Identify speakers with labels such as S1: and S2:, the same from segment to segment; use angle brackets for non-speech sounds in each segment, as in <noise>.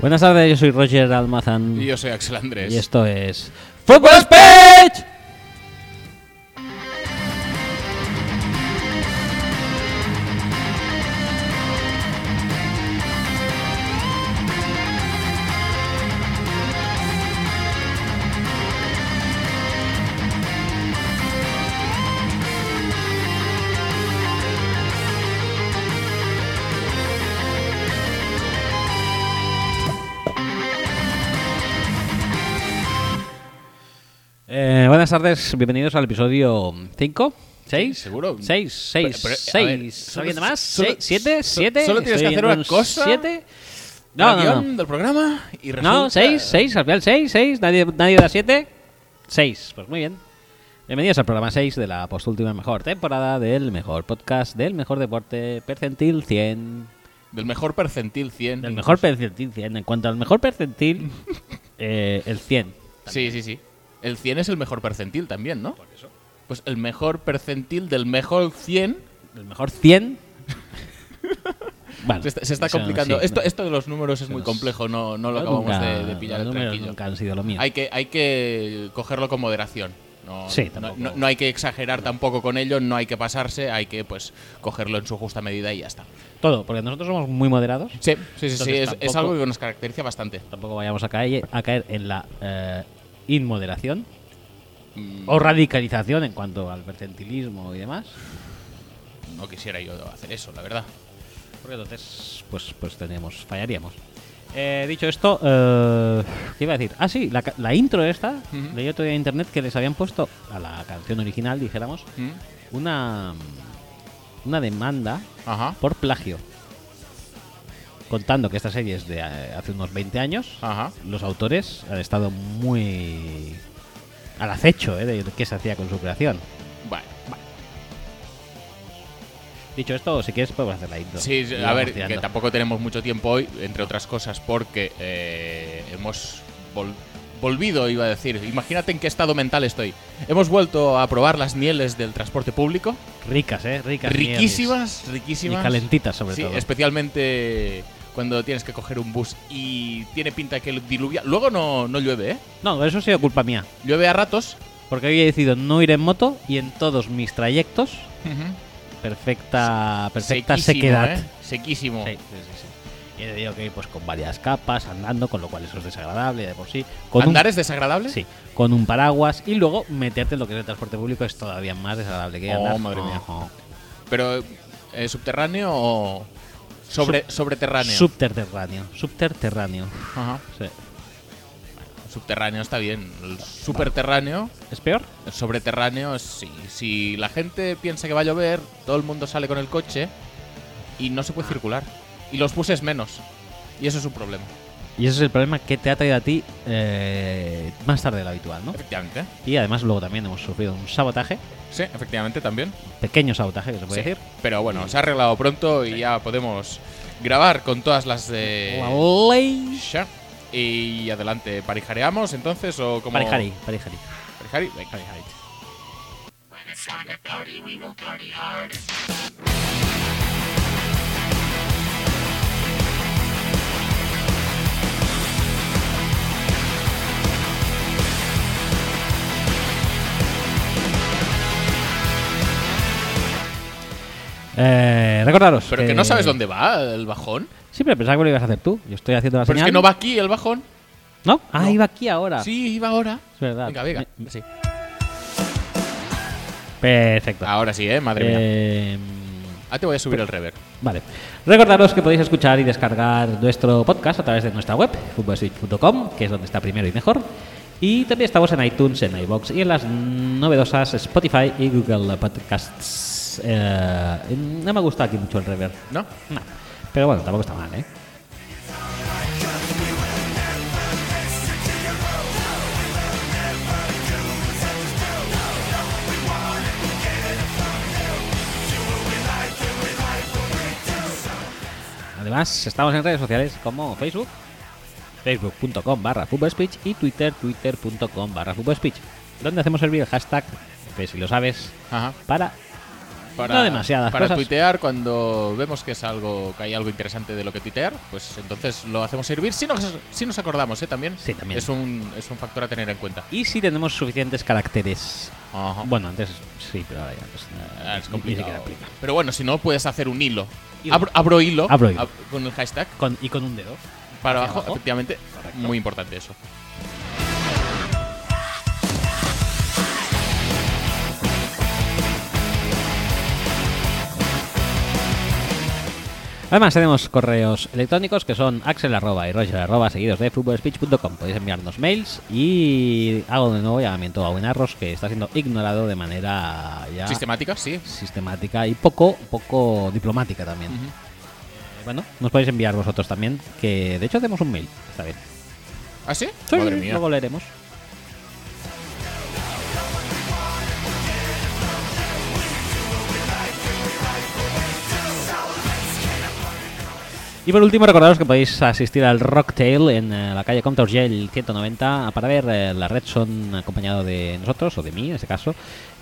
S1: Buenas tardes, yo soy Roger Almazán.
S2: Y yo soy Axel Andrés.
S1: Y esto es. ¡Fútbol Speech! Eh, buenas tardes, bienvenidos al episodio 5, 6,
S2: seguro.
S1: 6, 6,
S2: Pero- pero, a ver,
S1: 6,
S2: solo-
S1: ¿alguien más?
S2: solo-
S1: 7,
S2: so-
S1: 7,
S2: solo tienes que hacer una cosa.
S1: 7,
S2: No,
S1: no, no, no,
S2: del programa y resulta...
S1: no, 6, 6, al final 6, 6, nadie, nadie da 7, 6, pues muy bien. Bienvenidos al programa 6 de la postúltima mejor temporada del mejor podcast del mejor deporte percentil 100.
S2: Del mejor percentil 100.
S1: Del mejor percentil 100, en cuanto al mejor
S2: <laughs>
S1: percentil, eh, el 100.
S2: Sí, sí, sí. El 100 es el mejor percentil también, ¿no? Pues el mejor percentil del mejor 100
S1: El mejor 100. Bueno,
S2: se está, se está
S1: eso
S2: complicando.
S1: sí,
S2: esto,
S1: no.
S2: esto de los números es muy
S1: nos-
S2: complejo, no, no lo
S1: Yo
S2: acabamos
S1: nunca-
S2: de, de pillar el
S1: los números
S2: tranquillo.
S1: nunca han sido lo mío.
S2: Hay que, hay que cogerlo con moderación. No,
S1: Sí,
S2: no-
S1: tampoco-
S2: no- no hay que exagerar tampoco con ello, no hay que pasarse, hay que pues cogerlo en su justa medida y ya está.
S1: Todo, porque nosotros somos muy moderados.
S2: Sí, sí, sí, sí,
S1: Entonces
S2: es, es
S1: tampoco-
S2: algo que nos caracteriza bastante.
S1: Tampoco vayamos a caer, a caer en la eh, inmoderación
S2: Mm,
S1: o radicalización en cuanto al percentilismo y demás.
S2: No quisiera yo hacer eso, la verdad.
S1: Porque entonces, pues, pues tenemos, fallaríamos. Eh, dicho esto, eh, ¿qué iba a decir? Ah, sí, la, ca- la intro esta,
S2: Ujú.
S1: leí otro día en internet que les habían puesto a la canción original, dijéramos,
S2: Mm,
S1: una, una demanda
S2: Ajá,
S1: por plagio. Contando que esta serie es de eh, hace unos 20 años,
S2: ajá.
S1: los autores han estado muy al acecho eh, de qué se hacía con su creación.
S2: Vale.
S1: Dicho esto, si quieres podemos hacer la intro.
S2: Sí, sí,
S1: Y
S2: a
S1: vamos
S2: ver, que
S1: tirando.
S2: tampoco tenemos mucho tiempo hoy, entre otras cosas porque eh, hemos vol- volvido, iba a decir. Imagínate en qué estado mental estoy. Hemos vuelto a probar las mieles del transporte público.
S1: Ricas, ¿eh? Ricas. mieles.
S2: Riquísimas,
S1: Y
S2: riquísimas.
S1: calentitas sobre
S2: Sí,
S1: todo.
S2: especialmente cuando tienes que coger un bus y tiene pinta que diluvia. Luego no, no llueve, ¿eh?
S1: No, eso ha sido culpa mía.
S2: Llueve a ratos.
S1: Porque había decidido no ir en moto y en todos mis trayectos, perfecta, perfecta
S2: Sequísimo,
S1: sequedad.
S2: ¿eh? Sequísimo.
S1: Sí, sí, sí, sí. Y he tenido que ir pues, con varias capas, andando, con lo cual eso es desagradable de por sí. Con un-
S2: ¿Andar es desagradable?
S1: Sí, con un paraguas y luego meterte en lo que es el transporte público es todavía más desagradable que
S2: Oh,
S1: andar.
S2: madre mía.
S1: Ojo.
S2: Pero eh, subterráneo o sobre sobreterráneo.
S1: Subterterráneo, subterterráneo.
S2: Ajá.
S1: Sí.
S2: Subterráneo está bien. El superterráneo,
S1: ¿Es peor?
S2: el sobreterráneo, sí. Si la gente piensa que va a llover, todo el mundo sale con el coche y no se puede circular. Y los buses menos. Y eso es un problema.
S1: Y ese es el problema que te ha traído a ti eh, más tarde de lo habitual, ¿no?
S2: Efectivamente.
S1: Y además luego también hemos sufrido un sabotaje,
S2: Sí, efectivamente también.
S1: pequeño sabotaje que se puede
S2: Sí.
S1: decir.
S2: Pero bueno, se ha arreglado pronto y ya podemos grabar con todas las de.
S1: La ley.
S2: Ya. Y adelante, ¿parijareamos entonces o como.
S1: Parijari, parijari.
S2: Parijari, venga.
S1: Eh, recordaros.
S2: Pero que no sabes dónde va el bajón.
S1: Sí, pero pensaba que lo ibas a hacer tú. Yo estoy haciendo la
S2: Pero es
S1: señal.
S2: que no va aquí el bajón.
S1: ¿No? Ah,
S2: No.
S1: iba aquí ahora.
S2: Sí, iba ahora.
S1: Es verdad.
S2: Venga, venga.
S1: Me-
S2: Sí.
S1: Perfecto.
S2: Ahora sí, eh, madre mía.
S1: Ah. Eh,
S2: Ah, te voy a subir el rever.
S1: Vale. Recordaros que podéis escuchar y descargar nuestro podcast a través de nuestra web, futbolswitch.com, que es donde está primero y mejor. Y también estamos en iTunes, en iBox y en las novedosas Spotify y Google Podcasts. Eh, no me gusta aquí mucho el rever.
S2: ¿No?
S1: No. Pero bueno, tampoco está mal, ¿eh? Además, estamos en redes sociales como Facebook, facebook.com barra speech y Twitter, twitter.com barra speech donde hacemos servir el hashtag, que si lo sabes,
S2: Ajá.
S1: para
S2: para,
S1: No demasiadas
S2: para
S1: cosas.
S2: tuitear cuando vemos que es algo que hay algo interesante de lo que tuitear, pues entonces lo hacemos servir. Si nos, si nos acordamos, ¿eh? También,
S1: Sí, también.
S2: Es, un, es un factor a tener en cuenta.
S1: Y si tenemos suficientes caracteres.
S2: Ajá.
S1: Bueno, antes sí, pero ahora ya. pues, no,
S2: Ah, es
S1: ni-
S2: complicado.
S1: Ni siquiera aplica.
S2: Pero bueno, si no, puedes hacer un hilo.
S1: Hilo.
S2: Abro, abro hilo,
S1: Abro hilo.
S2: ab- con el hashtag
S1: Con- y con un dedo.
S2: para
S1: hacia
S2: abajo,
S1: abajo.
S2: efectivamente.
S1: Correcto.
S2: Muy importante eso.
S1: Además tenemos correos electrónicos que son axel arroba y roger arroba seguidos de footballspeech.com. Podéis enviarnos mails y hago de nuevo llamamiento a Buenarros que está siendo ignorado de manera ya
S2: Sistemática, sí.
S1: sistemática y poco, poco diplomática también.
S2: Ujú.
S1: Eh, Bueno, nos podéis enviar vosotros también, que de hecho hacemos un mail esta vez.
S2: ¿Ah, sí?
S1: Sí,
S2: Madre mía.
S1: luego leeremos. Y por último, recordaros que podéis asistir al Rocktail en eh, la calle Comte Urgell 190 para ver eh, la Red Son acompañado de nosotros, o de mí en este caso,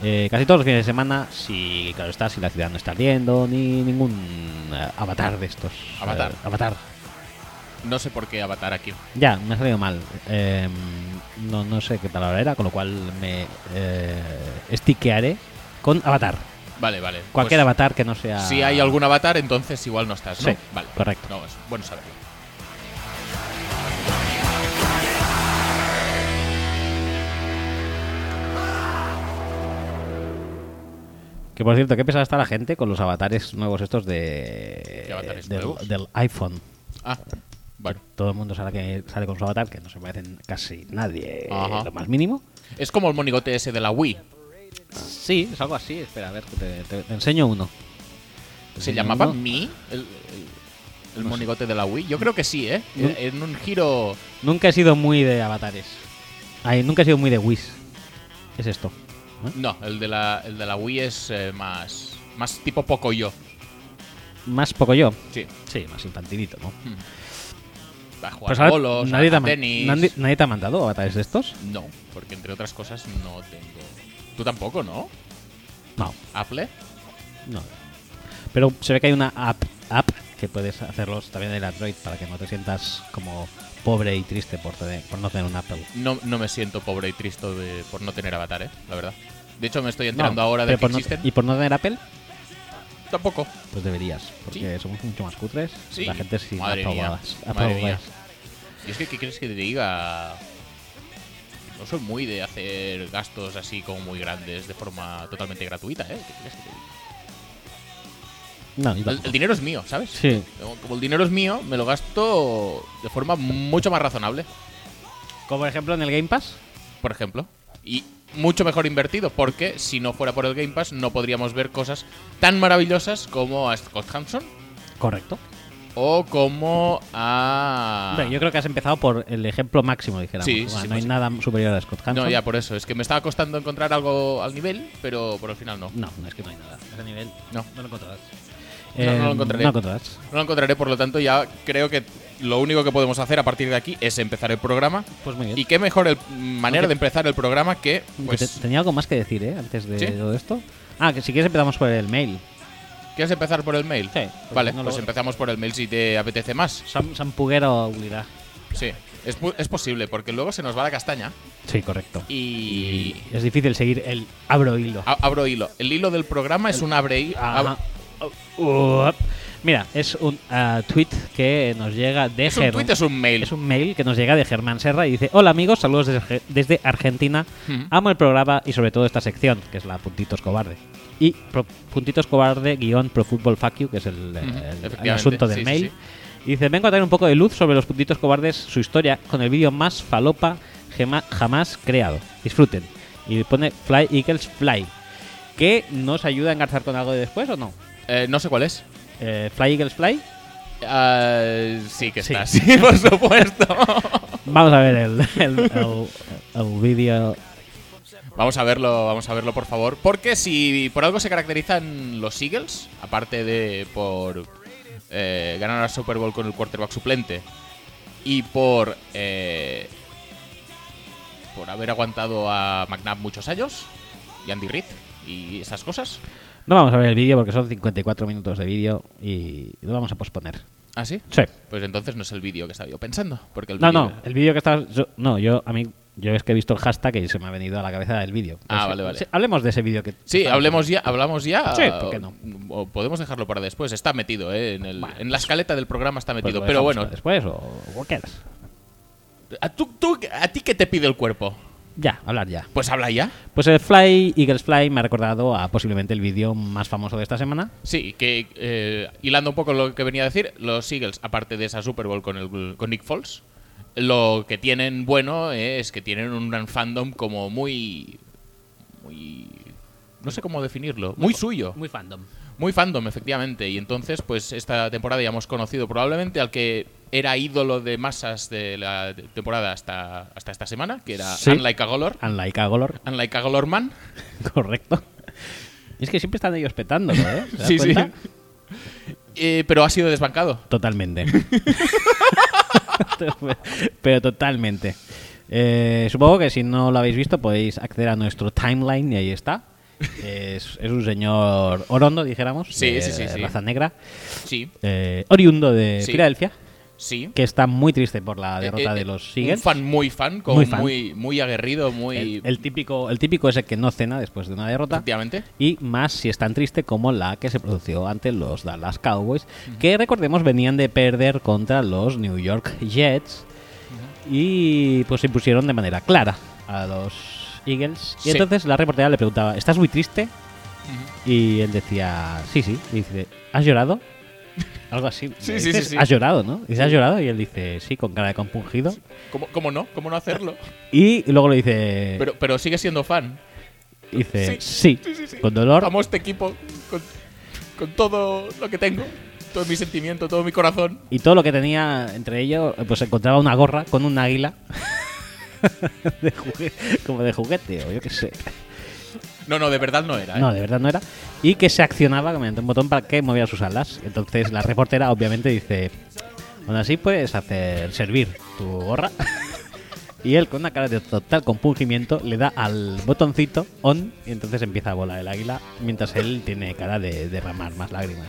S1: eh, casi todos los fines de semana, si, claro está, si la ciudad no está ardiendo, ni ningún eh, avatar de estos.
S2: Avatar.
S1: Eh, avatar.
S2: No sé por qué avatar aquí.
S1: Ya, me ha salido mal. Em, no, no sé qué palabra era, con lo cual me eh, estiquearé con avatar.
S2: Vale, vale.
S1: Cualquier
S2: Pues,
S1: avatar que no sea.
S2: Si hay algún avatar, entonces igual no estás, ¿no?
S1: Sí,
S2: vale.
S1: correcto.
S2: No, es bueno saberlo.
S1: Que por cierto, qué pesada está la gente con los avatares nuevos estos de.
S2: ¿Qué avatares
S1: del,
S2: nuevos?
S1: del iPhone.
S2: Ah, bueno.
S1: Todo el mundo sabe que sale con su avatar, que no se parecen casi nadie,
S2: Ajá. Ah.
S1: lo más mínimo.
S2: Es como el monigote ese de la Wii.
S1: Sí, es algo así. Espera, a ver, que te, te- te enseño uno. Te
S2: ¿Se
S1: enseño
S2: llamaba
S1: uno.
S2: Mi? El, el- el monigote de la Wii. Yo creo que sí, ¿eh?
S1: No.
S2: En un giro.
S1: Nunca he sido muy de avatares. Ay, nunca he sido muy de Wish. Es esto. ¿Eh?
S2: No, el de la, el de la Wii es eh, más. Más tipo poco yo.
S1: Más poco yo.
S2: Sí. Hmm.
S1: Sí, más infantilito, ¿no?
S2: A jugar
S1: Pues ahora
S2: bolos,
S1: nadie,
S2: a
S1: te ha,
S2: jugar tenis.
S1: nadie- nadie te ha mandado avatares de estos.
S2: No, porque entre otras cosas no tengo. Tú tampoco, ¿no?
S1: No,
S2: ¿Apple?
S1: no. Pero se ve que hay una app, app que puedes hacerlos también en el Android para que no te sientas como pobre y triste por, tener- por no tener un Apple.
S2: No, no me siento pobre y triste de- por no tener avatar, ¿eh? La verdad. De hecho, me estoy enterando
S1: No,
S2: ahora de
S1: pero
S2: que
S1: por no-
S2: existen.
S1: y por no tener Apple,
S2: Tampoco.
S1: pues deberías, porque somos mucho más cutres.
S2: Sí.
S1: La gente sí
S2: Madre mía,
S1: aprobadas.
S2: madre mía. Y es que, ¿qué quieres que te diga? No soy muy de hacer gastos así como muy grandes de forma totalmente gratuita, ¿eh? ¿Qué quieres que te diga?
S1: No, yo
S2: El,
S1: tampoco.
S2: el dinero es mío, ¿sabes?
S1: Sí.
S2: Como el dinero es mío, me lo gasto de forma mucho más razonable,
S1: Como por ejemplo en el Game Pass.
S2: por ejemplo. Y mucho mejor invertido, porque si no fuera por el Game Pass no podríamos ver cosas tan maravillosas como a Scott Hampson
S1: Correcto.
S2: o como a...
S1: Hombre, Yo creo que has empezado por el ejemplo máximo, dijéramos.
S2: Ah. Sí,
S1: Bueno,
S2: sí,
S1: no hay
S2: pues-
S1: nada superior a Scott Hanson.
S2: No, ya por eso. Es que me estaba costando encontrar algo al nivel, pero por el final no.
S1: No, no es que no hay nada. A ese nivel
S2: No.
S1: no lo encontrarás.
S2: No, no lo encontraré.
S1: No lo encontrarás.
S2: No lo encontraré, por lo tanto, ya creo que lo único que podemos hacer a partir de aquí es empezar el programa.
S1: Pues muy bien.
S2: Y qué mejor el- manera de empezar el programa que,
S1: Aunque te-
S2: pues,
S1: tenía algo más que decir, ¿eh? Antes de
S2: ¿Sí?
S1: todo esto. Ah, que si quieres empezamos por el mail.
S2: ¿quieres empezar por el mail?
S1: Sí, porque
S2: Vale,
S1: no lo
S2: pues
S1: veo.
S2: empezamos por el mail si te apetece más.
S1: Sam, Sam Puguero Ulirá.
S2: Sí, es, pu- es posible, porque luego se nos va la castaña
S1: Sí, correcto.
S2: y...
S1: Es difícil seguir el abro hilo.
S2: A- abro hilo. El hilo del programa es un abre hilo.
S1: Ajá. Uh, Mira, es un ah, tweet que nos llega de
S2: Es un
S1: Ger-
S2: tweet, es un mail.
S1: Es un mail que nos llega de Germán Serra y dice: Hola amigos, saludos desde, Arge- desde Argentina.
S2: Ujú.
S1: Amo el programa y sobre todo esta sección, que es la Puntitos Cobarde. Y pro- Puntitos Cobarde guión Pro Football Fuck You, que es el, eh, el-
S2: Ujú,
S1: el
S2: efectivamente,
S1: asunto del
S2: sí, sí,
S1: mail.
S2: sí.
S1: Y dice: Vengo a traer un poco de luz sobre los Puntitos Cobardes, su historia, con el vídeo más falopa gema- jamás creado. Disfruten. Y pone Fly Eagles Fly. ¿Que nos ayuda a engarzar con algo de después o no?
S2: Eh, no sé cuál es.
S1: Eh, Fly Eagles
S2: <laughs>
S1: Fly.
S2: Ah, sí que
S1: Sí.
S2: está, <laughs> sí, por supuesto.
S1: Vamos a ver el, el, el- el vídeo.
S2: Vamos a verlo, vamos a verlo por favor. Porque si por algo se caracterizan los Eagles, aparte de por eh, ganar la Super Bowl con el quarterback suplente y por eh, por haber aguantado a McNabb muchos años y Andy Reid y esas cosas,
S1: No vamos a ver el vídeo porque son 54 minutos de vídeo y lo vamos a posponer.
S2: ¿Ah, sí?
S1: Sí.
S2: Pues entonces no es el vídeo que estaba yo pensando. Porque el
S1: No,
S2: vídeo-
S1: no, el vídeo que estás. yo- no, yo a mí. Yo es que he visto el hashtag y se me ha venido a la cabeza el vídeo.
S2: Ah,
S1: Pues,
S2: vale, vale.
S1: sí, hablemos de ese vídeo que.
S2: Sí, hablemos ya, hablamos ya.
S1: Sí, ¿por qué no?
S2: O podemos dejarlo para después. Está metido, ¿eh? En, el- en la escaleta del programa está
S1: Pues
S2: metido.
S1: lo
S2: Pero
S1: dejamos
S2: bueno,
S1: para Después o, o quieras.
S2: ¿a, tú, tú- ¿a ti qué te pide el cuerpo?
S1: Ya, hablar ya.
S2: Pues habla ya.
S1: Pues el Fly, Eagles Fly, me ha recordado a posiblemente el vídeo más famoso de esta semana.
S2: Sí, que eh, hilando un poco lo que venía a decir, los Eagles, aparte de esa Super Bowl con, el, con Nick Foles, lo que tienen bueno eh, es que tienen un fandom como muy. muy. no sé cómo definirlo, muy suyo.
S1: Muy fandom.
S2: Muy fandom, efectivamente. Y entonces, pues esta temporada ya hemos conocido probablemente al que era ídolo de masas de la temporada hasta, hasta esta semana, que era
S1: Sí.
S2: Unlike a Golor.
S1: Unlike a Golor, <laughs>
S2: Unlike a Golor Man.
S1: correcto. Es que siempre están ellos petándolo, ¿eh?
S2: <laughs>
S1: ¿Te das
S2: Sí, sí.
S1: cuenta?
S2: Eh, pero ha sido desbancado.
S1: Totalmente. <laughs> Pero totalmente. Eh, supongo que si no lo habéis visto podéis acceder a nuestro timeline y ahí está. Es, es un señor orondo, dijéramos,
S2: Sí,
S1: de
S2: sí, sí, sí.
S1: raza negra,
S2: Sí,
S1: eh, oriundo de
S2: Sí.
S1: Filadelfia,
S2: sí.
S1: que está muy triste por la
S2: Eh,
S1: derrota
S2: eh,
S1: de los
S2: Un
S1: Eagles.
S2: fan muy fan, como
S1: Muy
S2: muy,
S1: fan.
S2: Muy, aguerrido, muy.
S1: El, el típico, el típico es el que no cena después de una derrota.
S2: efectivamente.
S1: Y más si es tan triste como la que se produjo ante los Dallas Cowboys, que recordemos venían de perder contra los New York Jets y pues se impusieron de manera clara a los Eagles. Y
S2: Sí.
S1: entonces la reportera le preguntaba, ¿estás muy triste? Y él decía, sí, sí. Y dice, ¿has llorado? <laughs> Algo así.
S2: Sí,
S1: Le
S2: sí, sí,
S1: dices,
S2: sí.
S1: Has llorado, ¿no? Y dice, ¿has llorado? Y él dice, sí, con cara de compungido.
S2: ¿Cómo, cómo no? ¿Cómo
S1: <laughs>
S2: no hacerlo?
S1: Y luego le dice,
S2: Pero, pero sigue siendo fan.
S1: dice sí,
S2: Sí, sí, sí, sí.
S1: con dolor.
S2: Amo este equipo con, con todo lo que tengo, todo mi sentimiento, todo mi corazón.
S1: Y todo lo que tenía entre ellos, eh, pues encontraba una gorra con un águila. <laughs> de jugue- como de juguete, o yo qué sé.
S2: No, no, de verdad no era. ¿eh?
S1: No, de verdad no era. Y que se accionaba mediante un botón para que moviera sus alas. Entonces la reportera, obviamente, dice: Bueno, así puedes hacer servir tu gorra. <laughs> Y él, con una cara de total compungimiento, le da al botoncito on y entonces empieza a volar el águila, mientras él tiene cara de derramar más lágrimas.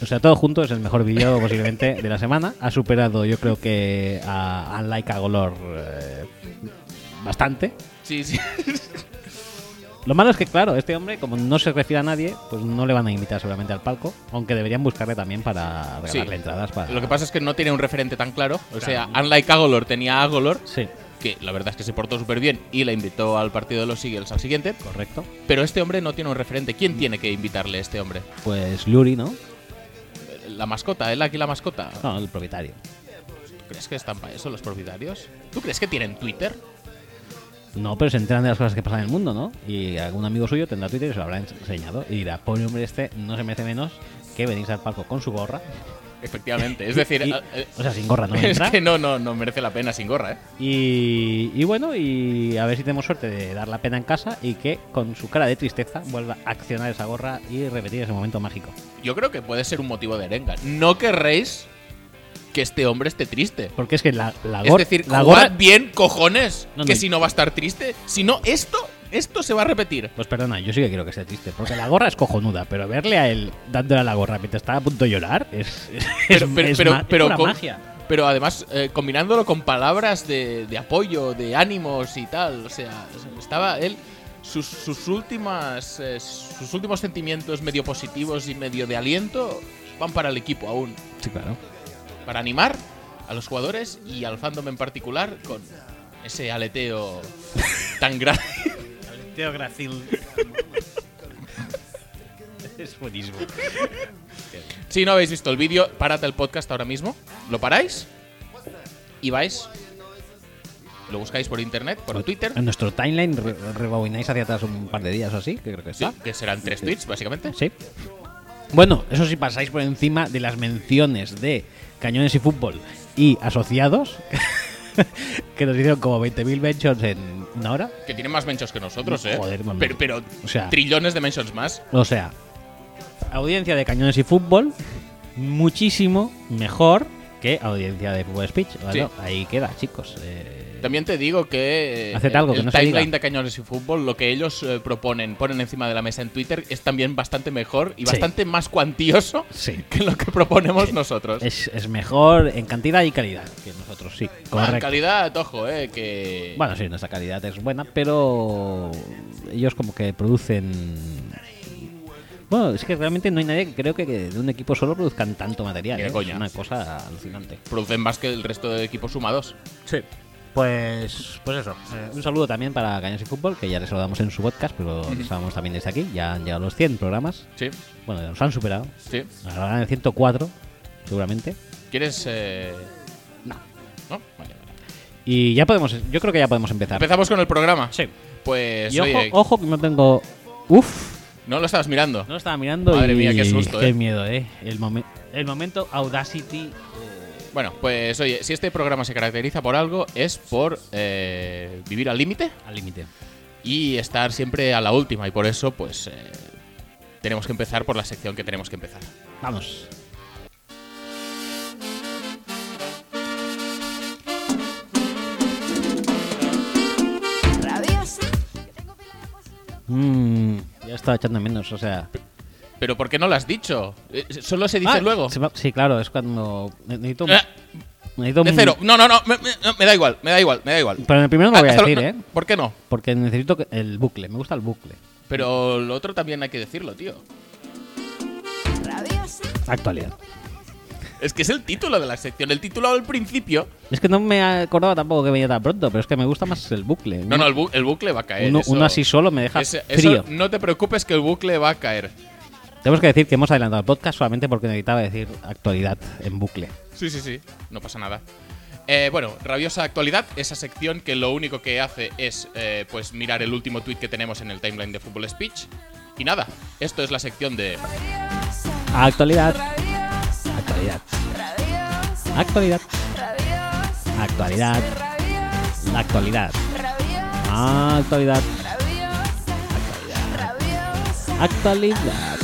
S1: O sea, todo junto es el mejor vídeo
S2: <laughs>
S1: posiblemente de la semana. Ha superado, yo creo que a Unlike a Golor eh, bastante.
S2: Sí, sí.
S1: Lo malo es que, claro, este hombre, como no se refiere a nadie, pues no le van a invitar seguramente al palco, aunque deberían buscarle también para
S2: Sí.
S1: regalarle entradas para...
S2: Lo que pasa es que no tiene un referente tan claro. O sea, unlike Agolor tenía a Agolor,
S1: Sí,
S2: que la verdad es que se portó súper bien y la invitó al partido de los Eagles al siguiente.
S1: correcto.
S2: Pero este hombre no tiene un referente. ¿Quién
S1: Mm.
S2: tiene que invitarle a este hombre?
S1: Pues Luri, ¿no?
S2: ¿La mascota? ¿Él aquí la mascota?
S1: No, el propietario.
S2: ¿Tú crees que están para eso los propietarios? ¿Tú crees que tienen Twitter?
S1: No, pero se enteran de las cosas que pasan en el mundo, ¿no? Y algún amigo suyo tendrá Twitter y se lo habrá enseñado y dirá, pobre hombre este, no se merece menos que venirse al palco con su gorra.
S2: Efectivamente. Es decir,
S1: <laughs> Y-
S2: eh, eh,
S1: o sea, sin gorra no
S2: <laughs> es
S1: entra.
S2: que no, no, no merece la pena sin gorra, ¿eh?
S1: Y, y bueno, y a ver si tenemos suerte de dar la pena en casa y que con su cara de tristeza vuelva a accionar esa gorra y repetir ese momento mágico.
S2: Yo creo que puede ser un motivo de arenga. No querréis que este hombre esté triste.
S1: Porque es que la, la,
S2: Es
S1: gor-
S2: decir,
S1: la
S2: jugad
S1: gorra.
S2: bien, cojones.
S1: No, no,
S2: que
S1: y-
S2: si no va a estar triste. Si no, esto, esto se va a repetir.
S1: Pues perdona, yo sí que quiero que sea triste. Porque la gorra es cojonuda, pero verle a él dándole a la gorra mientras está a punto de llorar es. es-
S2: Pero,
S1: es-
S2: pero,
S1: es
S2: pero,
S1: ma- es
S2: pero
S1: pura
S2: con-
S1: magia.
S2: pero además, eh, combinándolo con palabras de, de apoyo, de ánimos y tal. O sea, estaba él. Sus, sus últimas. eh, sus últimos sentimientos medio positivos y medio de aliento van para el equipo aún.
S1: Sí, claro.
S2: Para animar a los jugadores y al fandom en particular con ese aleteo tan grande.
S1: <laughs> es buenísimo.
S2: Si no habéis visto el vídeo, parad el podcast ahora mismo. ¿Lo paráis? Y vais. Lo buscáis por internet, por Twitter.
S1: En nuestro timeline re- rebobináis hacia atrás un par de días o así, que creo que
S2: Sí,
S1: está.
S2: que serán tres tweets, básicamente.
S1: Sí. Bueno, eso sí pasáis por encima de las menciones de Cañones y Fútbol y Asociados, <laughs> que nos hicieron como 20.000 mentions en una hora.
S2: Que tienen más mentions que nosotros, ¿eh?
S1: Joder, mamá.
S2: pero, pero
S1: O sea-
S2: trillones de mentions más.
S1: O sea, audiencia de Cañones y Fútbol muchísimo mejor que audiencia de Fútbol Speech. Bueno,
S2: Sí.
S1: ahí queda, chicos. Eh,
S2: También te digo que eh,
S1: Haced algo, que
S2: el
S1: no se
S2: timeline
S1: diga.
S2: de Cañones y Fútbol, lo que ellos eh, proponen, ponen encima de la mesa en Twitter, es también bastante mejor y
S1: Sí.
S2: bastante más cuantioso <laughs>
S1: Sí.
S2: que lo que proponemos nosotros.
S1: Es, es mejor en cantidad y calidad que nosotros, sí.
S2: Ah, en
S1: Correcto.
S2: calidad, ojo, eh, que...
S1: Bueno, sí, nuestra calidad es buena, pero ellos como que producen... Bueno, es que realmente no hay nadie que creo que que de un equipo solo produzcan tanto material.
S2: Ni de
S1: ¿eh?
S2: coña.
S1: Es una cosa alucinante.
S2: Producen más que el resto de equipos sumados.
S1: Sí. Pues, pues eso. eh, un saludo también para Cañas y Fútbol, que ya les saludamos en su podcast, pero les saludamos también desde aquí. Ya han llegado los 100 programas.
S2: Sí,
S1: Bueno, ya los han superado.
S2: sí.
S1: Ahora en el 104, seguramente.
S2: ¿Quieres...? eh,
S1: No.
S2: ¿No? Vale, vale.
S1: Y ya podemos, yo creo que ya podemos empezar.
S2: Empezamos con el programa.
S1: Sí.
S2: Pues,
S1: Y ojo,
S2: oye,
S1: ojo que no tengo. Uf,
S2: no lo estabas mirando.
S1: no lo estaba mirando.
S2: Madre
S1: y-
S2: mía, qué susto, eh.
S1: miedo, eh. El, momen- el momento Audacity. eh,
S2: Bueno, pues oye, si este programa se caracteriza por algo es por eh, vivir al límite
S1: al límite.
S2: y estar siempre a la última y por eso pues eh, tenemos que empezar por la sección que tenemos que empezar.
S1: Vamos.
S3: Rabiosa.
S1: Mm, ya estaba echando menos, o sea.
S2: Pero ¿por qué no lo has dicho? Eh, solo se dice
S1: Ah,
S2: luego. Eh,
S1: se va- sí, claro, es cuando. ne- Necesito un.
S2: Ah,
S1: necesito
S2: de
S1: un-
S2: cero. No, no, no me, me- no, me da igual, me da igual, me da igual.
S1: Pero en el primero no lo voy
S2: Ah,
S1: a
S2: solo-
S1: decir,
S2: no,
S1: ¿eh?
S2: ¿Por qué no?
S1: Porque necesito que- el bucle, me gusta el bucle.
S2: Pero lo otro también hay que decirlo, tío.
S3: Rabiosa.
S1: Actualidad.
S2: Es que es el título de la sección, el título al principio.
S1: Es que no me acordaba tampoco que venía tan pronto, pero es que me gusta más el bucle.
S2: No, no, el, bu- el bucle va a caer.
S1: uno,
S2: eso-
S1: uno así solo me deja
S2: Ese- eso,
S1: frío.
S2: no te preocupes que el bucle va a caer.
S1: Tenemos que decir que hemos adelantado el podcast solamente porque necesitaba decir actualidad en bucle.
S2: Sí, sí, sí. No pasa nada. Eh, bueno, rabiosa actualidad, esa sección que lo único que hace es eh, pues mirar el último tweet que tenemos en el timeline de Fútbol Speech. Y nada, esto es la sección de...
S3: Rabiosa.
S1: Actualidad,
S3: Rabiosa.
S1: actualidad,
S3: Rabiosa.
S1: actualidad,
S3: Rabiosa.
S1: actualidad, Ah.
S3: Rabiosa.
S1: actualidad,
S3: Rabiosa.
S1: actualidad,
S3: Rabiosa. Rabiosa.
S1: actualidad.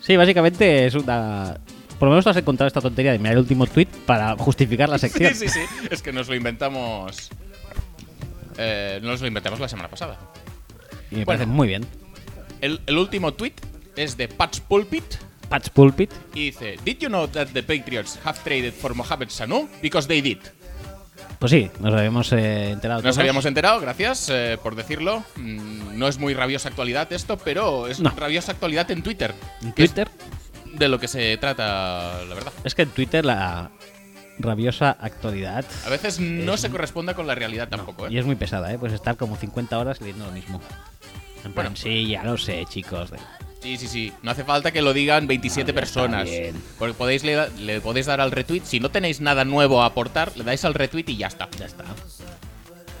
S1: Sí, básicamente es una... Por lo menos has encontrado esta tontería de mirar el último tweet para justificar la sección.
S2: <laughs> Sí, sí, sí. Es que nos lo inventamos... Eh, nos lo inventamos la semana pasada.
S1: Y me
S2: Bueno.
S1: parece muy bien.
S2: El, el último tweet es de Patch Pulpit
S1: Patch Pulpit.
S2: y dice ¿Did you know that the Patriots have traded for Mohamed Sanu? Because they did.
S1: Pues sí, nos habíamos eh, enterado.
S2: Nos
S1: todos.
S2: habíamos enterado, gracias eh, por decirlo. Mm, no es muy rabiosa actualidad esto, pero es
S1: No.
S2: rabiosa actualidad en Twitter.
S1: En
S2: que es
S1: Twitter.
S2: de lo que se trata, la verdad.
S1: Es que en Twitter la rabiosa actualidad.
S2: A veces no
S1: Eh,
S2: se corresponde con la realidad tampoco,
S1: Y
S2: ¿eh?
S1: es muy pesada, ¿eh? Pues estar como 50 horas leyendo lo mismo. En plan,
S2: Bueno.
S1: sí, ya lo sé, chicos.
S2: Sí, sí, sí. No hace falta que lo digan 27
S1: Vale, Ah, está
S2: personas.
S1: bien.
S2: Porque podéis le, le podéis dar al retweet. Si no tenéis nada nuevo a aportar, le dais al retweet y ya está.
S1: Ya está.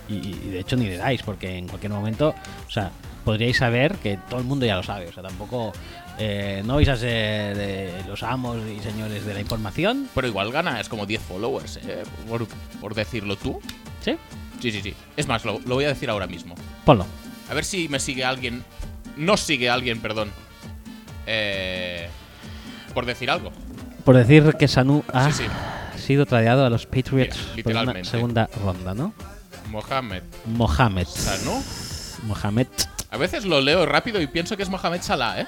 S1: Y, y de hecho ni le dais, porque en cualquier momento, o sea, podríais saber que todo el mundo ya lo sabe. O sea, tampoco eh, no vais a ser eh, los amos y señores de la información.
S2: Pero igual gana, es como 10 followers, ¿eh? Por, por decirlo tú.
S1: ¿Sí?
S2: Sí, sí, sí. Es más, lo- lo voy a decir ahora mismo.
S1: Ponlo.
S2: A ver si me sigue alguien. Nos sigue alguien, perdón. Eh, por decir algo.
S1: Por decir que Sanu ha
S2: Sí,
S1: sido tradeado a los Patriots
S2: Mira,
S1: por una
S2: literalmente.
S1: segunda ronda, ¿no?
S2: Mohamed
S1: Mohamed.
S2: Sanu.
S1: Mohamed.
S2: A veces lo leo rápido y pienso que es Mohamed Salah, ¿eh?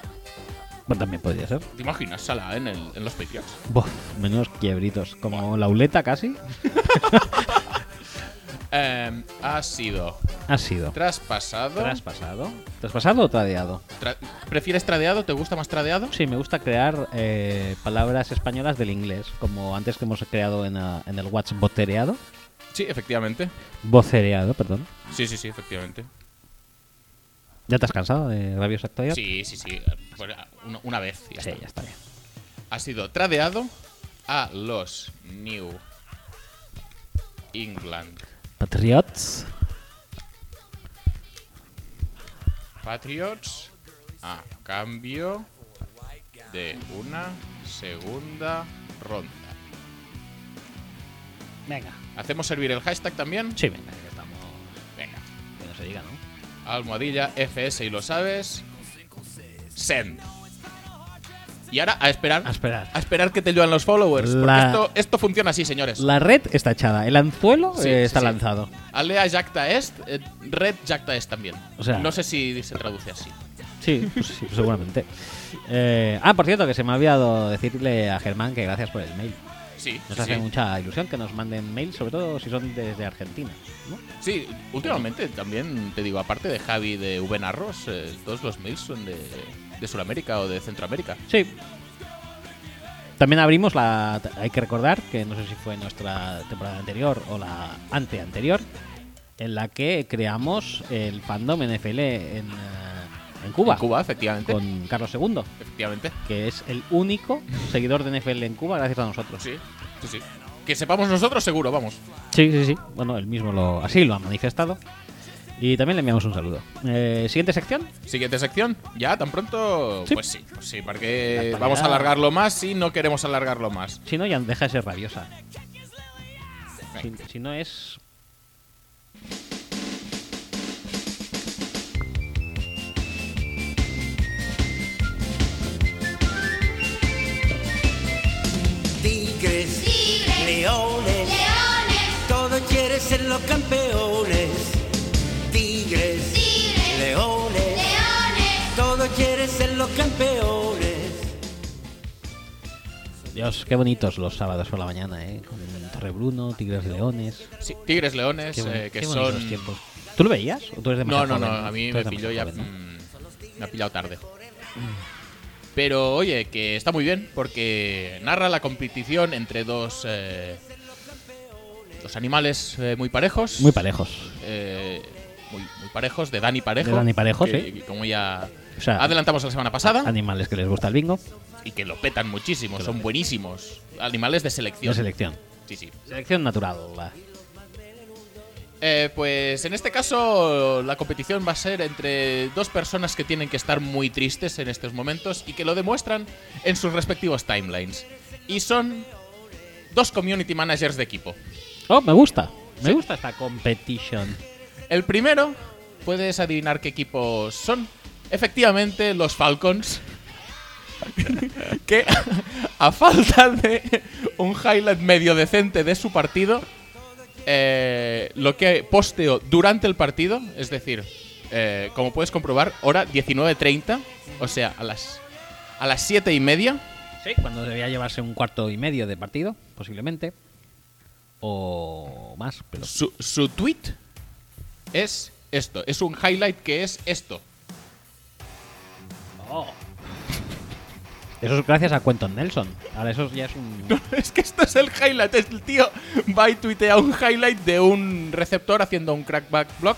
S1: Bueno, también podría ser.
S2: ¿Te imaginas Salah en, el- en los Patriots?
S1: Buah, menos quiebritos. Como la uleta casi.
S2: Eh, ha sido
S1: Ha sido.
S2: traspasado.
S1: Traspasado. ¿Traspasado o tradeado?
S2: Tra- ¿Prefieres tradeado? ¿Te gusta más tradeado?
S1: Sí, me gusta crear eh, palabras españolas del inglés, como antes que hemos creado en, ah, en el WhatsApp botereado.
S2: Sí, efectivamente.
S1: Vocereado, perdón.
S2: Sí, sí, sí, efectivamente.
S1: ¿Ya te has cansado de rabiosa actualidad?
S2: Sí, sí, sí. Bueno, una, una vez. y ya
S1: Sí,
S2: está.
S1: ya está bien.
S2: ha sido tradeado a los New England
S1: Patriots.
S2: Patriots a cambio de una segunda ronda.
S1: Venga.
S2: ¿Hacemos servir el hashtag también?
S1: Sí, venga, ya estamos.
S2: Venga.
S1: Que no se diga, ¿no?
S2: Almohadilla FS y lo sabes. Send. Y ahora a esperar.
S1: A esperar.
S2: A esperar que te lluevan los followers. Porque
S1: La-
S2: esto, esto funciona así, señores.
S1: La red está echada, el anzuelo
S2: Sí,
S1: eh,
S2: sí,
S1: está
S2: sí.
S1: lanzado.
S2: Alea Jacta Est, eh, Red Jacta Est también.
S1: O sea-
S2: no sé si se traduce así.
S1: Sí, pues <laughs> sí, seguramente. Eh, ah, por cierto, que se me ha olvidado decirle a Germán que gracias por el mail.
S2: Sí,
S1: Nos
S2: sí,
S1: hace
S2: sí.
S1: mucha ilusión que nos manden mail, sobre todo si son desde Argentina. ¿no?
S2: Sí, últimamente también te digo, aparte de Javi de Ubenarros, eh, todos los mails son de, de Sudamérica o de Centroamérica.
S1: Sí. También abrimos la. Hay que recordar que no sé si fue nuestra temporada anterior o la anteanterior, en la que creamos el fandom NFL en, eh, en Cuba,
S2: En Cuba, efectivamente.
S1: con Carlos II,
S2: Efectivamente.
S1: que es el único seguidor de NFL en Cuba gracias a nosotros.
S2: Sí, sí, sí. Que sepamos nosotros, seguro, vamos.
S1: Sí, sí, sí. Bueno, él mismo lo, así lo ha manifestado. Y también le enviamos un saludo. Eh, Siguiente sección.
S2: Siguiente sección, ya tan pronto.
S1: Sí.
S2: Pues sí, pues sí, porque
S1: La actualidad.
S2: vamos a alargarlo más y no queremos alargarlo más.
S1: Si no, ya deja de ser rabiosa. Si, si no es.
S4: Tigres, leones, todos quieren ser los campeones. Tigres, leones, todos quieren ser los campeones.
S1: Dios, qué bonitos los sábados por la mañana, ¿eh? Con Torrebruno, Tigres Leones.
S2: Sí, Tigres Leones,
S1: Qué, boni-
S2: eh, que
S1: qué bonitos
S2: son.
S1: tiempos. ¿Tú lo veías? ¿O tú eres
S2: No,
S1: demasiado
S2: no, no,
S1: joven?
S2: a mí
S1: Tú
S2: me
S1: eres
S2: pilló ya.
S1: demasiado joven,
S2: mm, me ha pillado tarde. Pero oye, que está muy bien porque narra la competición entre dos. eh, dos animales eh, muy parejos.
S1: ¿no? Muy parejos.
S2: eh, muy, muy parejos, de Dani Parejo.
S1: De Dani Parejo,
S2: que-
S1: sí.
S2: que Como ya
S1: O sea,
S2: adelantamos la semana pasada.
S1: Animales que les gusta el bingo.
S2: y que lo petan muchísimo, son buenísimos. Animales de selección.
S1: De selección.
S2: Sí, sí.
S1: Selección natural. la-
S2: Eh, pues en este caso la competición va a ser entre dos personas que tienen que estar muy tristes en estos momentos y que lo demuestran en sus respectivos timelines. Y son dos community managers de equipo.
S1: Oh, me gusta. Me gusta esta competition.
S2: El primero, puedes adivinar qué equipos son. Efectivamente, los Falcons. <laughs> que a falta de un highlight medio decente de su partido, eh, lo que posteo durante el partido, es decir, eh, como puedes comprobar, hora 19.30, o sea, a las, a las 7 y media.
S1: Sí, cuando debía llevarse un cuarto y medio de partido, posiblemente. O más, pero.
S2: Su, su tweet es esto, es un highlight que es esto.
S1: Oh. Eso es gracias a Quentin Nelson. Ahora eso ya es un.
S2: <laughs> Es que esto es el highlight. es El tío va y tuitea un highlight de un receptor haciendo un crackback block.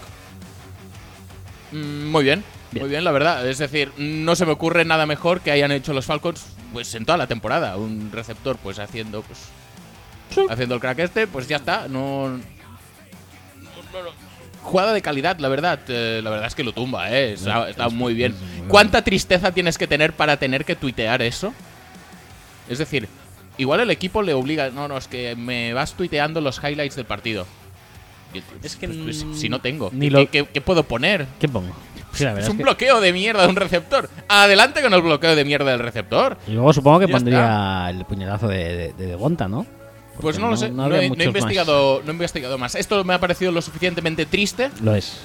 S2: Mm, muy bien,
S1: Bien.
S2: muy bien, la verdad. Es decir, no se me ocurre nada mejor que hayan hecho los Falcons pues en toda la temporada. Un receptor pues haciendo pues haciendo el crack este, pues ya está. No, no- no- no. Jugada de calidad, la verdad. eh, la verdad es que lo tumba, eh. Está, está muy bien. ¿Cuánta tristeza tienes que tener para tener que tuitear eso? Es decir, igual el equipo le obliga. No, no, es que me vas tuiteando los highlights del partido. Y-
S1: Es que
S2: pues, pues, si,
S1: n-
S2: si no tengo,
S1: ni
S2: ¿qué-
S1: lo-
S2: qué- qué puedo poner?
S1: <laughs> ¿Qué pongo? Sí, la verdad
S2: Es
S1: es
S2: un
S1: que-
S2: bloqueo de mierda de un receptor. Adelante con el bloqueo de mierda del receptor.
S1: Y luego supongo que
S2: Ya
S1: pondría el puñetazo de, de, de Devonta, ¿no? Porque
S2: Pues no, lo sé, no,
S1: había
S2: he, no he
S1: muchos más.
S2: investigado, no he investigado más. Esto me ha parecido lo suficientemente triste,
S1: Lo es.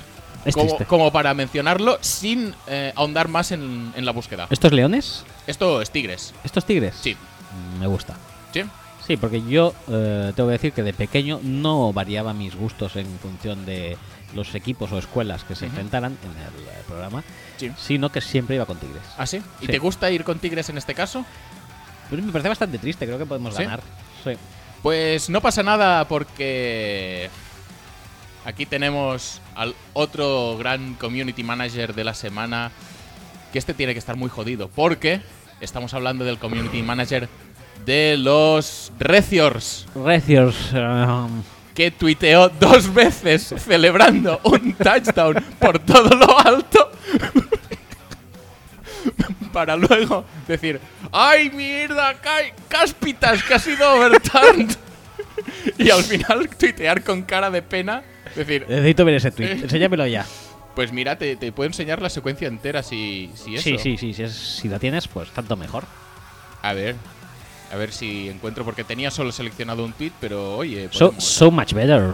S1: Es
S2: como,
S1: triste.
S2: como para mencionarlo sin eh, ahondar más en, en la búsqueda.
S1: ¿Estos leones?
S2: Esto es Tigres,
S1: ¿Estos tigres?
S2: sí.
S1: Mm, Me gusta.
S2: ¿Sí?
S1: Sí, porque yo eh, tengo que decir que de pequeño no variaba mis gustos en función de los equipos o escuelas que se
S2: Ujú.
S1: enfrentaran en el eh, programa,
S2: Sí.
S1: sino que siempre iba con tigres.
S2: ¿Ah, sí? ¿Y
S1: Sí.
S2: te gusta ir con Tigres en este caso?
S1: Pero me parece bastante triste, creo que podemos
S2: ¿Sí?
S1: ganar. Sí.
S2: Pues no pasa nada porque aquí tenemos al otro gran community manager de la semana, que este tiene que estar muy jodido, porque estamos hablando del community manager de los Reciors.
S1: Reciors. um,
S2: que tuiteó dos veces celebrando un touchdown por todo lo alto para luego decir, ¡ay mierda, ca- cáspitas, que ha sido overturned! y al final tuitear con cara de pena, decir,
S1: necesito ver ese <laughs> tweet. Enséñamelo ya.
S2: pues mira, te, te puedo enseñar la secuencia entera si, si eso.
S1: Sí, sí, sí. Si, es- si la tienes, pues tanto mejor.
S2: A ver. A ver si encuentro, porque tenía solo seleccionado un tweet, pero oye. pues,
S1: So,
S2: podemos-
S1: so much better.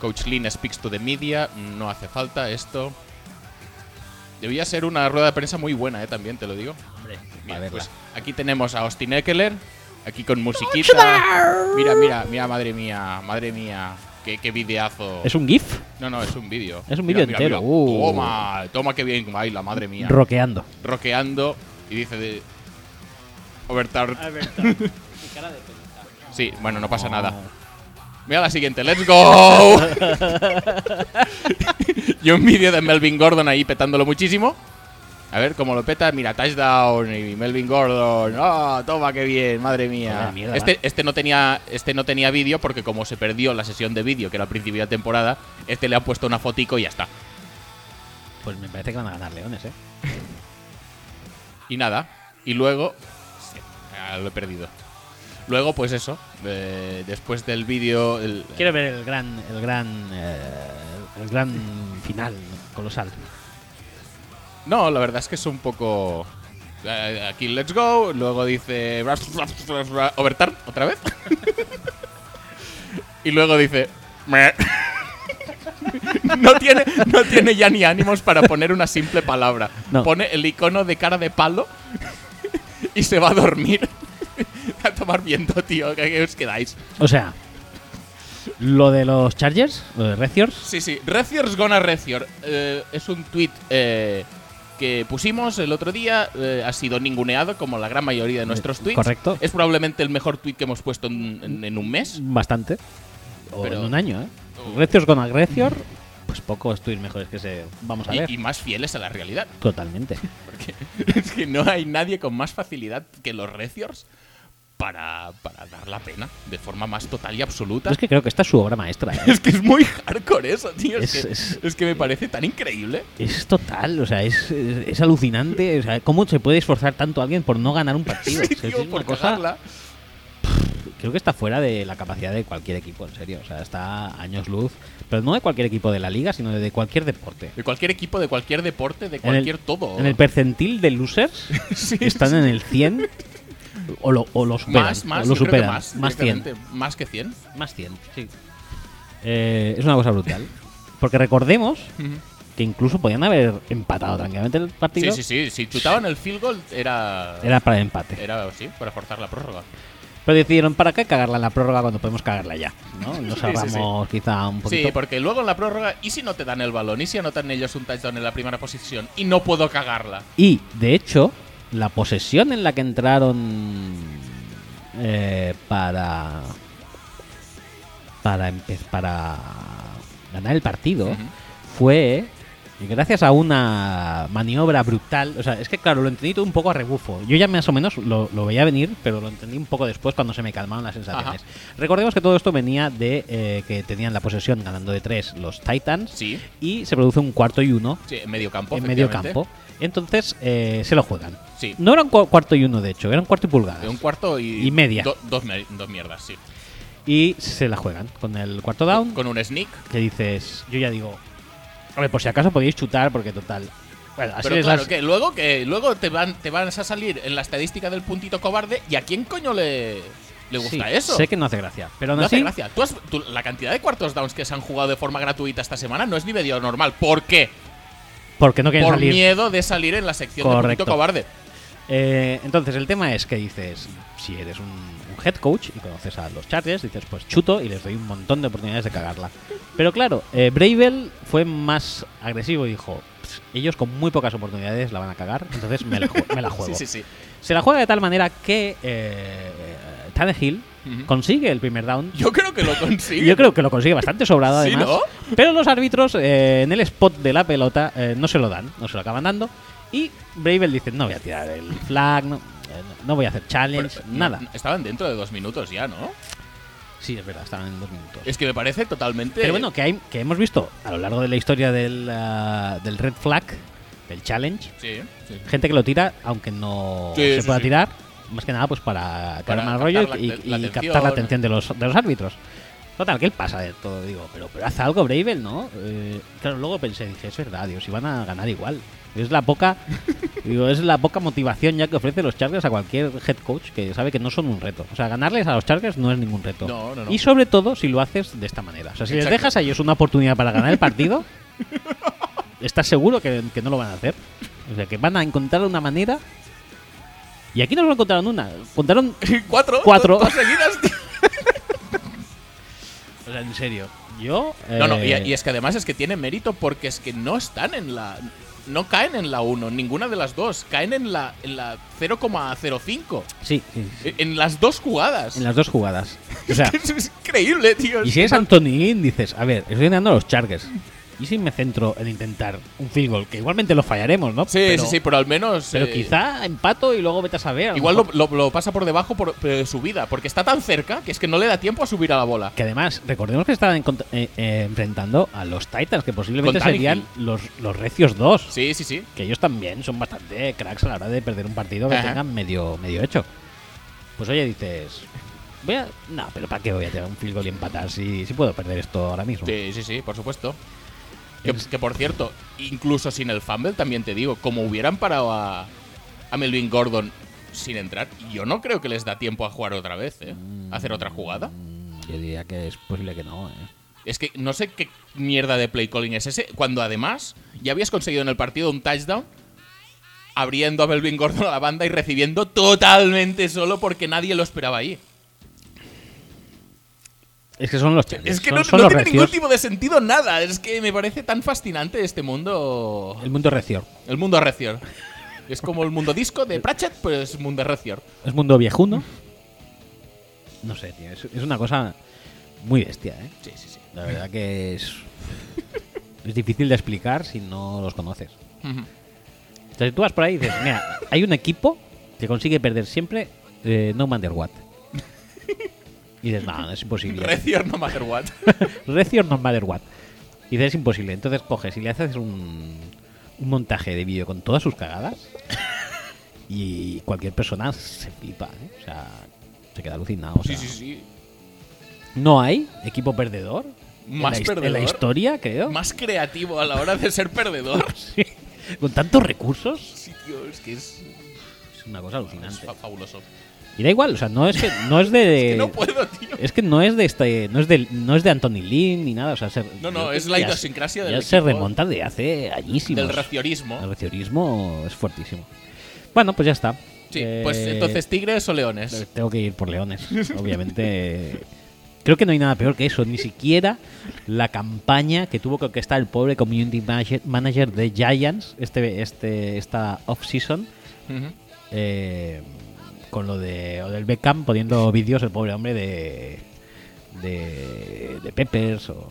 S2: Coach Lin speaks to the media, no hace falta esto. Debía ser una rueda de prensa muy buena, eh, también te lo digo. Mira, pues aquí tenemos a Austin Eckler, aquí con musiquita. Mira, mira, mira, madre mía, madre mía, qué, qué videazo.
S1: ¿Es un GIF?
S2: No, no, es un vídeo.
S1: Es un
S2: Mira,
S1: vídeo
S2: mira,
S1: entero,
S2: mira.
S1: uh.
S2: Toma, toma que bien baila, madre mía.
S1: Roqueando.
S2: Roqueando y dice de... Overtard. <laughs> Sí, bueno, no pasa nada. Mira la siguiente, let's go. y un vídeo de Melvin Gordon ahí petándolo muchísimo. A ver cómo lo peta, mira, touchdown y Melvin Gordon. ¡Ah, toma qué bien, madre mía.
S1: Madre mierda.
S2: este, este no tenía, este no tenía vídeo porque como se perdió la sesión de vídeo que era al principio de temporada, este le han puesto una fotico y ya está.
S1: Pues me parece que van a ganar leones, ¿eh?
S2: Y nada. Y luego. sí, ah, lo he perdido. Luego, pues eso. eh, después del vídeo. el-
S1: Quiero ver el gran, el gran, eh, el gran final colosal.
S2: No, la verdad es que es un poco. eh, Aquí let's go. Luego dice. Overturn, otra vez. <laughs> y luego dice. "Meh". <laughs> no, tiene, no tiene ya ni ánimos para poner una simple palabra.
S1: No.
S2: Pone el icono de cara de palo <laughs> y se va a dormir. <laughs> a tomar viento, tío. ¿Qué, qué os quedáis?
S1: O sea, lo de los Chargers, lo de Reciors,
S2: Sí, sí. Recior's gonna Recior. Eh, es un tweet eh, que pusimos el otro día. eh, ha sido ninguneado, como la gran mayoría de nuestros tweets.
S1: Eh, correcto.
S2: Es probablemente el mejor tweet que hemos puesto en, en- en un mes.
S1: bastante. O
S2: Pero-
S1: en un año, ¿eh?
S2: Oh.
S1: Reciors con Agrecior, pues pocos tweets mejores que se. Vamos a ver.
S2: Y, y más fieles a la realidad. <laughs>
S1: Totalmente.
S2: Porque es que no hay nadie con más facilidad que los Reciors para, para dar la pena de forma más total y absoluta.
S1: Yo es que creo que esta es su obra maestra. ¿eh?
S2: <laughs> Es que es muy hardcore eso, tío. Es,
S1: Es-
S2: que,
S1: es-
S2: es que me parece tan increíble.
S1: Es total, o sea, es, es- es alucinante. O sea, ¿cómo se puede esforzar tanto a alguien por no ganar un partido?
S2: <laughs>
S1: O sea,
S2: tío,
S1: es una
S2: por
S1: cosa-
S2: cagarla.
S1: creo que está fuera de la capacidad de cualquier equipo, en serio. O sea, está a años luz. Pero no de cualquier equipo de la liga, sino de cualquier deporte.
S2: De cualquier equipo, de cualquier deporte, de
S1: En el-
S2: cualquier todo.
S1: En el percentil de losers
S2: <laughs> Sí,
S1: están en el 100 o lo, o lo superan.
S2: Más, más,
S1: o lo
S2: yo creo que
S1: superan.
S2: más,
S1: más 100.
S2: directamente. Más que 100.
S1: Más 100, sí. Eh, es una cosa brutal. Porque recordemos que incluso podían haber empatado tranquilamente el
S2: Sí,
S1: partido.
S2: sí, Eh. sí. Si chutaban el field goal era.
S1: Era para el empate.
S2: era, sí, para forzar la prórroga.
S1: Pero decidieron, ¿para qué cagarla en la prórroga cuando podemos cagarla ya?
S2: <laughs>
S1: ¿no? Nos
S2: sí, sí.
S1: ahorramos quizá un poquito.
S2: Sí, porque luego en la prórroga, ¿y si no te dan el balón? ¿Y si anotan ellos un touchdown en la primera posición? Y no puedo cagarla.
S1: Y, de hecho, la posesión en la que entraron eh, para para, empe- para ganar el partido
S2: Ujú.
S1: fue gracias a una maniobra brutal. O sea, es que, claro, lo entendí todo un poco a rebufo. Yo ya más o menos lo, lo veía venir, pero lo entendí un poco después cuando se me calmaron las sensaciones. Recordemos que todo esto venía de eh, que tenían la posesión ganando de tres los Titans
S2: Sí,
S1: y se produce un cuarto y uno
S2: sí en medio campo.
S1: en medio
S2: efectivamente.
S1: campo. Entonces eh, se lo juegan.
S2: Sí.
S1: No era un cu- cuarto y uno, de hecho, era un cuarto y pulgadas.
S2: De un cuarto y.
S1: Y media.
S2: do- dos, me- dos mierdas, sí.
S1: y se la juegan con el cuarto down,
S2: Con un sneak.
S1: que dices, yo ya digo, a ver, por si acaso podéis chutar, porque total. Bueno, así
S2: Pero
S1: les
S2: claro,
S1: das-
S2: que luego, que luego te, van, te van a salir en la estadística del puntito cobarde. ¿Y a quién coño le, le gusta
S1: Sí,
S2: eso?
S1: Sé que no hace gracia, pero aún
S2: No hace
S1: así,
S2: gracia. Tú has- tú- la cantidad de cuartos downs que se han jugado de forma gratuita esta semana no es ni medio normal. ¿Por qué?
S1: porque no quieren
S2: Por
S1: salir.
S2: miedo de salir en la sección de
S1: Correcto.
S2: Punto Cobarde.
S1: Eh, entonces, el tema es que dices, si eres un, un head coach y conoces a los Chargers, dices, pues chuto y les doy un montón de oportunidades de cagarla. Pero claro, eh, Bravel fue más agresivo y dijo, "Pss, ellos con muy pocas oportunidades la van a cagar, entonces me la, ju- me
S2: <laughs>
S1: la juego.
S2: Sí, sí, sí.
S1: Se la juega de tal manera que eh, Tannehill
S2: Ujú.
S1: consigue el primer down.
S2: Yo creo
S1: <laughs>
S2: que lo consigue.
S1: Yo creo que lo consigue bastante sobrado
S2: Sí,
S1: además. Pero los árbitros eh, en el spot de la pelota eh, no se lo dan, no se lo acaban dando. Y Bravel dice, no voy a tirar el flag, no, eh, no voy a hacer
S2: Pero,
S1: challenge, nada.
S2: no, Estaban dentro de dos minutos ya, ¿no?
S1: Sí, es verdad, estaban en dos minutos.
S2: Es que me parece totalmente.
S1: Pero bueno, que, hay, que hemos visto a lo largo de la historia del, ah, del red flag, del challenge,
S2: Sí, sí. <laughs>
S1: gente que lo tira aunque no
S2: Sí,
S1: se
S2: sí,
S1: pueda
S2: sí.
S1: tirar, más que nada pues para, crear más rollo
S2: captar
S1: y,
S2: la-
S1: y
S2: la
S1: captar la
S2: atención.
S1: atención de los, de los árbitros. Total, que él pasa de todo, digo, pero, pero haz algo Bravel, ¿no? Eh, claro, luego pensé, dije, es verdad, digo, si van a ganar igual. Es la
S2: <laughs>
S1: poca, digo, es la poca motivación ya que ofrece los Chargers a cualquier head coach que sabe que no son un reto. O sea, ganarles a los Chargers no es ningún reto.
S2: No, no, no.
S1: Y sobre todo si lo haces de esta manera. O sea, si les
S2: Exacto.
S1: dejas a ellos una oportunidad para ganar el
S2: <laughs>
S1: partido, ¿estás seguro que, que no lo van a hacer? O sea, que van a encontrar una manera. Y aquí no lo encontraron una,
S2: <laughs>
S1: encontraron
S2: ¿Cuatro?
S1: Cuatro.
S2: ¿Dos seguidas, tío?
S1: O sea, en serio. Yo.
S2: No, no, y,
S1: eh,
S2: y es que además es que tiene mérito porque es que no están en la. No caen en la 1, ninguna de las dos. Caen en la, en la 0,05.
S1: Sí, sí, sí,
S2: En en las dos jugadas.
S1: en las dos jugadas. O sea,
S2: Eso <laughs> es increíble, tío.
S1: y si es Anthony Ginn, dices, a ver, estoy ganando a los Chargers. ¿Y si me centro en intentar un field goal? Que igualmente lo fallaremos, ¿no?
S2: Sí,
S1: pero,
S2: sí, sí, pero al menos.
S1: Pero
S2: eh,
S1: quizá empato y luego vete a saber. a lo
S2: Igual
S1: mejor.
S2: lo, lo- lo pasa por debajo por, eh, de su vida, porque está tan cerca que es que no le da tiempo a subir a la bola.
S1: Que además, recordemos que estaban encont- eh, eh, enfrentando a los Titans, que posiblemente
S2: Con
S1: serían los, los Recios 2.
S2: Sí, sí, sí.
S1: que ellos también son bastante cracks a la hora de perder un partido que
S2: Ajá.
S1: tengan medio, medio hecho. Pues oye, dices, voy a... No, pero ¿para qué voy a tirar un field goal y empatar si, si puedo perder esto ahora mismo?
S2: Sí, sí, sí, por supuesto. Que,
S1: Es-
S2: que, por cierto, incluso sin el fumble, también te digo, como hubieran parado a, a Melvin Gordon sin entrar, yo no creo que les da tiempo a jugar otra vez, ¿eh? A hacer otra jugada.
S1: Mm, Yo diría que es posible que no, ¿eh?
S2: Es que no sé qué mierda de play calling es ese, cuando además ya habías conseguido en el partido un touchdown abriendo a Melvin Gordon a la banda y recibiendo totalmente solo porque nadie lo esperaba ahí.
S1: Es que son los Chargers.
S2: Es que
S1: son-
S2: no,
S1: son
S2: no
S1: los
S2: tiene ningún
S1: recios,
S2: tipo de sentido nada. Es que me parece tan fascinante este mundo.
S1: El mundo recio.
S2: El mundo Recior. Es como el mundo disco de Pratchett, pero es mundo Recior.
S1: Es mundo viejuno. No sé, tío. Es, es una cosa muy bestia, ¿eh?
S2: Sí, sí, sí.
S1: La verdad que es... <laughs> es difícil de explicar si no los conoces. O sea, si tú vas por ahí y dices, mira, hay un equipo que consigue perder siempre eh, no matter what. Y dices, no, es imposible.
S2: Recior no matter <laughs> what.
S1: Recio no matter what. Y dices, es imposible. Entonces coges y le haces un, un montaje de vídeo con todas sus cagadas y cualquier persona se flipa, ¿eh? O sea, se queda alucinado. o
S2: Sí,
S1: sea,
S2: sí, sí.
S1: No hay equipo perdedor. en
S2: Más
S1: la his- En la
S2: perdedor.
S1: historia, creo.
S2: Más creativo a la hora de ser perdedor.
S1: <laughs>
S2: <laughs>
S1: Sí. Con tantos recursos.
S2: Sí, tío, es que es,
S1: Es una cosa
S2: es
S1: alucinante.
S2: fa- fabuloso.
S1: Y da igual, o sea, no es que no es de.
S2: Pues, <laughs> Es que no puedo, tío.
S1: Es que no es de este, no es de, no es de Anthony Lynn ni nada, o sea, se-
S2: No, no,
S1: yo creo
S2: es
S1: que
S2: la
S1: ya-
S2: idiosincrasia del
S1: Ya se
S2: equipo.
S1: remonta de hace añísimos.
S2: Del
S1: El
S2: raciorismo.
S1: raciorismo es fuertísimo. Bueno, pues ya está.
S2: Sí,
S1: Eh,
S2: pues entonces tigres o leones.
S1: tengo que ir por leones, obviamente. <laughs> Creo que no hay nada peor que eso, ni siquiera la campaña que tuvo que orquestar el pobre community manager- manager de Giants este este esta off season
S2: Ujú.
S1: eh, con lo de o del Beckham
S2: <laughs>
S1: poniendo vídeos el pobre hombre de de, de Peppers o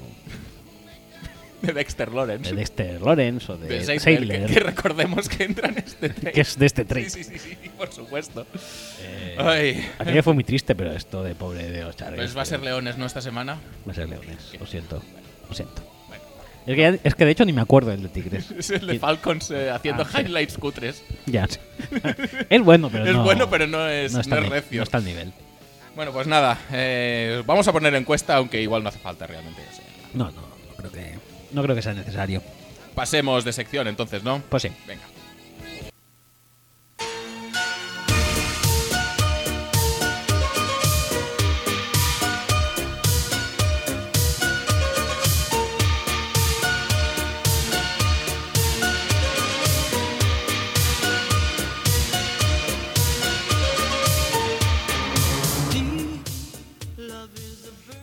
S2: De Dexter
S1: de
S2: Lawrence.
S1: Dexter Lawrence o de
S2: De Seidler, que-
S1: Sailor
S2: que, recordemos que entra en este
S1: <laughs>
S2: tren.
S1: que es de este trade.
S2: Sí, sí, sí, sí, por supuesto.
S1: Eh,
S2: Ay.
S1: aquello fue muy triste, pero esto de pobre de los Chargers.
S2: Pues va a ser
S1: tío.
S2: leones, ¿no? Esta semana. <laughs>
S1: Va a ser Leones, lo siento, lo siento.
S2: Bueno.
S1: Es que, ya- es que de hecho ni me acuerdo del de
S2: <laughs>
S1: Tigres.
S2: Es el de Falcons eh, haciendo
S1: Ah, sí.
S2: highlights cutres.
S1: Ya sé. Es bueno, pero
S2: es
S1: no.
S2: bueno, pero no es,
S1: no está,
S2: no es
S1: al ni-
S2: recio.
S1: no está al nivel.
S2: Bueno, pues nada, eh, vamos a poner encuesta, aunque igual no hace falta realmente. o sea.
S1: No, no, no creo que, no creo que sea necesario.
S2: Pasemos de sección entonces, ¿no?
S1: Pues sí.
S2: Venga.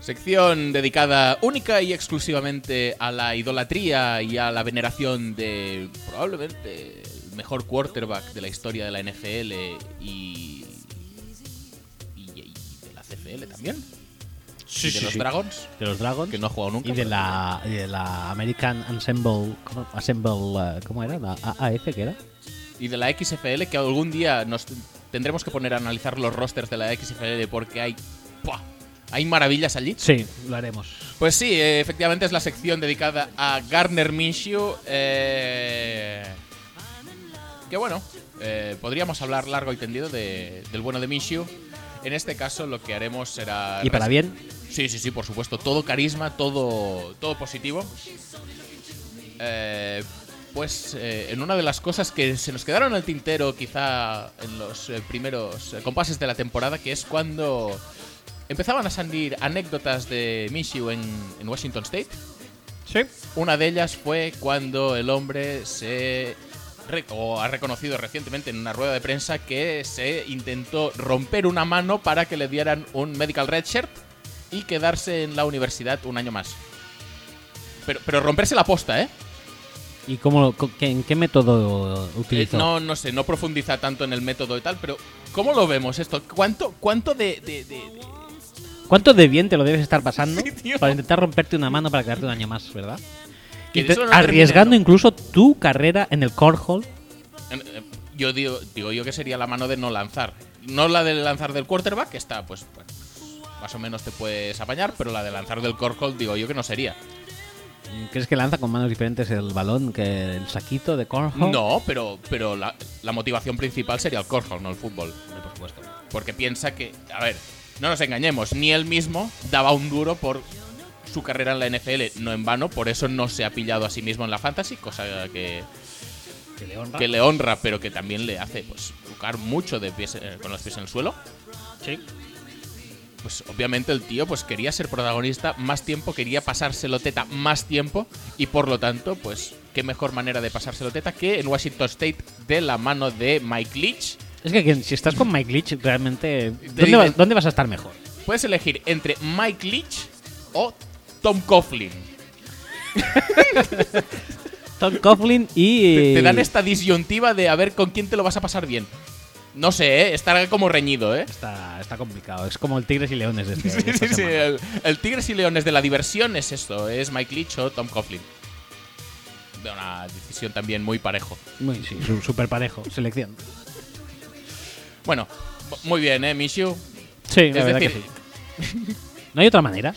S2: Sección dedicada única y exclusivamente a la idolatría y a la veneración de probablemente el mejor quarterback de la historia de la NFL y, y, y de la CFL también. y de los Dragons,
S1: De los Dragons.
S2: que no ha jugado nunca.
S1: Y de la, y de la American Ensemble. ¿cómo, Assemble, eh, ¿Cómo era? ¿La AAF que era?
S2: y de la XFL, que algún día nos tendremos que poner a analizar los rosters de la XFL porque hay, ¡buah! hay maravillas allí.
S1: Sí, lo haremos.
S2: Pues sí, eh, efectivamente es la sección dedicada a Gardner Minshew. eh, que bueno, eh, podríamos hablar largo y tendido de- del bueno de Minshew. En este caso lo que haremos será...
S1: ¿Y para
S2: res-
S1: bien?
S2: Sí, sí, sí, por supuesto. Todo carisma, todo, todo positivo. Eh, pues eh, en una de las cosas que se nos quedaron en el tintero quizá en los eh, primeros eh, compases de la temporada, que es cuando empezaban a salir anécdotas de Michiu en, en Washington State.
S1: Sí.
S2: Una de ellas fue cuando el hombre se... re- o ha reconocido recientemente en una rueda de prensa que se intentó romper una mano para que le dieran un medical red shirt y quedarse en la universidad un año más. Pero, pero romperse la posta, ¿eh?
S1: ¿Y cómo, co- qué- en qué método
S2: Eh,
S1: utilizó?
S2: No, no sé, no profundiza tanto en el método y tal, pero ¿cómo lo vemos esto? ¿Cuánto, cuánto de, de- de- de-
S1: ¿Cuánto de bien te lo debes estar pasando
S2: Sí, tío.
S1: para intentar romperte una mano para quedarte un año más, verdad?
S2: Que
S1: Y te-
S2: eso no
S1: arriesgando
S2: termina,
S1: incluso tu carrera en el cornhole.
S2: en- eh, Yo digo, digo yo que sería la mano de no lanzar. No la de lanzar del quarterback, que está, pues, pues, más o menos te puedes apañar, pero la de lanzar del corchold digo yo que no sería.
S1: ¿Crees que lanza con manos diferentes el balón que el saquito de cornhole?
S2: No, pero, pero la, la motivación principal sería el cornhole, no el fútbol. Por supuesto. Porque piensa que, a ver, no nos engañemos, ni él mismo daba un duro por su carrera en la NFL, no en vano, por eso no se ha pillado a sí mismo en la fantasy, cosa que,
S1: Que le honra.
S2: que le honra, pero que también le hace pues tocar mucho de pies, eh, con los pies en el suelo. Pues obviamente el tío pues quería ser protagonista más tiempo, quería pasárselo teta más tiempo y por lo tanto, pues qué mejor manera de pasárselo teta que en Washington State de la mano de Mike Leach.
S1: Es que quien- si estás con Mike Leach, realmente. ¿dónde
S2: digo-
S1: vas, dónde vas a estar mejor?
S2: Puedes elegir entre Mike Leach o Tom Coughlin.
S1: Tom Coughlin y.
S2: Te, te dan esta disyuntiva de a ver con quién te lo vas a pasar bien. No sé, ¿eh? estará como reñido, ¿eh?
S1: Está, está complicado. Es como el Tigres y Leones
S2: <laughs>
S1: de este,
S2: Sí,
S1: esta
S2: sí, sí, eh.
S1: semana.
S2: El, el Tigres y Leones de la diversión es esto, es Mike Leach o Tom Coughlin. De una decisión también muy parejo.
S1: Muy, sí, su- súper parejo. Selección.
S2: Bueno, m- muy bien, ¿eh, Michu?
S1: Sí,
S2: Es
S1: la verdad
S2: decir,
S1: que sí. <laughs> ¿No hay otra manera?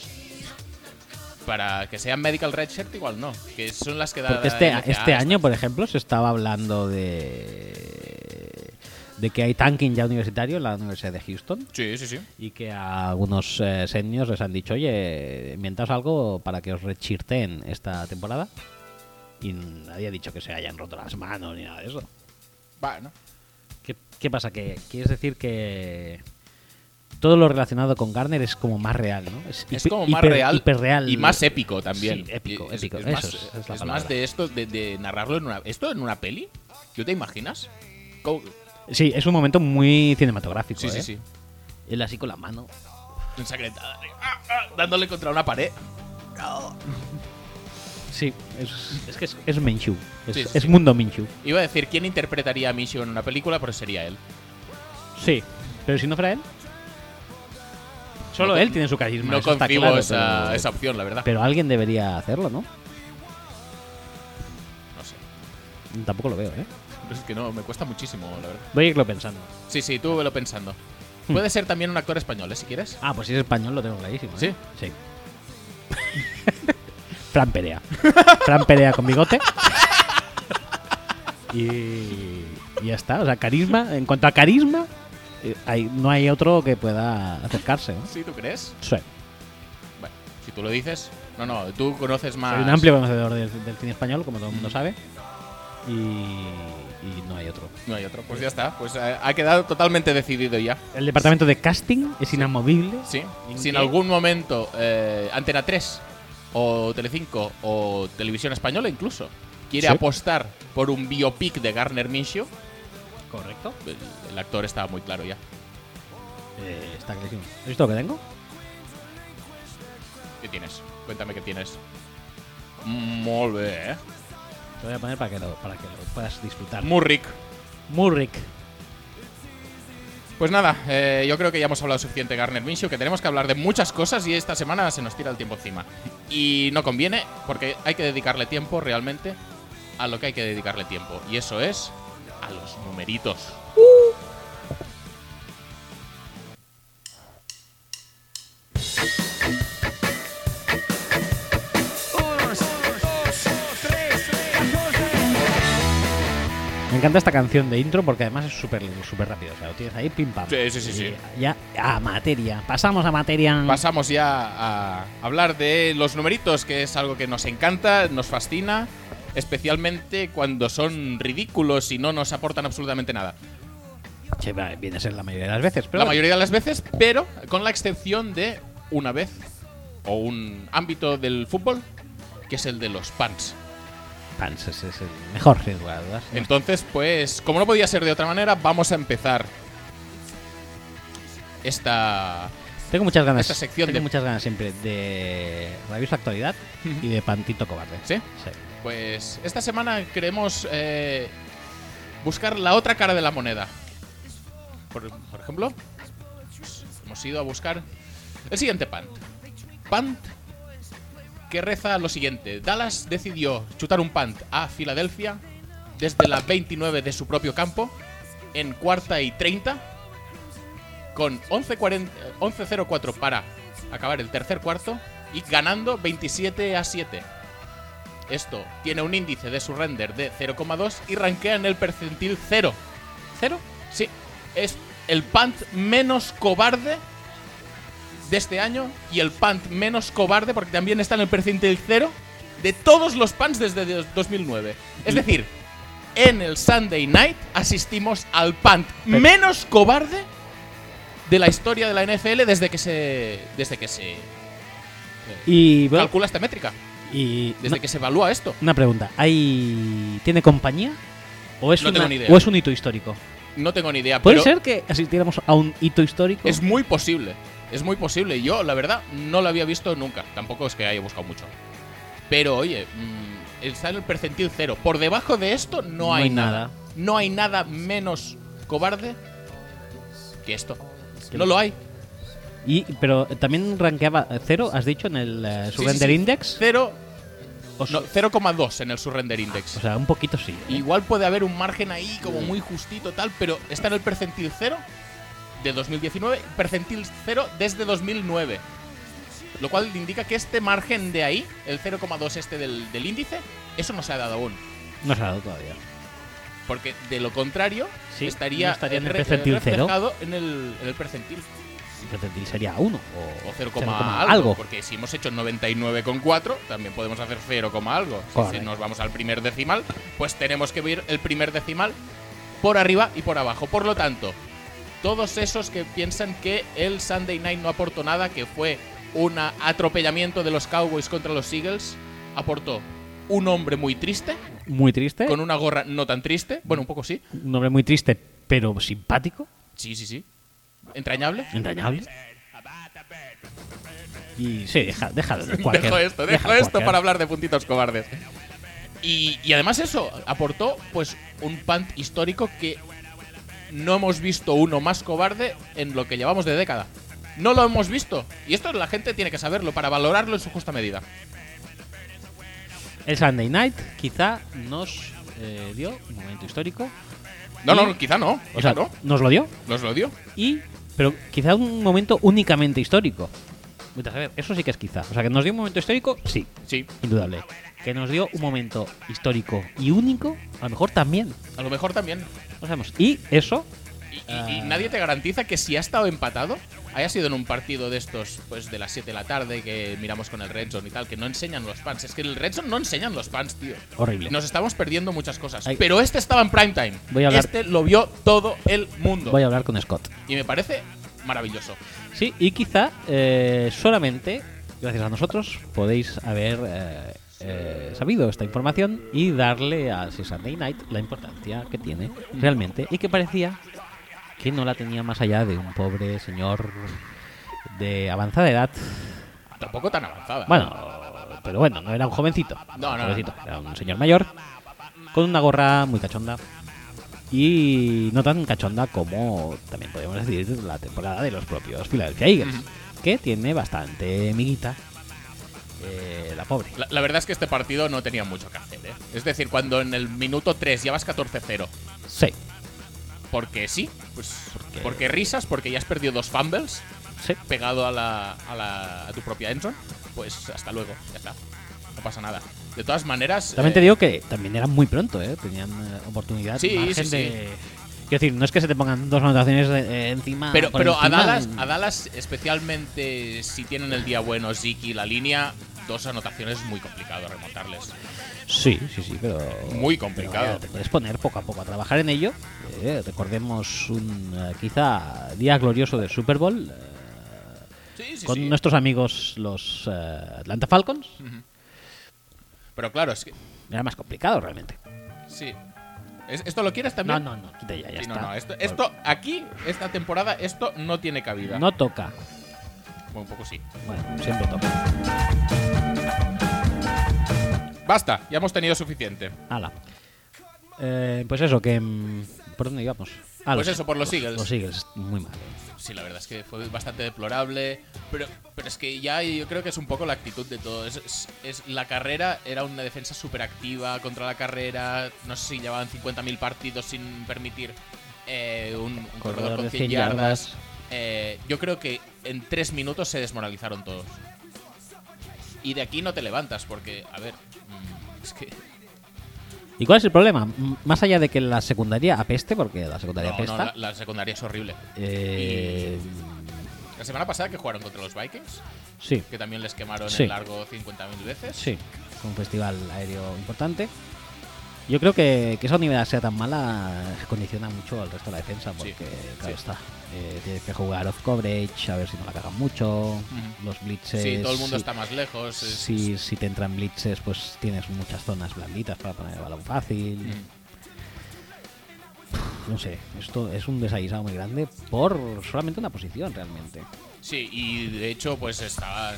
S2: para que sean Medical Redshirt igual no, que son las que da
S1: Porque
S2: la
S1: este,
S2: NCAA.
S1: este año, por ejemplo, se estaba hablando de. de que hay tanking ya universitario en la Universidad de Houston.
S2: Sí, sí, sí.
S1: Y que a algunos eh, seniors les han dicho, oye, inventaos algo para que os rechirten esta temporada. Y nadie ha dicho que se hayan roto las manos ni nada de eso.
S2: Bueno,
S1: ¿Qué, qué pasa? ¿Que quieres decir que todo lo relacionado con Garner es como más real, ¿no?
S2: es
S1: hiper-
S2: como más
S1: hiper-
S2: real
S1: hiperreal.
S2: y más épico también.
S1: Sí, épico,
S2: Es-
S1: épico.
S2: Es,
S1: Eso
S2: más,
S1: es- esa es la
S2: es
S1: palabra.
S2: más de esto, de, de narrarlo en una, esto en una peli. ¿Tú te imaginas? Co-
S1: Sí, es un momento muy cinematográfico.
S2: Sí, sí,
S1: ¿eh?
S2: sí.
S1: Él así con la mano.
S2: Ensangrentada, ah, ah, dándole contra una pared.
S1: Sí, es, es que es, es Minshew. Es,
S2: Sí, sí,
S1: es
S2: sí.
S1: mundo Minshew.
S2: Iba a decir quién interpretaría a Michu en una película, pero sería él.
S1: Sí, pero si no fuera él. Solo
S2: No
S1: él
S2: con-
S1: tiene su carisma.
S2: No
S1: eso está
S2: concibo
S1: claro,
S2: esa,
S1: pero-
S2: esa opción, la verdad.
S1: Pero alguien debería hacerlo, ¿no?
S2: No sé.
S1: Tampoco lo veo, ¿eh?
S2: Pero es que no, me cuesta muchísimo, la verdad.
S1: Voy a irlo pensando.
S2: Sí, sí, tú velo pensando.
S1: Hmm.
S2: Puede ser también un actor español, ¿eh? si quieres.
S1: Ah, pues si es español lo tengo clarísimo. ¿eh? Sí. <laughs> Fran Perea. Fran Perea con bigote. Y, y ya está. O sea, carisma. En cuanto a carisma, eh, hay- no hay otro que pueda acercarse. ¿no?
S2: ¿Sí, tú crees?
S1: Sí.
S2: Bueno, si tú lo dices. No, no, tú conoces más.
S1: Soy un amplio conocedor del, del cine español, como todo el mundo sabe. Y, y no hay otro.
S2: No hay otro. Pues ya está. Pues eh, ha quedado totalmente decidido ya.
S1: El departamento de casting es inamovible.
S2: Sí.
S1: ¿En
S2: Si en
S1: qué?
S2: algún momento eh, Antena 3 o Telecinco o Televisión Española incluso quiere
S1: Sí.
S2: apostar por un biopic de Garner Minshew,
S1: Correcto.
S2: el, el actor está muy claro ya.
S1: Eh, está clarísimo. ¿Has visto lo que tengo?
S2: ¿Qué tienes? Cuéntame qué tienes. Molt bé, eh?
S1: Te voy a poner para que lo, para que lo puedas disfrutar.
S2: Muy ric.
S1: Murrick.
S2: Pues nada, eh, yo creo que ya hemos hablado suficiente de Garner Minshew, que tenemos que hablar de muchas cosas y esta semana se nos tira el tiempo encima. Y no conviene, porque hay que dedicarle tiempo realmente a lo que hay que dedicarle tiempo. Y eso es a los numeritos.
S1: Me encanta esta canción de intro porque además es súper súper rápido. O sea, lo tienes ahí, pim pam.
S2: Sí, sí, sí,
S1: Y
S2: sí.
S1: Ya a materia. Pasamos a materia.
S2: Pasamos ya a hablar de los numeritos, que es algo que nos encanta, nos fascina, especialmente cuando son ridículos y no nos aportan absolutamente nada.
S1: Sí, va, viene a ser la mayoría de las veces. Pero
S2: La
S1: bueno.
S2: mayoría de las veces, pero con la excepción de una vez o un ámbito del fútbol, que es el de los pants.
S1: Pans es, es el mejor, sin lugar a dudas.
S2: Entonces, pues, como no podía ser de otra manera, vamos a empezar esta...
S1: Tengo muchas ganas.
S2: esta sección
S1: tengo
S2: de-
S1: muchas ganas siempre de Rabiosa Actualidad y de Pantito Cobarde.
S2: ¿Sí? Pues esta semana queremos eh, buscar la otra cara de la moneda. Por, por ejemplo, pues, hemos ido a buscar el siguiente pant. Pant que reza lo siguiente. Dallas decidió chutar un pant a Filadelfia desde la 29 de su propio campo en cuarta y 30 con 11-40 11-04 para acabar el tercer cuarto y ganando 27 a 7. Esto tiene un índice de surrender de 0,2 y rankea en el percentil 0. ¿Cero? Sí. Es el punt menos cobarde de este año y el punt menos cobarde, porque también está en el percentil 0, de todos los punts desde dos- 2009. Es decir, en el Sunday Night asistimos al punt menos cobarde de la historia de la NFL desde que se desde que se
S1: Y, bueno,
S2: calcula esta métrica,
S1: y
S2: desde
S1: no-
S2: que se evalúa esto.
S1: una pregunta. ¿Hay tiene compañía o es
S2: No
S1: una-
S2: tengo ni idea.
S1: o es un hito histórico?
S2: No tengo ni idea,
S1: ¿Puede
S2: pero
S1: ser que asistiéramos a un hito histórico?
S2: Es muy posible. Es muy posible. Yo, la verdad, no lo había visto nunca. Tampoco es que haya buscado mucho. Pero, oye, mm, está en el percentil cero. Por debajo de esto no,
S1: No
S2: hay
S1: hay
S2: nada.
S1: nada.
S2: No hay nada menos cobarde que esto.
S1: Que
S2: No
S1: no-
S2: lo hay.
S1: Y, pero también rankeaba cero, has dicho, en el eh,
S2: Sí,
S1: Surrender
S2: sí, sí.
S1: Index.
S2: Cero-
S1: O, su-
S2: no, 0,2 en el surrender index.
S1: o sea, un poquito sí. ¿eh?
S2: Igual puede haber un margen ahí como muy justito tal, pero está en el percentil cero de 2019, percentil cero desde 2009. Lo cual indica que este margen de ahí, el 0,2 este del, del índice, eso no se ha dado aún.
S1: No se ha dado todavía.
S2: Porque de lo contrario,
S1: Sí,
S2: estaría,
S1: no estaría en el
S2: re-
S1: percentil cero.
S2: reflejado en el, en el percentil.
S1: Percentil sería uno o,
S2: O 0,
S1: 0,1
S2: algo, Porque si hemos hecho 99,4, también podemos hacer 0, algo. Si- Si,
S1: Correcto.
S2: nos vamos al primer decimal, pues tenemos que ver el primer decimal por arriba y por abajo. Por lo tanto, todos esos que piensan que el Sunday Night no aportó nada, que fue un atropellamiento de los Cowboys contra los Eagles, aportó un hombre muy triste,
S1: Muy triste.
S2: con una gorra no tan triste, bueno, un poco sí,
S1: Un hombre muy triste, pero simpático,
S2: sí, sí, sí, entrañable.
S1: entrañable. Y sí, deja, déjalo.
S2: dejo esto, dejo esto para hablar de puntitos cobardes. Y, y además eso, aportó pues un punt histórico que no hemos visto uno más cobarde en lo que llevamos de década. No lo hemos visto. Y esto la gente tiene que saberlo para valorarlo en su justa medida.
S1: El Sunday Night quizá nos eh, dio un momento histórico.
S2: No, no, quizá no.
S1: O
S2: quizá
S1: sea,
S2: no.
S1: nos lo dio.
S2: Nos lo dio.
S1: y pero quizá un momento únicamente histórico. Vete a saber, eso sí que es quizá. O sea, que nos dio un momento histórico, sí,
S2: Sí.
S1: indudable. Que nos dio un momento histórico y único, a lo mejor también.
S2: A lo mejor también.
S1: No sabemos. Y eso,
S2: Y, y- y nadie te garantiza que si ha estado empatado, haya sido en un partido de estos, pues de las 7 de la tarde que miramos con el Red Zone y tal, que no enseñan los pants. Es que en el Red Zone no enseñan los pants, tío.
S1: horrible.
S2: Nos estamos perdiendo muchas cosas.
S1: Ay.
S2: Pero este estaba en prime time.
S1: Voy a hablar-
S2: Este lo vio todo el mundo.
S1: Voy a hablar con Scott.
S2: Y me parece maravilloso.
S1: Sí, y quizá eh, solamente, gracias a nosotros, podéis haber eh, eh, sabido esta información y darle a ese Sunday Night la importancia que tiene realmente y que parecía que no la tenía más allá de un pobre señor de avanzada edad.
S2: Tampoco tan avanzada.
S1: Bueno, pero bueno, no era un jovencito.
S2: No, no, no.
S1: jovencito, Era un señor mayor con una gorra muy cachonda. Y no tan cachonda como también podemos decir la temporada de los propios Philadelphia Eagles, que tiene bastante miguita eh, la pobre.
S2: La, la verdad es que este partido no tenía mucho que hacer. ¿eh? Es decir, cuando en el minuto 3 ya vas 14-0,
S1: Sí,
S2: porque sí, pues
S1: Porque-
S2: porque risas, porque ya has perdido dos fumbles
S1: sí.
S2: pegado a, la, a, la- a tu propia endzone, pues hasta luego, ya está. No pasa nada. De todas maneras.
S1: También te
S2: eh,
S1: digo que también eran muy pronto, ¿eh? Tenían eh, oportunidad.
S2: Sí,
S1: margen
S2: sí, sí.
S1: de- Quiero decir, no es que se te pongan dos anotaciones eh, encima.
S2: Pero,
S1: por
S2: pero a,
S1: encima.
S2: Dallas, a Dallas, especialmente si tienen el día bueno Ziki y la línea, dos anotaciones es muy complicado remontarles.
S1: Sí, sí, sí, pero.
S2: Muy
S1: pero
S2: complicado.
S1: vaya, te puedes poner poco a poco a trabajar en ello. Eh, recordemos un eh, quizá día glorioso del Super Bowl eh,
S2: Sí, sí,
S1: con
S2: sí.
S1: nuestros amigos los eh, Atlanta Falcons.
S2: Pero claro, es que.
S1: Era más complicado realmente.
S2: Sí. ¿Es- ¿Esto lo quieres
S1: No,
S2: también?
S1: no, no, quita ya, ya
S2: Sí, no,
S1: está.
S2: no, Esto, esto aquí, esta temporada, esto no tiene cabida.
S1: No toca.
S2: Bueno, un poco sí.
S1: Bueno, siempre toca.
S2: Basta, ya hemos tenido suficiente.
S1: Hala. Eh, pues eso, que. mm, ¿Por dónde íbamos? Ah,
S2: Pues eso, por los Eagles.
S1: Los Eagles, muy mal.
S2: Sí, la verdad es que fue bastante deplorable. Pero, pero es que ya yo creo que es un poco la actitud de todo. Es, es- es- la carrera era una defensa súper activa contra la carrera. No sé si llevaban 50.000 partidos sin permitir eh, un, un corredor, con 100 yardas. Eh, yo creo que en tres minutos se desmoralizaron todos. Y de aquí no te levantas porque, a ver, mm, es que...
S1: ¿Y cuál es el problema? M- Más allá de que la secundaria apeste, porque la secundaria
S2: no, no,
S1: apesta.
S2: la, la secundaria es horrible.
S1: eh,
S2: La semana pasada que jugaron contra los Vikings,
S1: sí,
S2: que también les quemaron
S1: Sí.
S2: el largo 50.000 veces.
S1: sí. Fue un festival aéreo importante. Yo creo que, que esa universidad sea tan mala eh, condiciona mucho al resto de la defensa, porque, claro
S2: sí.
S1: está, eh, tienes que jugar off coverage, a ver si no la cagan mucho, los blitzes...
S2: Sí, todo el mundo
S1: sí.
S2: está más lejos. es-
S1: si, si te entran blitzes, pues tienes muchas zonas blanditas para poner el balón fácil. No sé, esto es un desaguisado muy grande por solamente una posición realmente.
S2: Sí, y de hecho, pues estaban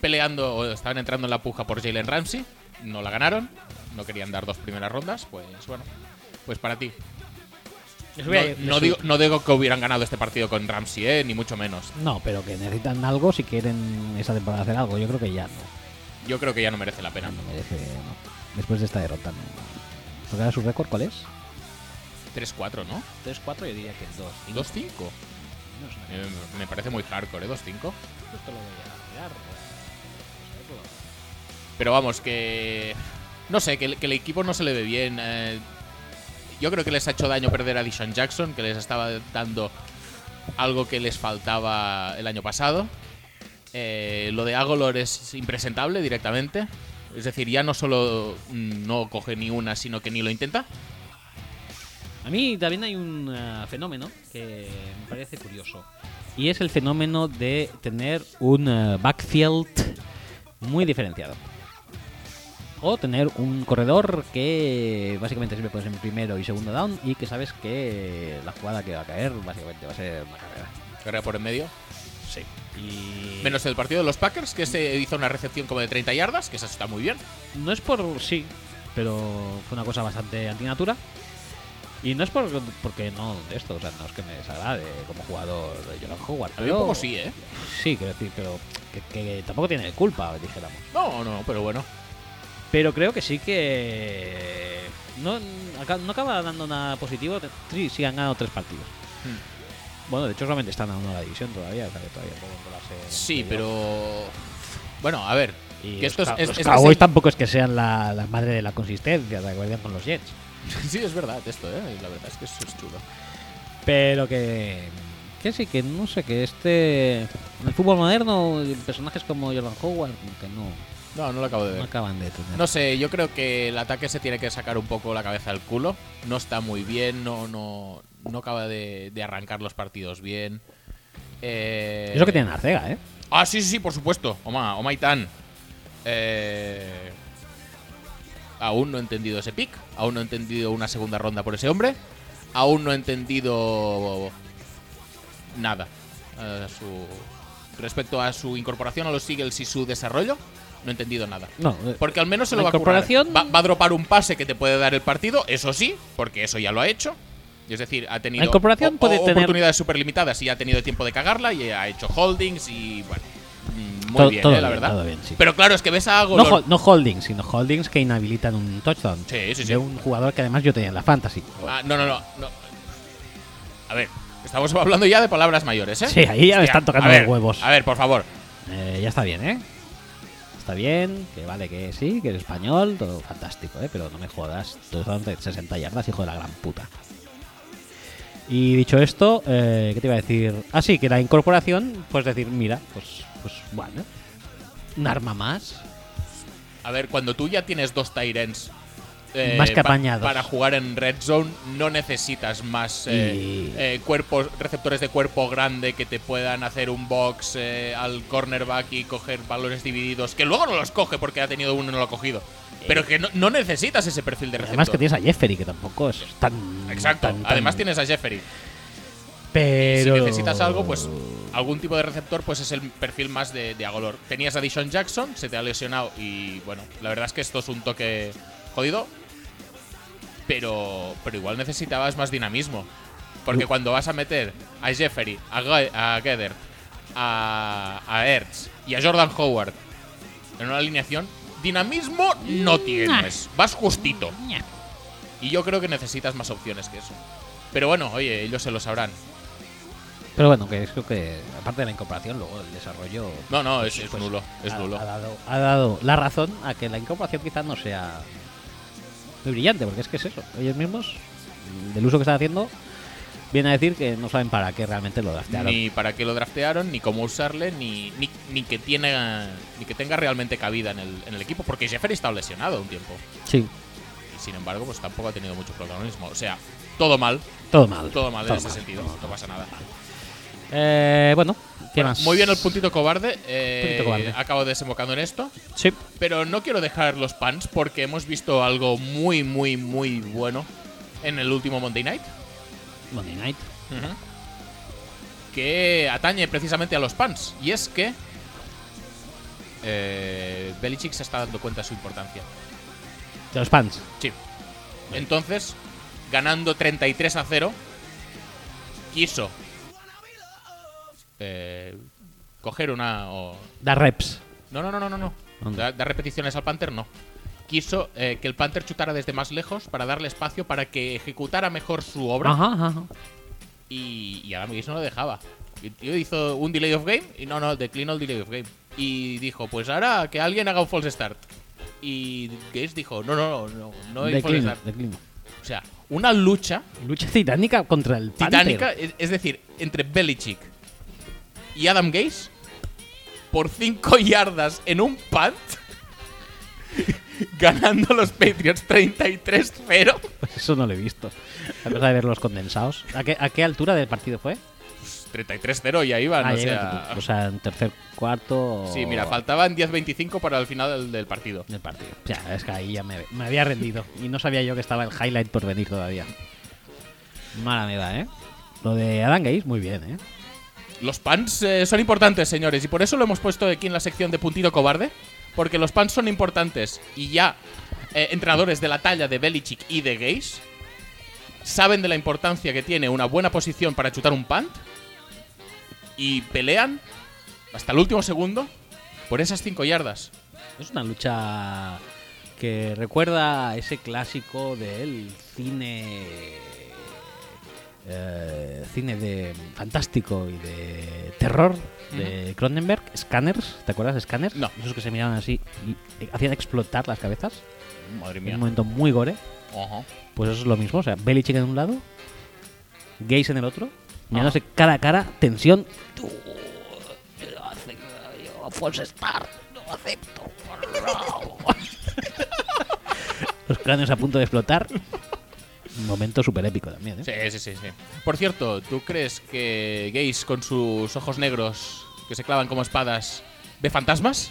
S2: peleando o estaban entrando en la puja por Jalen Ramsey. No la ganaron. No querían dar dos primeras rondas. Pues bueno, pues para ti.
S1: Pues
S2: No, no digo, no digo que hubieran ganado este partido con Ramsey, eh, ni mucho menos.
S1: No, pero que necesitan algo si quieren esa temporada hacer algo. Yo creo que ya no,
S2: Yo creo que ya no merece la pena.
S1: no merece. no. Después de esta derrota, no. Porque ahora su récord, ¿cuál es?
S2: 3-4, ¿no?
S1: 3-4, yo diría que 2.
S2: 2-5. Eh, me parece muy hardcore, ¿eh? 2-5. Pero vamos, que. No sé, que, el- que el equipo no se le ve bien. eh, yo creo que les ha hecho daño perder a Dishon Jackson, que les estaba dando algo que les faltaba el año pasado. Eh, lo de Agolor es impresentable directamente. Es decir, ya no solo mm, no coge ni una, sino que ni lo intenta.
S1: A mí también hay un eh, fenómeno que me parece curioso. Y es el fenómeno de tener un eh, backfield muy diferenciado. O tener un corredor que básicamente siempre puede ser en primero y segundo down y que sabes que la jugada que va a caer básicamente va a ser una carrera.
S2: Carrera por en medio.
S1: Sí. Y
S2: Menos el partido de los Packers, que se hizo una recepción como de 30 yardas, que eso está muy bien.
S1: No es por sí, pero fue una cosa bastante antinatura. Y no es por, porque no de esto, o sea, no es que me desagrade como jugador de Jordan Howard.
S2: A mí un
S1: pero-
S2: poco sí, ¿eh?
S1: Sí, quiero decir, pero que, que tampoco tiene culpa, dijéramos.
S2: No, no, pero bueno.
S1: Pero creo que sí que. No, aca- no acaba dando nada positivo. te- Sí, sí han ganado tres partidos.
S2: Hmm.
S1: Bueno, de hecho, solamente están a uno de la división todavía. O sea, que todavía pueden colarse en
S2: Sí,
S1: playoff.
S2: pero. Bueno, a ver.
S1: Y
S2: que
S1: los
S2: esto es-
S1: Cow-
S2: es-
S1: los
S2: es-
S1: Cowboys
S2: es-
S1: tampoco es que sean la, la madre de la consistencia, de acuerdo con los Jets.
S2: Sí, es verdad esto, ¿eh? La verdad es que eso es chulo.
S1: Pero que. Que sí, que no sé, que este. En el fútbol moderno, personajes como Jordan Howard, como que no,
S2: No, no lo acabo de
S1: no
S2: ver.
S1: acaban de tener.
S2: No sé, yo creo que el ataque se tiene que sacar un poco la cabeza del culo. No está muy bien, no, no, no acaba de, de arrancar los partidos bien. Eh,
S1: Eso que tienen Arcega, ¿eh?
S2: Ah, sí, sí, sí, por supuesto. Oma, Omaitan. Eh, aún no he entendido ese pick. Aún no he entendido una segunda ronda por ese hombre. Aún no he entendido nada a su- respecto a su incorporación a los Eagles y su desarrollo. No he entendido nada.
S1: No, eh,
S2: Porque al menos se
S1: La
S2: lo va a curar.
S1: incorporación-
S2: Va, va a dropar un pase que te puede dar el partido, eso sí, porque eso ya lo ha hecho. Es decir, ha tenido
S1: La incorporación
S2: o-
S1: puede
S2: o-
S1: tener-
S2: oportunidades súper limitadas y ha tenido tiempo de cagarla y ha hecho holdings y bueno. mm, Muy
S1: Todo-
S2: bien,
S1: todo
S2: eh, la
S1: bien,
S2: verdad.
S1: todo bien, sí.
S2: Pero claro, es que ves a
S1: No,
S2: Agolor.
S1: hol- no holdings, sino holdings que inhabilitan un touchdown.
S2: Sí, sí, sí.
S1: De un jugador que además yo tenía en la fantasy.
S2: Ah, no, no, no, no. A ver, estamos hablando ya de palabras mayores, ¿eh?
S1: Sí, ahí ya me
S2: Hostia,
S1: están tocando
S2: a ver,
S1: los huevos.
S2: A ver, por favor.
S1: Eh, ya está bien, ¿eh? está bien, que vale que sí, que es español, todo fantástico, ¿eh? pero no me jodas, tú estás dando 60 yardas, hijo de la gran puta. Y dicho esto, eh, ¿qué te iba a decir? Ah, sí, que la incorporación, pues decir, mira, pues, pues bueno, un arma más.
S2: A ver, cuando tú ya tienes dos Tyrens
S1: Más que apañados.
S2: para jugar en Red Zone, no necesitas más eh,
S1: Y-
S2: eh, cuerpos, receptores de cuerpo grande que te puedan hacer un box eh, al cornerback y coger valores divididos, que luego no los coge porque ha tenido uno y no lo ha cogido. Pero que no, no necesitas ese perfil de receptor.
S1: Eh. Además que tienes a Jeffery, que tampoco es tan...
S2: Exacto.
S1: tan- tan-
S2: Además tienes a Jeffery.
S1: Pero...
S2: Si necesitas algo, pues algún tipo de receptor, pues es el perfil más de, de Agolor. Tenías a Dishon Jackson, se te ha lesionado y bueno, la verdad es que esto es un toque jodido. Pero, pero igual necesitabas más dinamismo. Porque cuando vas a meter a Jeffery, a, Ge- a Gedder, a, a Ertz y a Jordan Howard en una alineación, dinamismo no tienes. Vas justito. Y yo creo que necesitas más opciones que eso. Pero bueno, oye, ellos se lo sabrán.
S1: Pero bueno, que es creo que, aparte de la incorporación, luego el desarrollo...
S2: No, no, es, es nulo. Es
S1: ha,
S2: nulo.
S1: ha dado, ha dado la razón a que la incorporación quizás no sea muy brillante, porque es que es eso. Ellos mismos, del uso que están haciendo, vienen a decir que no saben para qué realmente lo draftearon.
S2: Ni para qué lo draftearon, ni cómo usarle, ni, ni, ni que tiene ni que tenga realmente cabida en el, en el equipo, porque Jeffery está lesionado un tiempo.
S1: Sí,
S2: Y sin embargo, pues tampoco ha tenido mucho protagonismo. O sea, todo mal,
S1: todo mal.
S2: todo mal en ese
S1: mal,
S2: sentido.
S1: todo mal.
S2: No pasa nada.
S1: Eh, bueno, ¿qué más?
S2: Muy bien el puntito cobarde. eh,
S1: Puntito cobarde.
S2: Acabo desembocando en esto.
S1: Sí,
S2: Pero no quiero dejar los pans porque hemos visto algo muy, muy, muy bueno en el último Monday Night.
S1: Monday Night.
S2: Ujú. que atañe precisamente a los Pans. Y es que eh, Belichick se está dando cuenta de su importancia.
S1: De los Pants.
S2: Sí. Entonces, ganando 33 a 0, quiso eh, coger una... o-
S1: Da reps.
S2: No, no, no, no, no. no.
S1: Anda.
S2: Da, da repeticiones al Panther, no. Quiso eh, que el Panther chutara desde más lejos para darle espacio para que ejecutara mejor su obra.
S1: Ajá, ajá, ajá.
S2: Y, y Adam Gates no lo dejaba. El tío hizo un delay of game y no, no, declinó el delay of game. Y dijo, pues ahora que alguien haga un false start. Y Gates dijo, no, no, no, no, no hay false
S1: Declino,
S2: start.
S1: declino.
S2: O sea, una lucha
S1: Lucha titánica contra el Panther.
S2: titánica, es, es decir, entre Belichick y Adam Gates por 5 <laughs> yardas en un punt, <laughs> ganando los Patriots 33-0.
S1: <laughs> Eso no lo he visto. A pesar de ver los condensados. ¿A qué, a qué altura del partido fue?
S2: 33-0 ya iban,
S1: Ah,
S2: o
S1: ya iba
S2: sea...
S1: en- o sea, en tercer cuarto.
S2: Sí, mira, faltaban 10-25 para el final del, del partido.
S1: Del partido. O sea, es que ahí ya me, me había rendido. Y no sabía yo que estaba el highlight por venir todavía. Mala me da, ¿eh? Lo de Adam Gaze, muy bien, ¿eh?
S2: Los pans eh, son importantes, señores, y por eso lo hemos puesto aquí en la sección de puntito cobarde, porque los pans son importantes y ya eh, entrenadores de la talla de Belichick y de Gaze saben de la importancia que tiene una buena posición para chutar un punt y pelean hasta el último segundo por esas 5 yardas.
S1: Es una lucha que recuerda a ese clásico del cine. eh, cine de fantástico y de terror de Cronenberg, Scanners, ¿te acuerdas de Scanners?
S2: No.
S1: Esos que se miraban así y eh, hacían explotar las cabezas.
S2: Madre
S1: En
S2: mía.
S1: un momento muy gore.
S2: Ojo.
S1: Pues eso es lo mismo. O sea, Belichick en un lado, Gaze en el otro, mirándose cara a cara, tensión. Tú, yo ace- yo False start, no acepto. <laughs> Los cráneos a punto de explotar. Un momento súper épico también, ¿eh?
S2: Sí, sí, sí, sí. Por cierto, ¿tú crees que Gaze con sus ojos negros que se clavan como espadas ve fantasmas?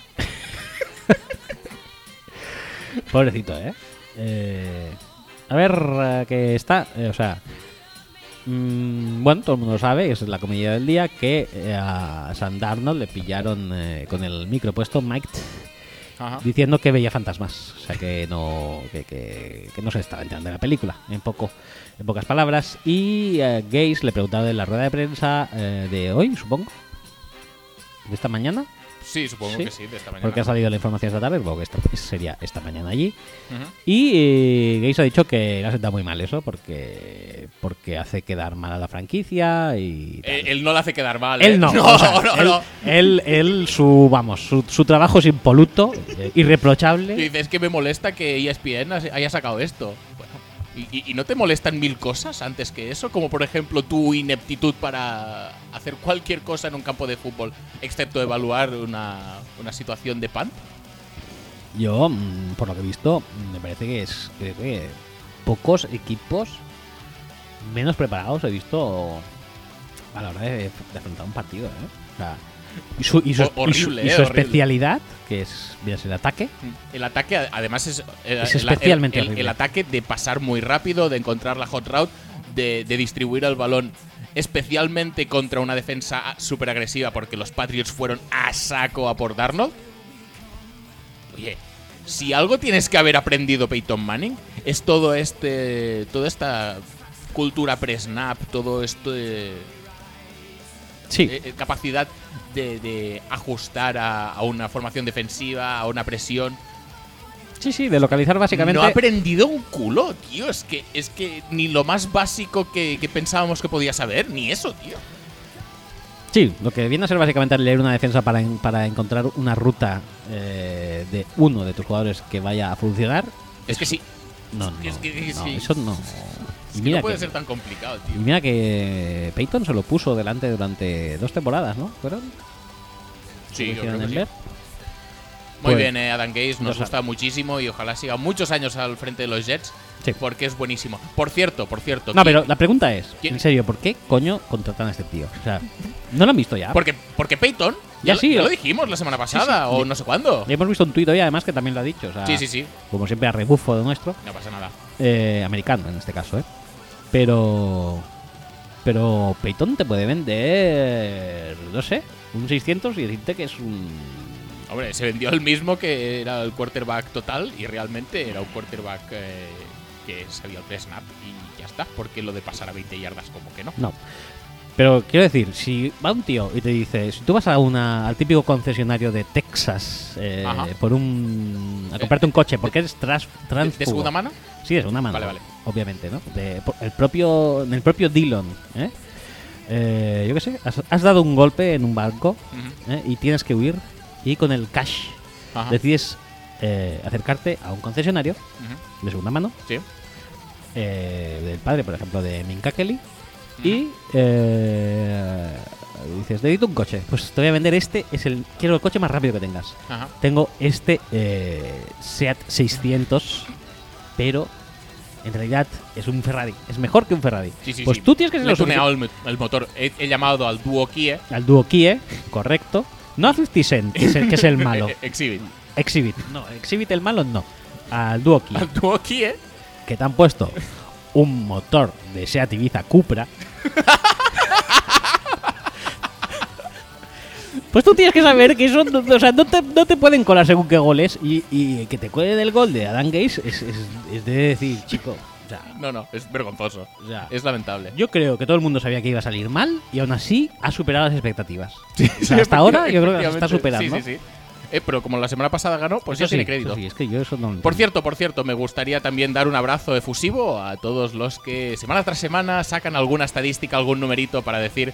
S1: Pobrecito, ¿eh? Eh, a ver, eh, que está, eh, o sea, mm, bueno, todo el mundo sabe, es la comedia del día, que eh, a Sam Darnold le pillaron eh, con el micro puesto Mike
S2: Ajá.
S1: diciendo que veía fantasmas, o sea, que no, que, que- que no se estaba enterando de la película, en poco, en pocas palabras, y eh, Gaze le preguntaron en la rueda de prensa eh, de hoy, supongo, de esta mañana,
S2: Sí, supongo
S1: Sí,
S2: que sí, de esta mañana.
S1: Porque ha salido la información esta tarde, supongo que esta- sería esta mañana allí.
S2: Ujú.
S1: Y eh, Gates ha dicho que le ha sentado muy mal eso porque, porque hace quedar mal a la franquicia y... tal.
S2: Eh, él no la hace quedar mal. ¿eh?
S1: Él no.
S2: <laughs> No,
S1: o sea,
S2: no,
S1: él,
S2: no.
S1: Él, él, su, vamos, su, su trabajo es impoluto, eh,
S2: Y
S1: irreprochable.
S2: dice, es que me molesta que E ESPN has- haya sacado esto. Bueno, ¿y- y, y no te molestan mil cosas antes que eso? Como por ejemplo tu ineptitud para hacer cualquier cosa en un campo de fútbol, excepto evaluar una, una situación de pan.
S1: Yo, mm, por lo que he visto, mm, me parece que es que- que pocos equipos menos preparados he visto a la hora de, de afrontar un partido. ¿eh? O sea, y su, y su-
S2: Ho-
S1: y su-
S2: horrible,
S1: y
S2: eh,
S1: su
S2: horrible.
S1: especialidad, que es mira, es el ataque,
S2: Mm. El ataque, a- además, es, eh,
S1: Es
S2: el-
S1: especialmente
S2: el, el- el
S1: horrible.
S2: ataque de pasar muy rápido, de encontrar la hot route, de, de distribuir el balón, especialmente contra una defensa súper agresiva, porque los Patriots fueron a saco a por Darnold. Oye, si algo tienes que haber aprendido Peyton Manning, es todo este. toda esta cultura pre-snap, todo este.
S1: sí,
S2: eh, eh, capacidad de, de ajustar a, a una formación defensiva, a una presión.
S1: sí, sí, de localizar básicamente.
S2: No ha aprendido un culo, tío. Es que, es que ni lo más básico que, que pensábamos que podía saber, ni eso, tío.
S1: Sí, lo que viene a ser básicamente leer una defensa para, en- para encontrar una ruta eh, de uno de tus jugadores que vaya a funcionar.
S2: Es que sí.
S1: No, no,
S2: Es que- es
S1: no,
S2: que-
S1: eso no.
S2: Es
S1: Y
S2: que
S1: mira,
S2: no puede
S1: que,
S2: ser tan complicado,
S1: y
S2: tío.
S1: mira que Peyton se lo puso delante durante dos temporadas, ¿no? ¿Fueron? ¿Lo
S2: Sí, yo
S1: hicieron
S2: creo que
S1: en
S2: sí.
S1: ver?
S2: Muy
S1: Pues-
S2: bien, eh, Adam Gates. Nos
S1: Dos
S2: gusta muchísimo y ojalá siga muchos años al frente de los Jets.
S1: Sí.
S2: Porque es buenísimo. Por cierto, por cierto.
S1: No,
S2: ¿quién-
S1: pero la pregunta es,
S2: ¿Quién?
S1: en serio, ¿por qué coño contratan a este tío? O sea, ¿no lo han visto ya?
S2: Porque, porque Peyton.
S1: Ya
S2: lo-
S1: sí,
S2: lo
S1: o-
S2: dijimos la semana pasada o no sé cuándo.
S1: Ya hemos visto un tuit hoy además que también lo ha dicho. o sea,
S2: Sí, sí, sí.
S1: Como siempre a rebufo de nuestro.
S2: No pasa nada.
S1: eh, americano en este caso, ¿eh? Pero. Pero Peyton te puede vender. No sé, un 600 y decirte que es un.
S2: Hombre, se vendió el mismo que era el quarterback total y realmente era un quarterback eh, que sabía el snap y ya está, porque lo de pasar a 20 yardas como que no.
S1: No. Pero quiero decir, si va un tío y te dice, si tú vas a una, al típico concesionario de Texas eh,
S2: Ajá.
S1: por un, a comprarte un coche, porque eres trans,
S2: ¿De,
S1: trans
S2: de segunda mano?
S1: Sí, es una mano.
S2: Vale, vale.
S1: Obviamente, ¿no? De- por- el propio, en el propio Dillon, ¿eh? Eh, yo qué sé, has, has dado un golpe en un banco
S2: Ujú.
S1: ¿eh? y tienes que huir y con el cash
S2: Ajá.
S1: decides eh, acercarte a un concesionario
S2: Ujú,
S1: de segunda mano,
S2: Sí.
S1: eh, del padre, por ejemplo, de Minka Kelly, y eh, dices, necesito un coche, pues te voy a vender este, es el quiero el coche más rápido que tengas.
S2: Ajá.
S1: Tengo este eh, Seat 600, pero en realidad es un Ferrari. Es mejor que un Ferrari.
S2: Sí, sí,
S1: pues
S2: sí.
S1: tú tienes que ser
S2: Le
S1: lo
S2: he tuneado
S1: suficiente-
S2: el, mo- el motor. He, he llamado al dúo Kie.
S1: al Duo Kia, correcto. No a 50 Cent, que es el, que es
S2: <laughs>
S1: el malo.
S2: Eh, eh, Exhibit.
S1: Exhibit. No, Exhibit el malo no. Al Duo Kia,
S2: Al dúo Kie.
S1: que te han puesto un motor de Seat Ibiza Cupra. Pues tú tienes que saber que eso, no- o sea, no te, no te pueden colar según qué goles y, y que te cuelen el gol de Adam Gates es, es, es de decir, chico, o sea,
S2: No, no, es vergonzoso.
S1: O sea,
S2: Es lamentable.
S1: yo creo que todo el mundo sabía que iba a salir mal y aún así ha superado las expectativas. O sea, hasta ahora yo creo que las está
S2: Efectivamente.
S1: superando.
S2: Sí, sí, sí. Eh, pero como la semana pasada ganó, pues
S1: Eso
S2: ya
S1: sí,
S2: tiene crédito.
S1: eso sí, es que yo eso no lo
S2: Por
S1: entiendo.
S2: cierto, por cierto, me gustaría también dar un abrazo efusivo a todos los que semana tras semana sacan alguna estadística, algún numerito para decir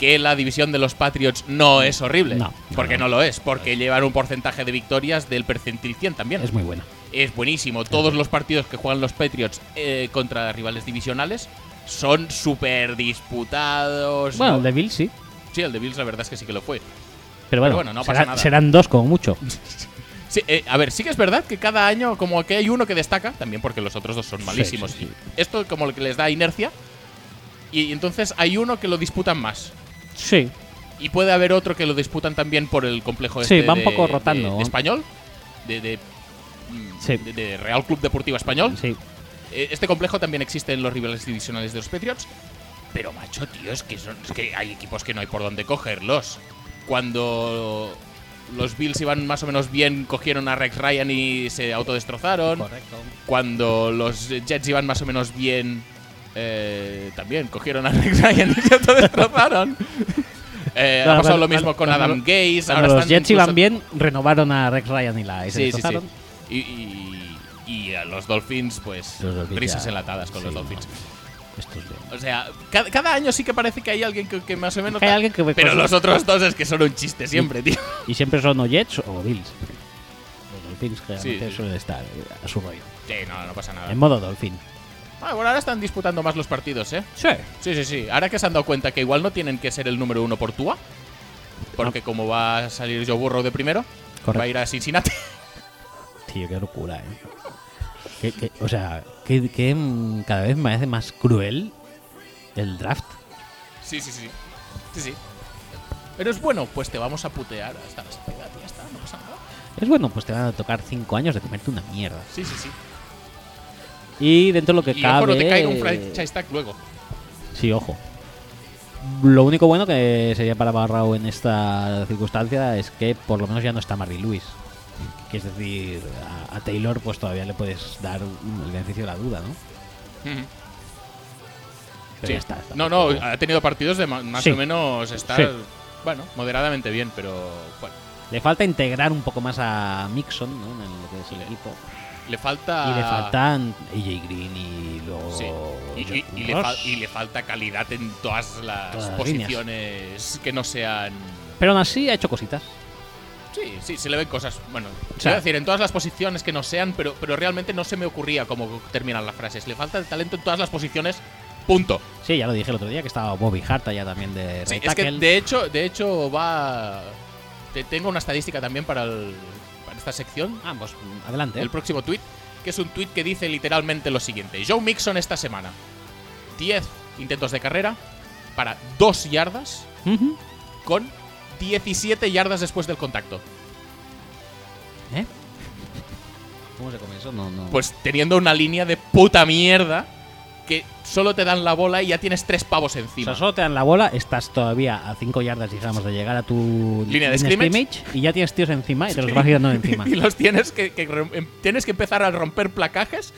S2: que la división de los Patriots no es horrible.
S1: No, no,
S2: porque
S1: no.
S2: no, lo es, porque llevan un porcentaje de victorias del percentil 100 también.
S1: es muy buena.
S2: Es buenísimo. Todos los partidos que juegan los Patriots eh, contra rivales divisionales son súper disputados.
S1: Bueno,
S2: No-
S1: el de Bill sí.
S2: Sí, el de Bills la verdad es que sí que lo fue.
S1: Pero bueno,
S2: bueno, no pasa
S1: serán-
S2: nada.
S1: serán dos como mucho.
S2: Sí, eh, a ver, sí que es verdad que cada año como que hay uno que destaca, también porque los otros dos son malísimos.
S1: sí, sí.
S2: Y Esto como lo que les da inercia y entonces hay uno que lo disputan más.
S1: Sí.
S2: Y puede haber otro que lo disputan también por el complejo
S1: Sí,
S2: este
S1: va un
S2: de-
S1: poco
S2: de-
S1: rotando.
S2: de español, de, de, mm,
S1: Sí.
S2: de- de Real Club Deportivo Español.
S1: Sí.
S2: Eh, Este complejo también existe en los rivales divisionales de los Patriots. Pero macho, tío, es que, son- es que hay equipos que no hay por dónde cogerlos. Cuando los Bills iban más o menos bien, cogieron a Rex Ryan y se autodestrozaron.
S1: Correcto.
S2: Cuando los Jets iban más o menos
S1: <laughs>
S2: bien, eh, también cogieron a Rex Ryan y se autodestrozaron. Eh, ha
S1: Claro,
S2: pasado
S1: cuando-
S2: lo mismo con
S1: cuando-
S2: Adam Gaze.
S1: Cuando
S2: ahora
S1: los
S2: están
S1: Jets
S2: incluso-
S1: iban bien, renovaron a Rex Ryan y la y se
S2: Sí, sí, sí.
S1: destrozaron.
S2: Y, y- y a los Dolphins, pues
S1: Los Dolphins
S2: risas
S1: ya.
S2: enlatadas con los
S1: Sí,
S2: Dolphins.
S1: Estos de-
S2: O sea, cada, cada año sí que parece que hay alguien que, que más o menos.
S1: Que hay alguien que-
S2: pero
S1: cosas-
S2: los otros dos es que son un chiste siempre, tío.
S1: Y siempre son o Jets o Bills. Los Dolphins generalmente
S2: Sí, sí.
S1: suelen estar eh, a su rollo.
S2: Sí, no, no pasa nada.
S1: En modo Dolphin.
S2: Ah, bueno, ahora están disputando más los partidos, ¿eh?
S1: Sí.
S2: Sí, sí, sí. Ahora que se han dado cuenta que igual no tienen que ser el número uno por Tua, porque como va a salir Joe Burrow de primero,
S1: Correcto.
S2: va a ir a Cincinnati. <laughs>
S1: Tío, qué locura, eh. Que- que- o sea, que, que, mm, cada vez me parece más cruel el draft.
S2: sí, sí, sí. Sí, sí. Pero es bueno, pues te vamos a putear hasta la saciedad y ya está, no pasa nada.
S1: Es bueno, pues te van a tocar cinco años de comerte una mierda.
S2: Sí, sí, sí.
S1: Y dentro de lo que
S2: y
S1: cabe.
S2: ojo, no te caiga un franchise tag luego.
S1: Sí, ojo. Lo único bueno que sería para Barrao en esta circunstancia es que por lo menos ya no está Marvin Lewis. Que es decir, a, a Taylor pues todavía le puedes dar un- el beneficio de la duda, ¿no?
S2: Ujú.
S1: Pero
S2: Sí.
S1: ya está, está
S2: No, no,
S1: todo.
S2: ha tenido partidos de ma- más
S1: Sí.
S2: o menos estar,
S1: Sí.
S2: bueno, moderadamente bien, pero bueno,
S1: Le falta integrar un poco más a Mixon, ¿no? En lo que es el
S2: Le-
S1: equipo.
S2: le falta...
S1: Y le faltan AJ Green y luego.
S2: Ah. Sí. Y, y-
S1: Jordan
S2: y le fal-
S1: Ross.
S2: y le falta calidad en todas las
S1: Todas las
S2: posiciones que no sean.
S1: Pero aún así ha hecho cositas.
S2: Sí, sí, se le ven cosas. Bueno,
S1: sea-
S2: quiero decir, en todas las posiciones que no sean, pero, pero realmente no se me ocurría cómo terminan las frases. Le falta el talento en todas las posiciones, punto.
S1: Sí, ya lo dije el otro día que estaba Bobby Hart ya también de
S2: Sí,
S1: right
S2: es que
S1: tackle.
S2: de hecho, de hecho va. te- tengo una estadística también para, el- para esta sección.
S1: Ah, pues adelante.
S2: El próximo tweet, que es un tweet que dice literalmente lo siguiente: Joe Mixon esta semana, 10 intentos de carrera para 2 yardas.
S1: Ujú.
S2: con 17 yardas después del contacto.
S1: ¿Eh? ¿Cómo se come eso? No, no.
S2: Pues teniendo una línea de puta mierda que solo te dan la bola y ya tienes tres pavos
S1: O
S2: encima.
S1: sea, solo te dan la bola, estás todavía a 5 yardas, digamos, de llegar a tu
S2: Línea de scrimmage.
S1: y ya tienes tíos encima y te los vas girando encima.
S2: <laughs> y los tienes que, que rom- em- tienes que empezar a romper placajes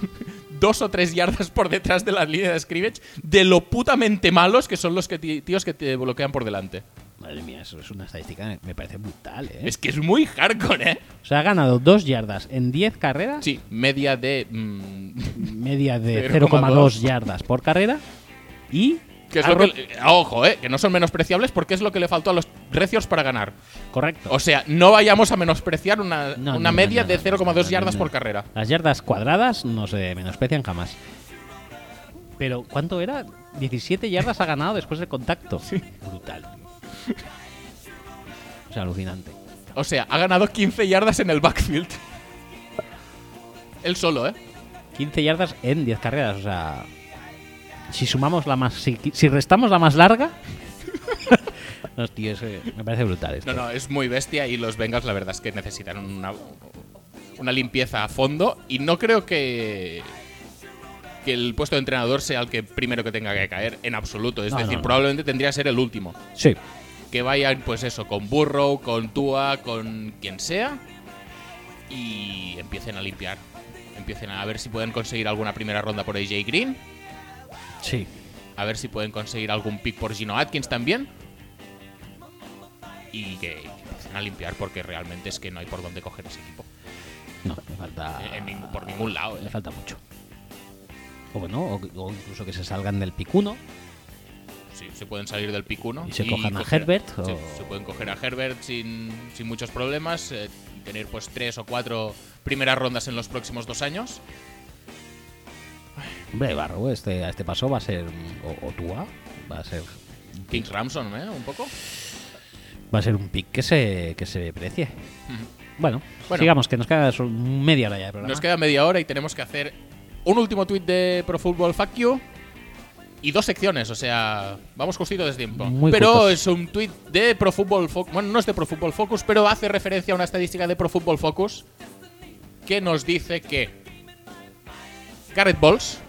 S2: <laughs> dos o tres yardas por detrás de la línea de scrimmage de lo putamente malos que son los que ti- tíos que te bloquean por delante.
S1: Madre mía, eso es una estadística, me parece brutal, ¿eh?
S2: Es que es muy hardcore, ¿eh?
S1: O sea, ha ganado 2 yardas en 10 carreras,
S2: Sí, media de... mm,
S1: media de
S2: 0,2
S1: 0,2 yardas por carrera y...
S2: que es
S1: ha
S2: lo
S1: ro-
S2: que- ojo, ¿eh? Que no son menospreciables porque es lo que le faltó a los recios para ganar.
S1: Correcto.
S2: O sea, no vayamos a menospreciar una,
S1: No,
S2: una
S1: no,
S2: media
S1: no, no,
S2: de
S1: no,
S2: 0,2
S1: no, no,
S2: yardas
S1: no.
S2: por carrera.
S1: Las yardas cuadradas no se menosprecian jamás. Pero, ¿cuánto era? 17 yardas ha ganado después del contacto. Brutal. O sea, alucinante.
S2: O sea, ha ganado 15 yardas en el backfield. Él solo, ¿eh?
S1: 15 yardas en 10 carreras. O sea, si sumamos la más. Si, si restamos la más
S2: <laughs>
S1: larga. no, tío, eso me parece brutal. Esto.
S2: No, no, es muy bestia y los Bengals la verdad es que necesitan una, una limpieza a fondo y no creo que, que el puesto de entrenador sea el que primero que tenga que caer en absoluto. Es
S1: No, no,
S2: decir,
S1: no.
S2: probablemente tendría que ser el último.
S1: Sí.
S2: que vayan, pues eso, con Burrow, con Tua, con quien sea, y empiecen a limpiar. Empiecen a ver si pueden conseguir alguna primera ronda por AJ Green,
S1: Sí.
S2: a ver si pueden conseguir algún pick por Gino Atkins también, y que empiecen a limpiar porque realmente es que no hay por dónde coger ese equipo. Eh,
S1: No, me falta.
S2: En ningún- por ningún lado.
S1: Le
S2: ¿eh?
S1: falta mucho. O no, o, o incluso que se salgan del pick 1.
S2: Sí, se pueden salir del pick 1.
S1: ¿Y se cojan a Herbert,
S2: sí,
S1: o-
S2: se pueden coger a Herbert sin, sin muchos problemas. eh, y tener pues tres o cuatro primeras rondas en los próximos dos años.
S1: Hombre, Barrow, este, a este paso va a ser. un- O, o Tua, va a ser.
S2: King Ramson, ¿eh? Un poco.
S1: Va a ser un pick que se, que se precie.
S2: Ujú.
S1: Bueno,
S2: Bueno.
S1: sigamos, que nos queda solo media hora ya de programa.
S2: Nos queda media hora y tenemos que hacer un último tuit de Pro Football Fuck You y dos secciones, o sea, vamos justito de tiempo.
S1: Muy
S2: pero
S1: justos.
S2: es un tuit de Pro Football Focus, bueno, no es de Pro Football Focus, pero hace referencia a una estadística de Pro Football Focus que nos dice que Garrett Balls,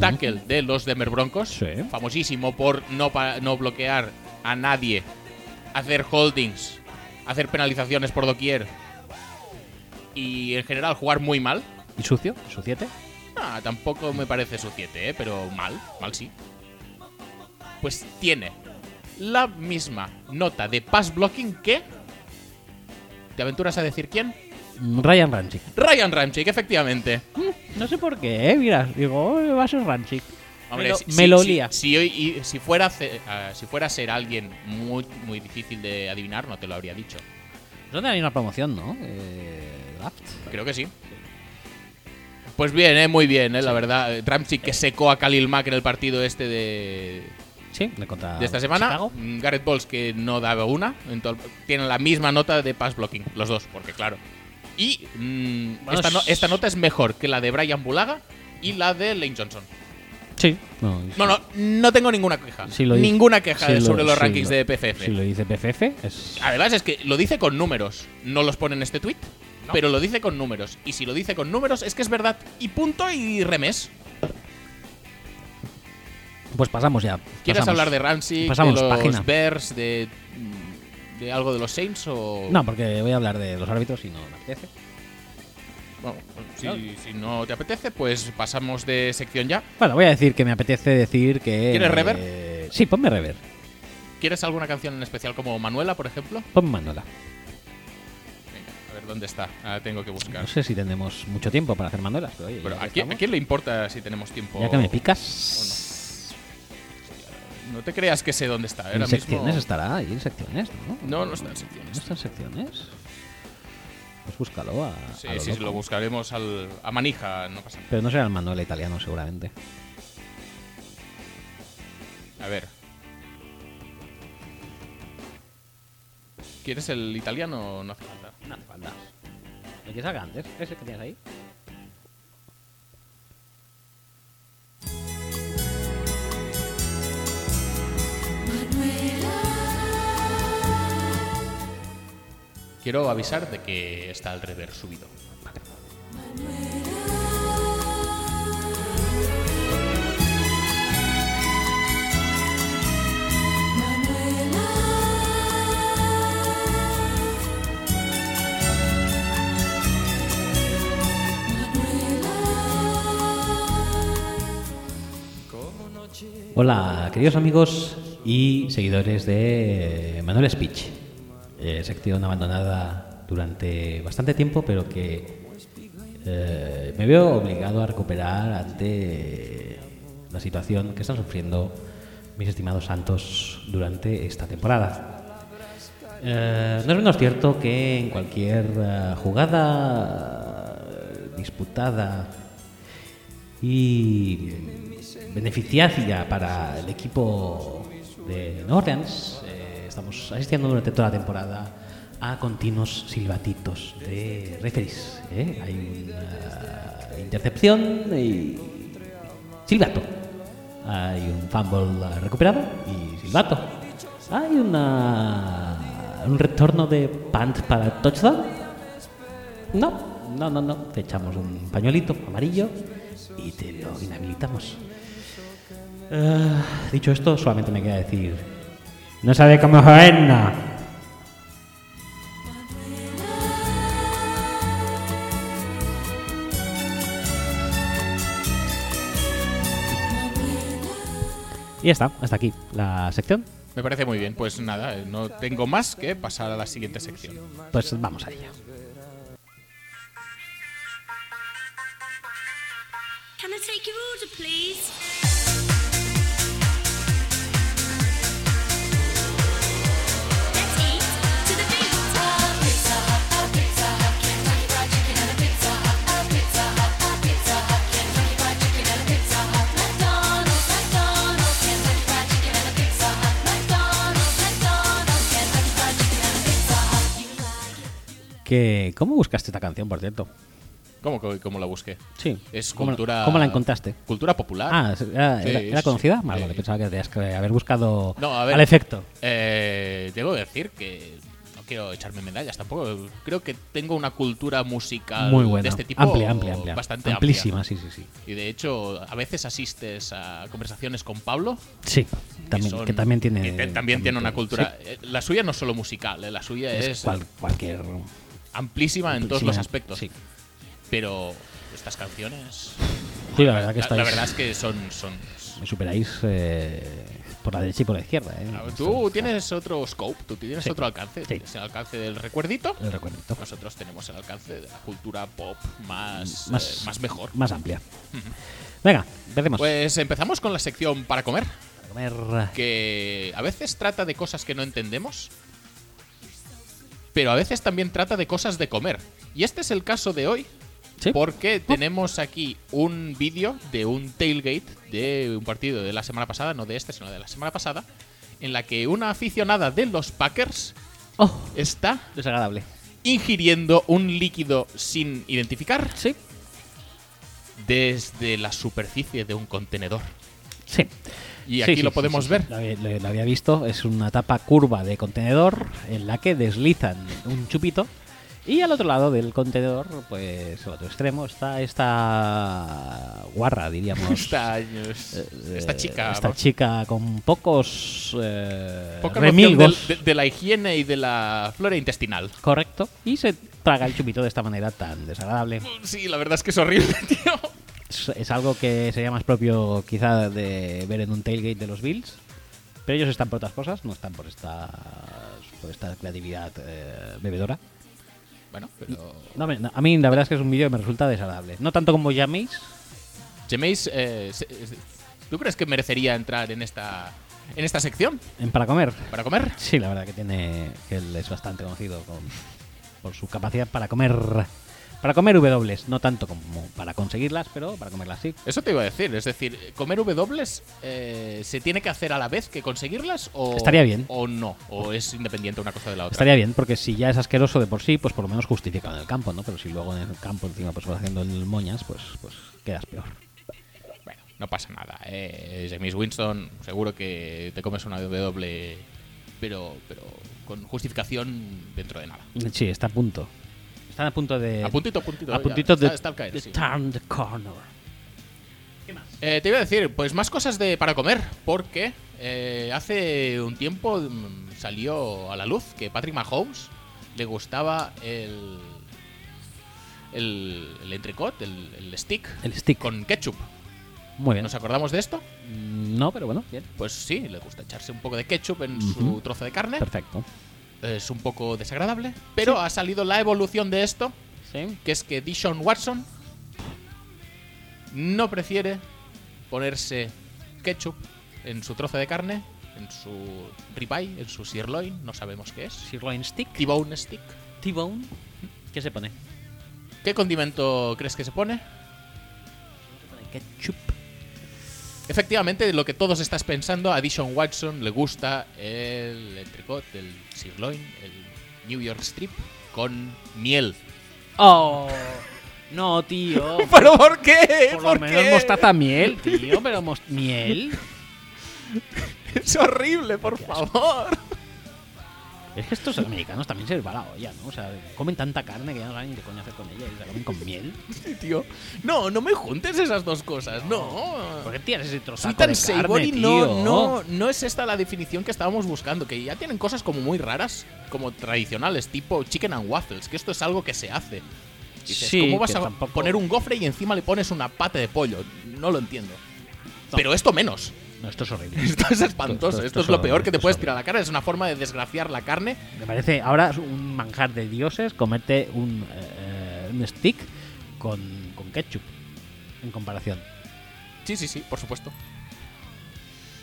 S2: tackle de los Denver Broncos,
S1: Sí.
S2: famosísimo por no, pa- no bloquear a nadie, hacer holdings, hacer penalizaciones por doquier y en general jugar muy mal.
S1: ¿Y sucio? ¿Su 7?
S2: Ah, tampoco me parece su 7, ¿eh? pero mal, mal sí. Pues tiene la misma nota de pass blocking que. ¿Te aventuras a decir quién?
S1: Ryan Ranchik.
S2: Ryan Ramchick, efectivamente.
S1: No sé por qué, ¿eh? mira, digo, "Oh, va a ser Ranchik.
S2: Hombre,
S1: me lo,
S2: si-
S1: me
S2: si-
S1: lo
S2: si-
S1: olía.
S2: Si, hoy- y- si fuera, a ce- a- si fuera a ser alguien muy, muy difícil de adivinar, no te lo habría dicho.
S1: ¿Dónde hay una promoción, no? Eh, draft.
S2: Creo que sí. Pues bien, eh, muy bien, eh, la verdad. Ramchick que secó a Khalil Mack en el partido este de,
S1: Sí, de contra
S2: de esta semana.
S1: Ah, Chicago.
S2: Mm, Garrett Bowles que no daba una. en todo el- Tienen la misma nota de pass blocking, los dos, porque claro. Y mm,
S1: Bueno,
S2: esta, no-
S1: es-
S2: esta nota es mejor que la de Brian Bulaga y la de Lane Johnson.
S1: Sí. No, sí.
S2: No, no, no tengo ninguna queja.
S1: Sí lo dice.
S2: ninguna queja
S1: Sí lo-
S2: sobre los
S1: sí
S2: rankings
S1: lo-
S2: de PFF.
S1: Si lo dice PFF, es.
S2: Además es que lo dice con números. No los pone en este tweet, pero lo dice con números. Y si lo dice con números es que es verdad. Y punto y remes.
S1: Pues pasamos ya.
S2: ¿Quieres
S1: pasamos.
S2: hablar de Ramsey, de
S1: Pasamos
S2: los
S1: página.
S2: Bears, de, mm, de algo de los Saints o
S1: No, porque voy a hablar de los árbitros y no me apetece.
S2: Bueno, pues si, si no te apetece, pues pasamos de sección ya.
S1: Bueno, voy a decir que me apetece decir que.
S2: ¿Quieres rever?
S1: eh, Sí, ponme rever.
S2: ¿Quieres alguna canción en especial como Manuela, por ejemplo?
S1: Ponme Manola.
S2: Venga, a ver dónde está. Ah, tengo que buscar.
S1: No sé si tendremos mucho tiempo para hacer Manolas, pero oye.
S2: Pero
S1: ya
S2: ¿a
S1: que
S2: quién, a
S1: estamos,
S2: quién le importa si tenemos tiempo?
S1: ya que me picas.
S2: No te creas que sé dónde está. ¿eh?
S1: En
S2: Ahora
S1: secciones
S2: mismo.
S1: estará ahí, en secciones, ¿no?
S2: No, no está en secciones.
S1: ¿No está en secciones? Pues búscalo a.
S2: Sí,
S1: a lo
S2: sí, sí,
S1: loco.
S2: lo buscaremos al, a manija, no pasa
S1: Pero no será el Manuela italiano, seguramente.
S2: nada. A ver. ¿Quieres el italiano o no hace falta?
S1: No hace falta. ¿El que salga antes? ¿Ese que tienes ahí?
S2: Quiero avisar de que está al revés subido.
S1: Hola, queridos amigos y seguidores de Manuel Speech, eh, sección abandonada durante bastante tiempo, pero que eh, me veo obligado a recuperar ante la situación que están sufriendo mis estimados santos durante esta temporada. Eh, no es menos cierto que en cualquier eh, jugada eh, disputada y beneficiaria para el equipo de New Orleans, eh, estamos asistiendo durante toda la temporada a continuos silbatitos de referees. ¿eh? Hay una intercepción y silbato. Hay un fumble eh, recuperado y silbato. Hay una, un retorno de punt para touchdown. No, no, no, no. Te echamos un pañuelito amarillo y te lo inhabilitamos. Ah, dicho esto, solamente me queda decir... No sabe cómo jodernos. Y ya está, hasta aquí la sección.
S2: Me parece muy bien. Pues nada, eh, no tengo más que pasar a la siguiente sección.
S1: Pues vamos a ella.
S5: Can I take your order, please? Let's eat to the beat.
S1: Que, ¿Cómo buscaste esta canción, por cierto?
S2: ¿Cómo, que- cómo la busqué?
S1: Sí.
S2: Es
S1: ¿Cómo la-
S2: cultura.
S1: cómo la encontraste?
S2: Cultura popular.
S1: Ah, ¿era,
S2: Sí,
S1: era-
S2: sí,
S1: era conocida?
S2: sí.
S1: Ah, vale,
S2: Sí.
S1: pensaba que tenías que haber buscado
S2: No, a ver.
S1: al efecto.
S2: Eh, tengo que decir que no quiero echarme medallas tampoco. Creo que tengo una cultura musical
S1: Muy buena.
S2: de este tipo
S1: amplia, amplia, amplia.
S2: bastante
S1: Amplísima,
S2: amplia.
S1: sí, sí, sí.
S2: Y de hecho, a veces asistes a conversaciones con Pablo.
S1: Sí, también,
S2: son-
S1: que también tiene.
S2: que te- también, tiene una cultura. eh, La suya no es solo musical, eh, la suya
S1: sí,
S2: es,
S1: es cual- cualquier.
S2: amplísima en todos
S1: sí,
S2: los aspectos.
S1: Sí,
S2: Pero estas canciones.
S1: Sí, la verdad que
S2: La,
S1: estáis.
S2: la verdad es que son. son
S1: Me superáis eh, Por la derecha y por la izquierda. ¿eh?
S2: Claro, Tú tienes otro scope, tú tienes
S1: Sí.
S2: otro alcance.
S1: Sí.
S2: Tienes el alcance del recuerdito.
S1: El recuerdito.
S2: Nosotros tenemos el alcance de la cultura pop más, eh, más,
S1: Más-
S2: mejor.
S1: Más amplia. Venga, empecemos.
S2: Pues empezamos con la sección para comer,
S1: A comer.
S2: que a veces trata de cosas que no entendemos, pero a veces también trata de cosas de comer. Y este es el caso de hoy,
S1: ¿Sí?
S2: porque tenemos aquí un vídeo de un tailgate de un partido de la semana pasada, no de este, sino de la semana pasada, en la que una aficionada de los Packers
S1: Oh,
S2: está
S1: desagradable.
S2: ingiriendo un líquido sin identificar
S1: Sí.
S2: desde la superficie de un contenedor.
S1: Sí.
S2: Y
S1: Sí,
S2: aquí
S1: sí,
S2: lo
S1: sí,
S2: podemos
S1: sí, sí.
S2: ver.
S1: Lo, había- lo- lo había visto. Es una tapa curva de contenedor en la que deslizan un chupito. Y al otro lado del contenedor, pues al otro extremo, está esta guarra, diríamos.
S2: <laughs> Esta, esta
S1: Eh,
S2: chica.
S1: Esta
S2: vamos,
S1: chica con pocos eh,
S2: poca noción
S1: remilgos.
S2: del- de, de la higiene y de la flora intestinal.
S1: Correcto. Y se traga el chupito de esta manera tan desagradable.
S2: Sí, la verdad es que es horrible, <laughs> tío.
S1: Es, es algo que sería más propio quizá de ver en un tailgate de los Bills. Pero ellos están por otras cosas, no están por esta, por esta creatividad eh, bebedora.
S2: Bueno, pero.
S1: No, me- no, a mí la verdad es que es un vídeo que me resulta desagradable. No tanto como llaméis.
S2: James, eh, se- es- ¿tú crees que merecería entrar en esta, en esta sección
S1: En para comer.
S2: para comer?
S1: Sí, la verdad que tiene que él es bastante conocido con- por su capacidad para comer. Para comer W, no tanto como para conseguirlas, pero para comerlas sí.
S2: Eso te iba a decir, es decir, ¿comer W eh, se tiene que hacer a la vez que conseguirlas o
S1: Estaría bien.
S2: o no? ¿O es independiente una cosa de la otra?
S1: Estaría bien, porque si ya es asqueroso de por sí, pues por lo menos justificado en el campo, ¿no? Pero si luego en el campo encima pues vas haciendo el moñas, pues, pues quedas peor.
S2: Bueno, no pasa nada. Eh, James Winston, seguro que te comes una W, pero, pero con justificación dentro de nada.
S1: Sí, está a punto. Están a punto de...
S2: A puntito, a puntito.
S1: Eh, a
S2: ya.
S1: puntito de,
S2: Está- está al caer,
S1: de
S2: sí.
S1: turn the corner.
S2: Eh, te iba a decir, pues más cosas de para comer, porque eh, hace un tiempo mm, salió a la luz que Patrick Mahomes le gustaba el. El, el entrecot, el, el stick.
S1: El stick.
S2: Con ketchup.
S1: Muy bien.
S2: ¿Nos acordamos de esto?
S1: Mm, No, pero bueno, bien.
S2: Pues sí, le gusta echarse un poco de ketchup en su
S1: Ujú.
S2: trozo de carne.
S1: Perfecto.
S2: es un poco desagradable, pero ha salido la evolución de esto,
S1: Sí.
S2: que es que Dishon Watson no prefiere ponerse ketchup en su trozo de carne, en su ribeye, en su sirloin, no sabemos qué es,
S1: Sirloin stick.
S2: T-bone stick.
S1: T-bone. ¿Qué se pone?
S2: ¿Qué condimento crees que se pone?
S1: Se pone Ketchup.
S2: Efectivamente, lo que todos estás pensando, a Dishon Watson le gusta el entrecot, el sirloin, el New York strip con miel.
S1: <laughs> Oh, no, tío.
S2: ¿Pero por qué?
S1: Por lo menos mostaza miel, tío, pero mos- miel.
S2: <laughs> Es horrible, por favor. <laughs>
S1: Es que estos americanos también se les va la olla, ¿no? O sea, comen tanta carne que ya no saben ni qué coño hacer con ella y la comen con miel.
S2: Sí, tío. No, no me juntes esas dos cosas, no.
S1: ¿Por qué tiras ese trozo de
S2: Sweet and
S1: carne,
S2: savory
S1: tío?
S2: no, no, no es esta la definición que estábamos buscando, que ya tienen cosas como muy raras, como tradicionales, tipo chicken and waffles, que esto es algo que se hace. Dices,
S1: Sí,
S2: ¿cómo vas
S1: que
S2: a
S1: tampoco-
S2: poner un gofre y encima le pones una pata de pollo? No lo entiendo. Pero esto menos. <laughs>
S1: No, esto es horrible.
S2: Esto es espantoso. Esto,
S1: esto
S2: es lo
S1: es
S2: peor que
S1: horrible,
S2: te
S1: esto
S2: puedes
S1: es
S2: tirar a la cara. Es una forma de desgraciar la carne.
S1: Me parece ahora es un manjar de dioses comerte un, eh, un stick con, con ketchup en comparación.
S2: Sí, sí, sí, por supuesto.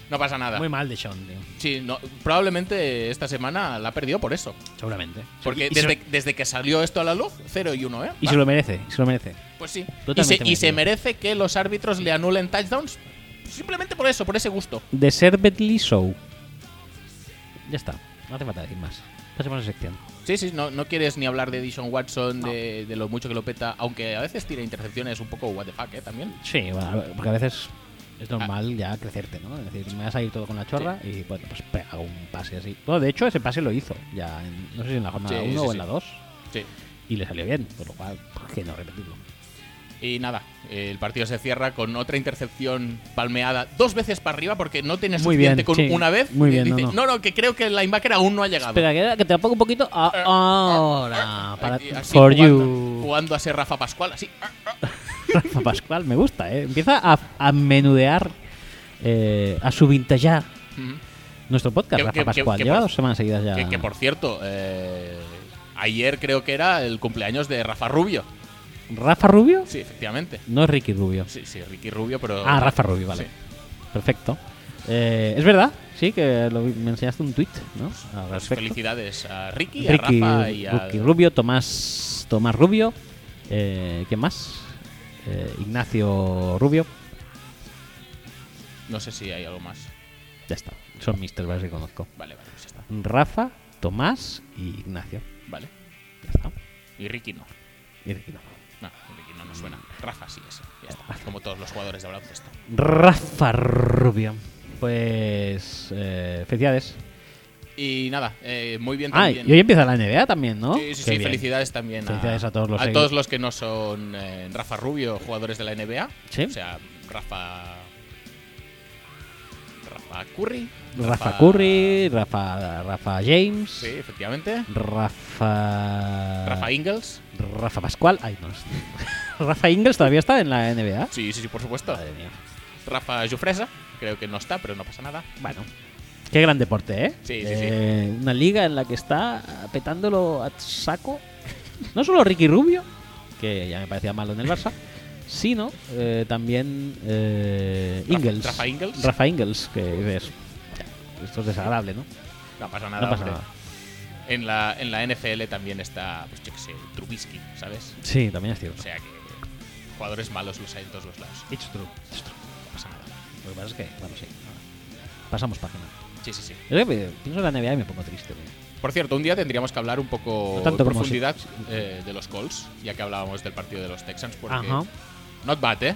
S2: No pasa nada.
S1: Muy mal de Sean, tío,
S2: Sí, no, probablemente esta semana la ha perdido por eso.
S1: seguramente.
S2: Porque
S1: y, y
S2: desde,
S1: se,
S2: desde que salió esto a la luz, 0 y 1, ¿eh?
S1: y
S2: Va,
S1: se lo merece, y se lo merece.
S2: pues sí. Y se,
S1: Totalmente
S2: y se
S1: merecido.
S2: merece que los árbitros le anulen touchdowns simplemente por eso, por ese gusto.
S1: Deservedly so. Ya está, no hace falta decir más. Pasemos a la sección.
S2: Sí, sí, no, no quieres ni hablar de Dishon Watson, de, de lo mucho que lo peta, aunque a veces tira intercepciones un poco what the fuck, ¿eh? También.
S1: Sí, bueno, a ver, porque a veces es
S2: Ah.
S1: normal ya crecerte, ¿no? Es decir, me vas a ir todo con la chorra y bueno, pues pega un pase así. Bueno, de hecho, ese pase lo hizo, ya en- no sé si en la jornada
S2: Sí,
S1: 1
S2: sí,
S1: o en
S2: sí.
S1: la 2,
S2: Sí.
S1: y le salió bien, por lo cual, ¿por qué no repetirlo?
S2: Y nada, eh, el partido se cierra con otra intercepción palmeada dos veces para arriba porque no tienes
S1: Muy
S2: suficiente
S1: bien,
S2: con
S1: sí.
S2: una vez.
S1: Muy
S2: Y
S1: bien, no,
S2: dice,
S1: no.
S2: que creo que el linebacker aún no ha llegado.
S1: Espera, que, que te apago un poquito. Ah, ahora, para,
S2: Eh, Aquí, así,
S1: for
S2: jugando,
S1: you.
S2: Jugando a ser Rafa Pascual, así.
S1: <laughs>
S2: Ah,
S1: Rafa Pascual, me gusta, ¿eh? Empieza a, a menudear, eh, a subintallar Nuestro podcast,
S2: Que-
S1: Rafa
S2: que-
S1: Pascual.
S2: que- que
S1: Lleva
S2: por-
S1: dos semanas seguidas ya.
S2: Que, que, por cierto, eh, ayer creo que era el cumpleaños de Rafa Rubio.
S1: ¿Rafa Rubio?
S2: Sí, efectivamente.
S1: No es Ricky Rubio.
S2: Sí, sí, Ricky Rubio, pero.
S1: Ah, Rafa Rubio, vale.
S2: Sí.
S1: Perfecto. Eh, es verdad, sí, que lo vi- me enseñaste un tweet, ¿no? Al
S2: Pues
S1: respecto.
S2: felicidades a Ricky,
S1: Ricky,
S2: a Rafa y a.
S1: Ricky Rubio, Tomás, Tomás Rubio, eh, ¿quién más? Eh, Ignacio Rubio,
S2: No sé si hay algo más.
S1: ya está. Son mis tres bares que conozco.
S2: Vale, vale, pues ya está.
S1: Rafa, Tomás y Ignacio.
S2: Vale.
S1: Ya está.
S2: Y Ricky no.
S1: Y Ricky no.
S2: No, Ricky no nos suena. Rafa sí es. Ya está. Como todos los jugadores de baloncesto.
S1: Rafa Rubio. Pues eh, felicidades.
S2: Y nada, eh, muy bien
S1: Ah,
S2: también.
S1: y hoy empieza la NBA también, ¿no?
S2: Sí, sí,
S1: Qué
S2: sí,
S1: bien.
S2: felicidades también
S1: Felicidades
S2: a,
S1: a todos los seguid-
S2: todos los que no son eh, Rafa Rubio, jugadores de la NBA.
S1: Sí.
S2: O sea, Rafa. Rafa Curry.
S1: Rafa Curry, Rafa, Rafa James,
S2: Sí, efectivamente.
S1: Rafa.
S2: Rafa Ingles.
S1: Rafa Pascual. Ay, no. <laughs> es- Rafa Ingles todavía está en la NBA.
S2: Sí, sí, sí, por supuesto.
S1: Madre mía.
S2: Rafa Jufresa. Creo que no está, pero no pasa nada.
S1: Bueno. Qué gran deporte, ¿eh?
S2: Sí, sí,
S1: Eh, Una liga en la que está petándolo a saco. No solo Ricky Rubio, que ya me parecía malo en el
S2: <laughs>
S1: Barça, sino eh, también eh,
S2: Rafa-
S1: Ingles.
S2: Rafa Ingles.
S1: Rafa Ingles, que es. Esto es desagradable, ¿no?
S2: No pasa nada.
S1: no pasa
S2: hombre.
S1: nada.
S2: En la, en la NFL también está, pues yo qué sé, Trubisky, ¿sabes?
S1: Sí, también es
S2: O
S1: cierto.
S2: sea que jugadores malos los hay en todos los lados.
S1: It's true. It's true.
S2: No pasa nada.
S1: Lo que pasa es que, bueno, sí. Pasamos página.
S2: Sí, sí, sí.
S1: Es que pienso en la NBA y me pongo triste. tío.
S2: Por cierto, un día tendríamos que hablar un poco
S1: No
S2: en
S1: tanto como
S2: profundidad eh, de los calls, ya que hablábamos del partido de los Texans, porque
S1: Ajá.
S2: not bad, ¿eh?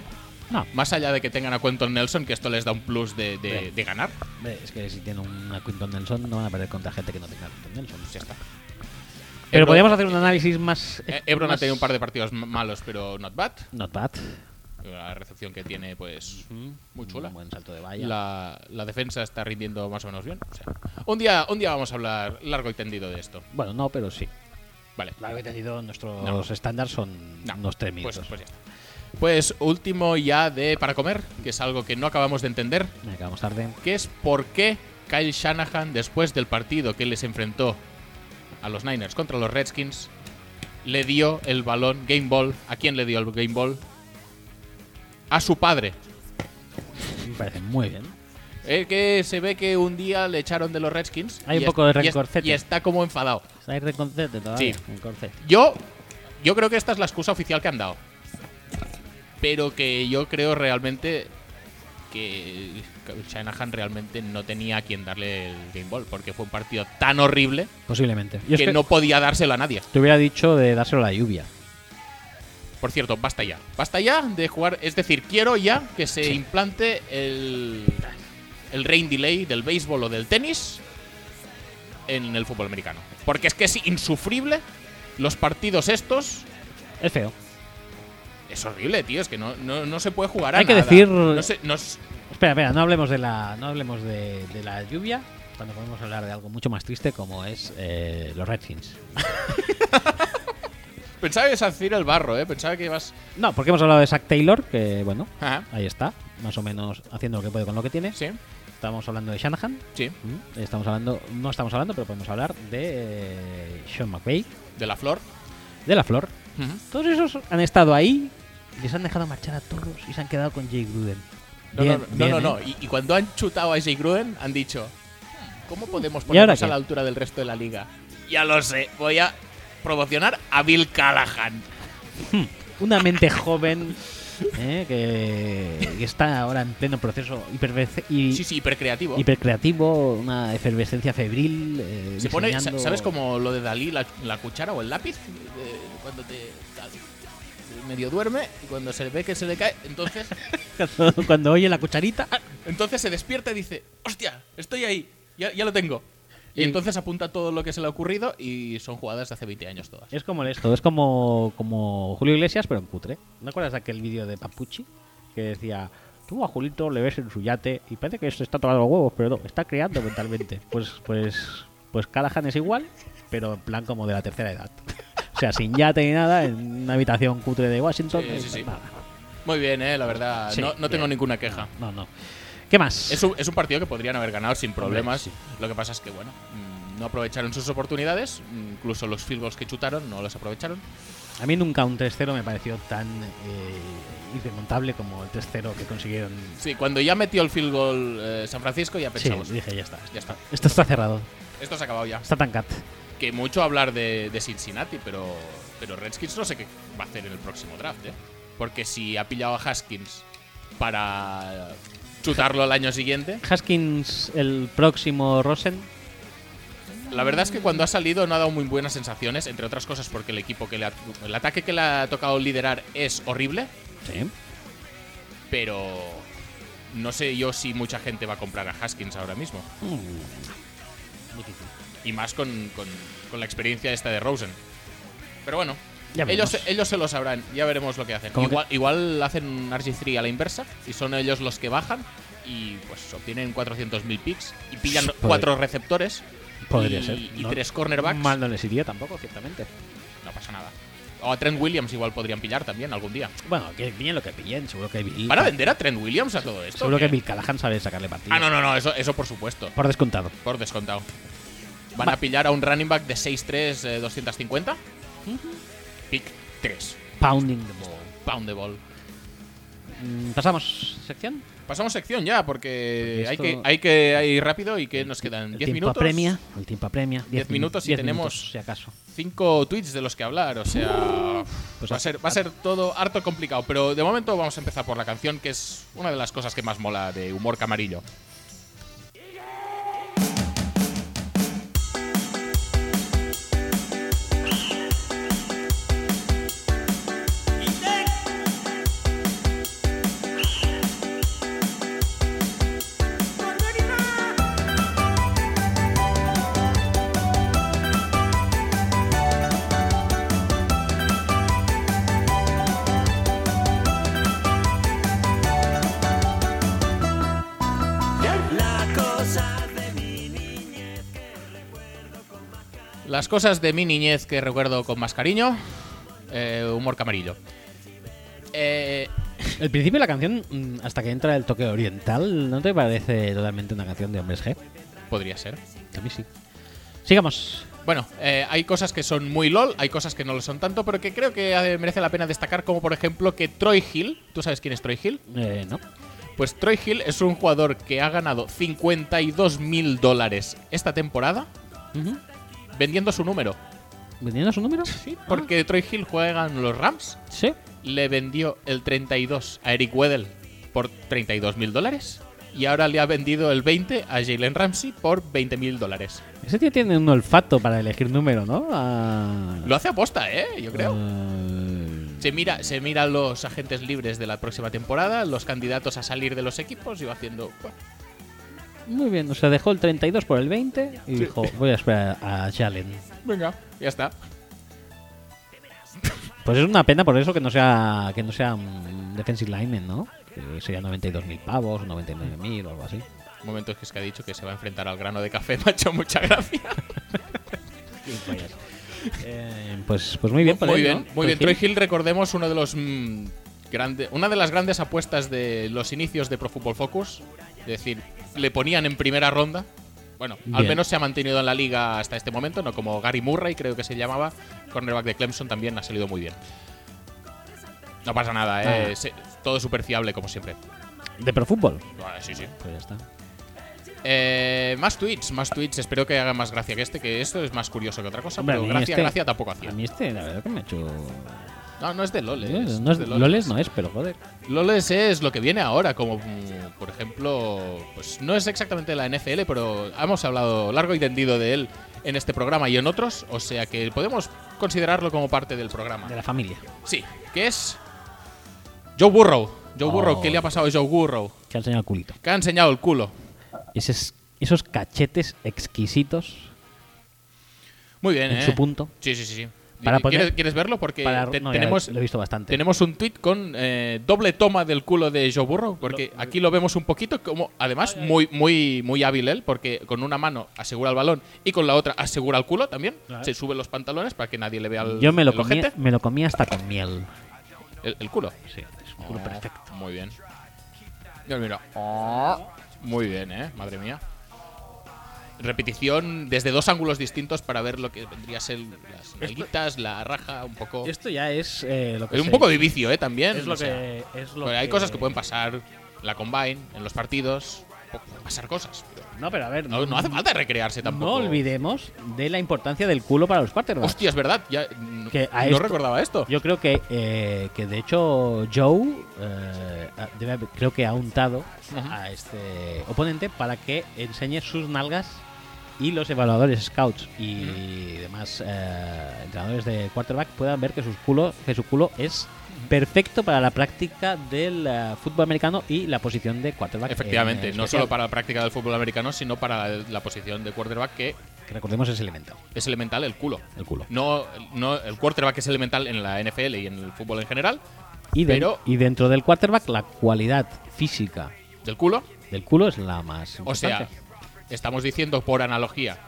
S1: No,
S2: Más allá de que tengan a Quentin Nelson, que esto les da un plus de, de-
S1: Bien.
S2: de ganar,
S1: hombre, es que si tienen una Quinton Nelson no van a perder contra gente que no tenga Quinton Nelson.
S2: pues ya está.
S1: Pero
S2: Ebron-
S1: podríamos hacer un análisis más...
S2: eh, Ebron ha
S1: más-
S2: tenido un par de partidos m- malos, pero not bad.
S1: Not bad.
S2: La recepción que tiene, pues, muy chula.
S1: Un buen salto de valla.
S2: La, la defensa está rindiendo más o menos bien. O sea, un, día, un día vamos a hablar largo y tendido de esto.
S1: Bueno, no, pero sí.
S2: Vale.
S1: La que he tenido nuestros
S2: No.
S1: estándares son
S2: No,
S1: unos 3
S2: Pues,
S1: minutos.
S2: pues ya está. Pues último ya de para comer, que es algo que no acabamos de entender,
S1: Me acabamos tarde.
S2: que es por qué Kyle Shanahan, después del partido que les enfrentó a los Niners contra los Redskins, le dio el balón, game ball, ¿a quién le dio el game ball? A su padre.
S1: Me parece muy bien.
S2: Es que se ve que un día le echaron de los Redskins.
S1: Hay un
S2: y
S1: poco de
S2: es- y es-
S1: rencorcete.
S2: Y está como enfadado.
S1: ¿Estáis de concete todavía?
S2: Sí.
S1: En concete.
S2: Yo, yo creo que esta es la excusa oficial que han dado. Pero que yo creo realmente que Shanahan realmente no tenía a quien darle el game ball. Porque fue un partido tan horrible
S1: Posiblemente. Yo
S2: que,
S1: es que
S2: no podía dárselo a nadie.
S1: te hubiera dicho de dárselo a la lluvia.
S2: Por cierto, basta ya. Basta ya de jugar. Es decir, quiero ya que se implante el, el rain delay del béisbol o del tenis en el fútbol americano. Porque es que es insufrible los partidos estos
S1: Es feo.
S2: Es horrible, tío. Es que no, no, no se puede jugar a
S1: Hay que
S2: nada.
S1: decir-
S2: No sé, no s-
S1: Espera, espera, no hablemos de la, no hablemos de, de la lluvia cuando podemos hablar de algo mucho más triste como es eh, los Redskins.
S2: Pensaba que ibas a decir el barro, ¿eh? Pensaba que ibas.
S1: No, porque hemos hablado de Zack Taylor, que bueno,
S2: Ajá.
S1: ahí está, más o menos haciendo lo que puede con lo que tiene.
S2: Sí,
S1: Estamos hablando de Shanahan,
S2: sí.
S1: ¿m? estamos hablando, no estamos hablando, pero podemos hablar de eh, Sean McVay,
S2: De la flor.
S1: de La Flor.
S2: Ujú.
S1: Todos esos han estado ahí, les han dejado marchar a todos y se han quedado con Jay Gruden.
S2: No,
S1: Bien,
S2: no, no,
S1: bien,
S2: no, no.
S1: ¿eh?
S2: Y, y cuando han chutado a Jay Gruden, han dicho: "Hmm, ¿Cómo podemos
S1: ¿Y ahora
S2: ponernos a
S1: qué?
S2: la altura del resto de la liga? Ya lo sé. Voy a promocionar a Bill Callahan.
S1: Una mente joven eh, que, que está ahora en pleno proceso hipervece- y,
S2: Sí, sí, hipercreativo.
S1: hipercreativo, una efervescencia febril. eh,
S2: Se pone,
S1: diseñando-
S2: sa- ¿sabes como lo de Dalí, la, la cuchara o el lápiz? Eh, cuando te, te- medio duerme y cuando se le ve que se le cae, entonces
S1: <laughs> Cuando oye la cucharita. ¡ah!
S2: Entonces se despierta y dice, hostia, estoy ahí, ya, ya lo tengo. Y
S1: Y-
S2: entonces apunta todo lo que se le ha ocurrido y son jugadas de hace 20 años todas.
S1: Es como esto, es como, como Julio Iglesias, pero en cutre. ¿No acuerdas de aquel vídeo de Papucci? Que decía, tú a Julito le ves en su yate y parece que se está tomando los huevos, pero no, está creando mentalmente. Pues, pues, pues Callahan es igual, pero en plan como de la tercera edad. <laughs> O sea, sin yate ni nada, en una habitación cutre de Washington.
S2: Sí, sí, sí.
S1: nada.
S2: Muy bien, eh, la verdad.
S1: Sí,
S2: no no tengo
S1: bien.
S2: ninguna queja.
S1: No, no.
S6: ¿Qué más?
S2: Es un, es un partido que podrían haber ganado sin problemas. Lo que pasa es que, bueno, mm, no aprovecharon sus oportunidades. Incluso los field goals que chutaron no los aprovecharon.
S1: A mí nunca un 3-0 me pareció tan eh, irremontable como el 3-0 que consiguieron.
S2: Sí, cuando ya metió el field goal eh, San Francisco, ya
S1: Sí,
S2: pensamos.
S1: dije, ya está.
S2: Ya está.
S1: Esto está cerrado.
S2: Esto se ha acabado ya.
S1: Está tan cat.
S2: Que mucho hablar de, de Cincinnati, pero, pero Redskins no sé qué va a hacer en el próximo draft, ¿eh? Porque si ha pillado a Haskins para chutarlo al año siguiente,
S6: Haskins, el próximo Rosen.
S2: la verdad es que cuando ha salido no ha dado muy buenas sensaciones, entre otras cosas porque el equipo que le ha- el ataque que le ha tocado liderar es horrible,
S6: Sí.
S2: pero no sé yo si mucha gente va a comprar a Haskins ahora mismo.
S1: Uh.
S2: Y más con, con- con la experiencia esta de Rosen. Pero bueno,
S1: Ya veremos.
S2: ellos, ellos se lo sabrán, ya veremos lo que hacen.
S6: ¿Cómo que-
S2: Igual, igual hacen un RG3 a la inversa y son ellos los que bajan y pues obtienen 400.000 picks y pillan
S1: Podría-
S2: cuatro receptores
S1: Podría
S2: y,
S1: ser.
S2: y
S1: No-
S2: tres cornerbacks.
S6: Mal no les iría tampoco, ciertamente.
S2: No pasa nada. O a Trent Williams igual podrían pillar también algún día.
S1: Bueno, que bien lo que pillen. Seguro que Bill.
S2: ¿Van a vender a Trent Williams a todo esto?
S1: Seguro
S2: ¿Qué?
S1: que Bill Callahan sabe sacarle partido.
S2: Ah, no, no, no, eso, eso por supuesto.
S1: Por descontado.
S2: Por descontado. ¿Van a pillar a un running back de 6'3, eh, 250? Pick 3.
S6: Pounding the ball.
S2: Pound the ball.
S6: Mm, Pasamos sección.
S2: Pasamos sección ya, porque
S6: Porque
S2: hay, que,
S6: esto-
S2: hay que ir rápido y que nos quedan
S6: El
S2: 10
S6: tiempo
S2: minutos.
S6: apremia. El tiempo apremia.
S2: 10 minutos y
S6: diez
S2: tenemos-
S6: minutos, si acaso.
S2: 5 tweets de los que hablar, o sea.
S6: Pues a-
S2: va, a ser, va a ser todo harto complicado, pero de momento vamos a empezar por la canción, que es una de las cosas que más mola de humor camarillo.
S7: La cosa de mi niñez.
S2: Las cosas de mi niñez que recuerdo con más cariño. eh, humor camarillo. Eh,
S1: El principio de la canción, mm, hasta que entra el toque oriental, ¿no te parece totalmente una canción de hombres G?
S2: podría ser.
S1: A mí sí. Sigamos.
S2: Bueno, eh, hay cosas que son muy LOL, hay cosas que no lo son tanto, pero que creo que eh, merece la pena destacar, como por ejemplo que Troy Hill, ¿tú sabes quién es Troy Hill?
S1: Eh, no.
S2: Pues Troy Hill es un jugador que ha ganado 52 mil dólares esta temporada
S1: Ujú.
S2: vendiendo su número.
S1: ¿Vendiendo su número?
S2: Sí, Ah. porque Troy Hill juega en los Rams,
S1: Sí.
S2: le vendió el 32 a Eric Weddle por 32 mil dólares y ahora le ha vendido el 20 a Jalen Ramsey por 20 mil dólares.
S1: Ese tío tiene un olfato para elegir número, ¿no? Ah,
S2: Lo hace aposta, ¿eh? Yo creo.
S1: eh,
S2: Se mira, se mira los agentes libres de la próxima temporada, los candidatos a salir de los equipos y va haciendo. bueno,
S1: muy bien, o sea, dejó el 32 por el 20 y dijo, voy a esperar a Jalen.
S2: venga, ya está.
S1: Pues es una pena por eso que no sea que no sea un defensive lineman, ¿no? Que sería 92.000 pavos, 99.000 o algo así.
S2: Momentos que es que ha dicho que se va a enfrentar al grano de café, <laughs> me ha hecho mucha gracia.
S1: Eh, pues, pues muy bien, por
S2: muy
S1: él,
S2: bien,
S1: ¿no? Pues
S2: muy bien.
S1: Troy
S2: Troy
S1: Hill.
S2: Hill, recordemos, uno de los mm, grande- una de las grandes apuestas de los inicios de Pro Football Focus. Es decir, le ponían en primera ronda. Bueno, al
S1: Bien.
S2: menos se ha mantenido en la liga hasta este momento, no como Gary Murray, creo que se llamaba. Cornerback de Clemson también ha salido muy bien. No pasa nada, ¿eh?
S1: Ah.
S2: Se- todo súper fiable, como siempre.
S1: De Pro Football.
S2: Ah, sí, sí.
S1: Pues ya está.
S2: Eh, más tweets, más tweets. Espero que haga más gracia que este, que esto es más curioso que otra cosa,
S1: Hombre, a
S2: pero
S1: mí
S2: gracia,
S1: este-
S2: gracia tampoco hacía.
S1: A mí este, la verdad que me ha hecho...
S2: No, no es de LOL.
S1: No es,
S2: es de LOL.
S1: Loles no es, pero joder.
S2: LOLES es lo que viene ahora, como mm, por ejemplo, pues no es exactamente la NFL, pero hemos hablado largo y tendido de él en este programa y en otros, o sea que podemos considerarlo como parte del programa.
S1: De la familia.
S2: Sí, que es Joe Burrow. Joe
S1: Oh.
S2: Burrow, ¿qué le ha pasado a Joe Burrow?
S1: Que ha enseñado el culito.
S2: Que ha enseñado el culo.
S1: Esos, esos cachetes exquisitos
S2: Muy bien,
S1: en
S2: ¿eh?
S1: su punto.
S2: Sí, sí, sí. sí.
S1: Para
S2: ¿Quieres,
S1: poner-
S2: quieres verlo? Porque
S1: para-
S2: te-
S1: no, ya
S2: tenemos,
S1: lo he visto bastante.
S2: Tenemos un tweet con eh, doble toma del culo de Joe Burrow, porque aquí lo vemos un poquito como, además, muy, muy, muy hábil él, porque con una mano asegura el balón y con la otra asegura el culo también. Se suben los pantalones para que nadie le vea el,
S1: Yo me lo,
S2: el
S1: comía,
S2: ojete.
S1: me lo comía hasta con miel.
S2: El, el culo. Ah.
S1: Sí, es un culo perfecto.
S2: Muy bien. Dios mío. Oh, muy bien, ¿eh? Madre mía. Repetición desde dos ángulos distintos para ver lo que vendría a ser las nalguitas, la raja, un poco... Es
S1: Esto ya es eh, lo que
S2: un
S1: se-
S2: poco de vicio, ¿eh? También.
S1: es lo
S2: o sea,
S1: que es lo
S2: pero hay
S1: que-
S2: cosas que pueden pasar en la Combine, en los partidos. pu- Pueden pasar cosas. pero
S1: No, pero a ver,
S2: No, no hace falta recrearse
S1: no
S2: tampoco.
S1: olvidemos de la importancia del culo para los quarterbacks.
S2: Hostia, es verdad. Ya, no
S1: Que a
S2: no
S1: esto-
S2: recordaba esto.
S1: Yo creo que, eh, que de hecho Joe eh, a- debe haber- creo que ha untado a este oponente para que enseñe sus nalgas y los evaluadores scouts y demás eh, entrenadores de quarterback puedan ver que, sus culo, que su culo es perfecto para la práctica del eh, fútbol americano y la posición de quarterback. en
S2: Efectivamente, no
S1: especial,
S2: solo para la práctica del fútbol americano, sino para la posición de quarterback que
S1: que recordemos ese elemento,
S2: es elemental el culo.
S1: el culo.
S2: No, no el quarterback es elemental en la NFL y en el fútbol en general,
S1: Y, de-
S2: pero-
S1: y dentro del quarterback la cualidad física
S2: del culo.
S1: del culo es la más
S2: O sea,
S1: importante.
S2: estamos diciendo por analogía,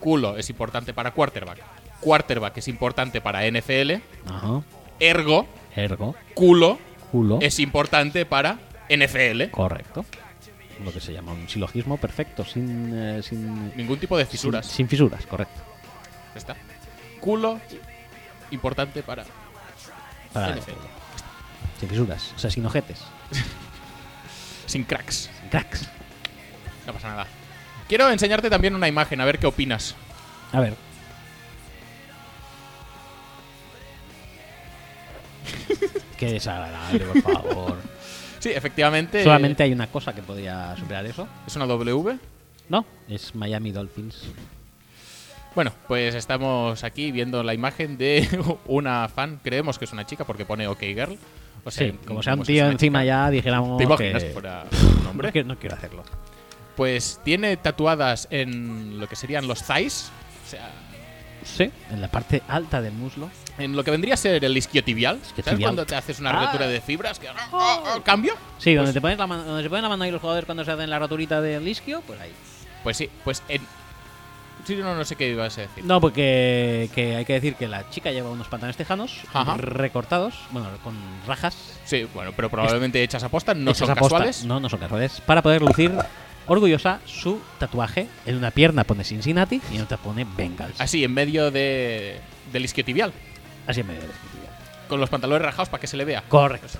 S2: culo es importante para quarterback, quarterback es importante para NFL,
S1: Ajá.
S2: ergo,
S1: Ergo,
S2: culo
S1: culo.
S2: es importante para NFL.
S1: Correcto. Lo que se llama un silogismo perfecto, sin, eh, sin
S2: Ningún tipo de fisuras.
S1: Sin, sin fisuras, correcto.
S2: Ya Está. Culo importante para
S1: Para la
S2: NFL.
S1: estrella. Sin fisuras, o sea, sin ojetes,
S2: sin cracks.
S1: sin cracks.
S2: No pasa nada. Quiero enseñarte también una imagen, a ver qué opinas.
S1: A
S2: <laughs>
S1: ver, qué desagradable, por favor.
S2: Sí, efectivamente.
S1: Solamente hay una cosa que podía superar eso.
S2: ¿Es una W?
S1: No, es Miami Dolphins.
S2: Bueno, pues estamos aquí viendo la imagen de <laughs> una fan, creemos que es una chica porque pone OK Girl. O sea,
S1: Sí, como sea un
S2: si es
S1: tío
S2: una
S1: encima
S2: chica.
S1: ya dijéramos
S2: ¿Te imaginas
S1: que... <laughs>
S2: fuera un
S1: No
S2: hombre?
S1: quiero- no quiero hacerlo.
S2: Pues tiene tatuadas en lo que serían los thighs, o sea,
S1: Sí, en la parte alta del muslo.
S2: en lo que vendría a ser el isquiotibial. ¿Sabes
S1: Isquiotibial.
S2: cuando te haces una
S1: Ah.
S2: rotura de fibras? Que, oh, oh, ¿Cambio?
S1: Sí, donde, te pones la mano, donde se ponen la mano ahí los jugadores cuando se hacen la roturita del isquio, pues ahí.
S2: Pues sí, pues en... Sí, no, no sé qué ibas a decir.
S1: No, porque que hay que decir que la chica lleva unos pantalones tejanos
S2: Ajá.
S1: recortados, bueno, con rajas.
S2: Sí, bueno, pero probablemente hechas a posta, no
S1: hechas
S2: son
S1: a posta.
S2: casuales.
S1: No, no son casuales. Para poder lucir orgullosa su tatuaje. En una pierna pone Cincinnati y en otra pone Bengals. Así,
S2: Así, en medio de, del isquiotibial,
S1: en medio de la escritura.
S2: con los pantalones rajados para que se le vea.
S1: Correcto.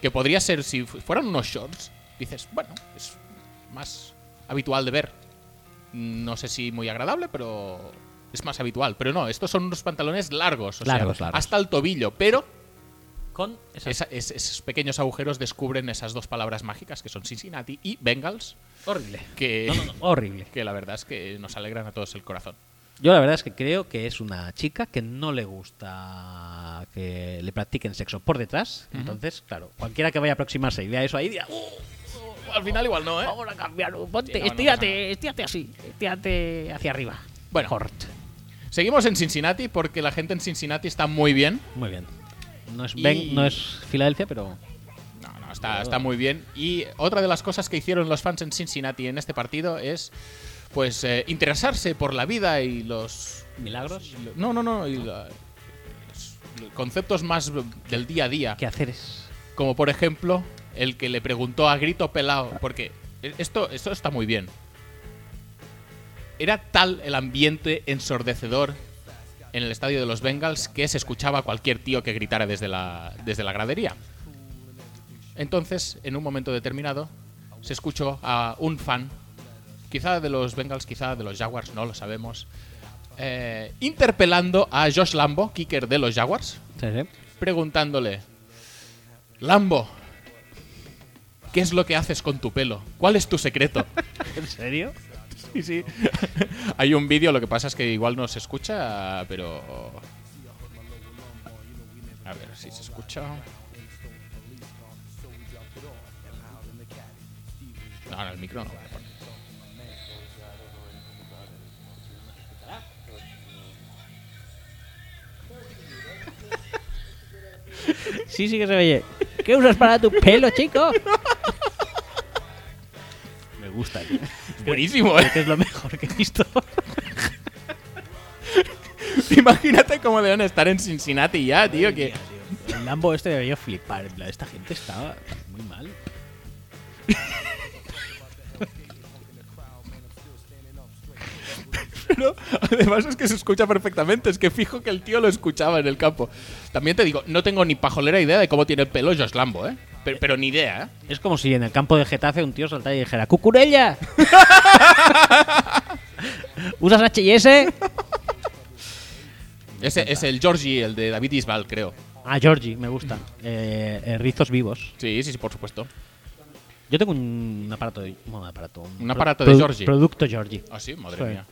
S2: que podría ser si fu- fueran unos shorts, dices, bueno, es más habitual de ver. No sé si muy agradable, pero es más habitual. Pero no, estos son unos pantalones largos, o sea,
S1: Largos, largos.
S2: hasta el tobillo, pero
S1: Con esas-
S2: esa- es- esos pequeños agujeros descubren esas dos palabras mágicas que son Cincinnati y Bengals,
S1: Horrible.
S2: que,
S1: No, no, no, horrible.
S2: que la verdad es que nos alegran a todos el corazón.
S1: Yo la verdad es que creo que es una chica que no le gusta que le practiquen sexo por detrás. Entonces, claro, cualquiera que vaya a aproximarse y vea eso ahí, dirá, "Uh,
S2: Al final igual no, ¿eh?
S1: vamos a cambiarlo,
S2: Sí,
S1: ponte,
S2: no, no pasa
S1: estírate, estírate así, estírate hacia arriba.
S2: Bueno.
S1: Hort.
S2: Seguimos en Cincinnati porque la gente en Cincinnati está muy bien.
S1: Muy bien. No es,
S2: Y-
S1: Ben- no es Filadelfia, pero
S2: No, no, está, está muy bien. Y otra de las cosas que hicieron los fans en Cincinnati en este partido es pues eh, interesarse por la vida y los
S1: milagros.
S2: no, no, no, y la- los conceptos más del día a día,
S1: ¿Qué hacer es?
S2: como por ejemplo el que le preguntó a grito pelado, porque esto esto está muy bien. Era tal el ambiente ensordecedor en el estadio de los Bengals que se escuchaba a cualquier tío que gritara desde la, desde la gradería. Entonces, en un momento determinado, se escuchó a un fan, quizá de los Bengals, quizá de los Jaguars, no lo sabemos, eh, interpelando a Josh Lambo, kicker de los Jaguars,
S1: Sí, sí.
S2: preguntándole, Lambo, ¿qué es lo que haces con tu pelo? ¿Cuál es tu secreto?
S1: <laughs> ¿En serio?
S2: Sí, sí. Hay un vídeo, lo que pasa es que igual no se escucha, pero. A ver si se escucha. No, no, el micro no.
S1: Sí, sí que se oye. ¿Qué usas para tu pelo,
S2: <laughs>
S1: chico? Me gusta, tío.
S2: Buenísimo,
S1: Creo <laughs>
S2: ¿eh?
S1: que es lo mejor que he visto.
S2: Imagínate cómo deben estar en Cincinnati ya, tío. Que
S1: El Lambo este debería flipar. en plan, Esta gente estaba muy mal.
S2: micrófono. Además es que se escucha perfectamente. Es que fijo que el tío lo escuchaba en el campo. También te digo, no tengo ni pajolera idea de cómo tiene el pelo Josh Lambo, ¿eh? Pero, pero ni idea, ¿eh?
S1: Es como si en el campo de Getafe un tío saltara y dijera ¡Cucurella! <laughs> ¿Usas H&S?
S2: Ese es el Georgie, el de David Isbal, creo.
S1: Ah, Georgie, me gusta. Eh, eh, rizos vivos.
S2: Sí, sí, sí, por supuesto.
S1: Yo tengo un aparato de... Bueno, un aparato. Un,
S2: Un aparato de Georgie.
S1: Producto Georgie.
S2: Ah, sí, madre
S1: Sí.
S2: mía.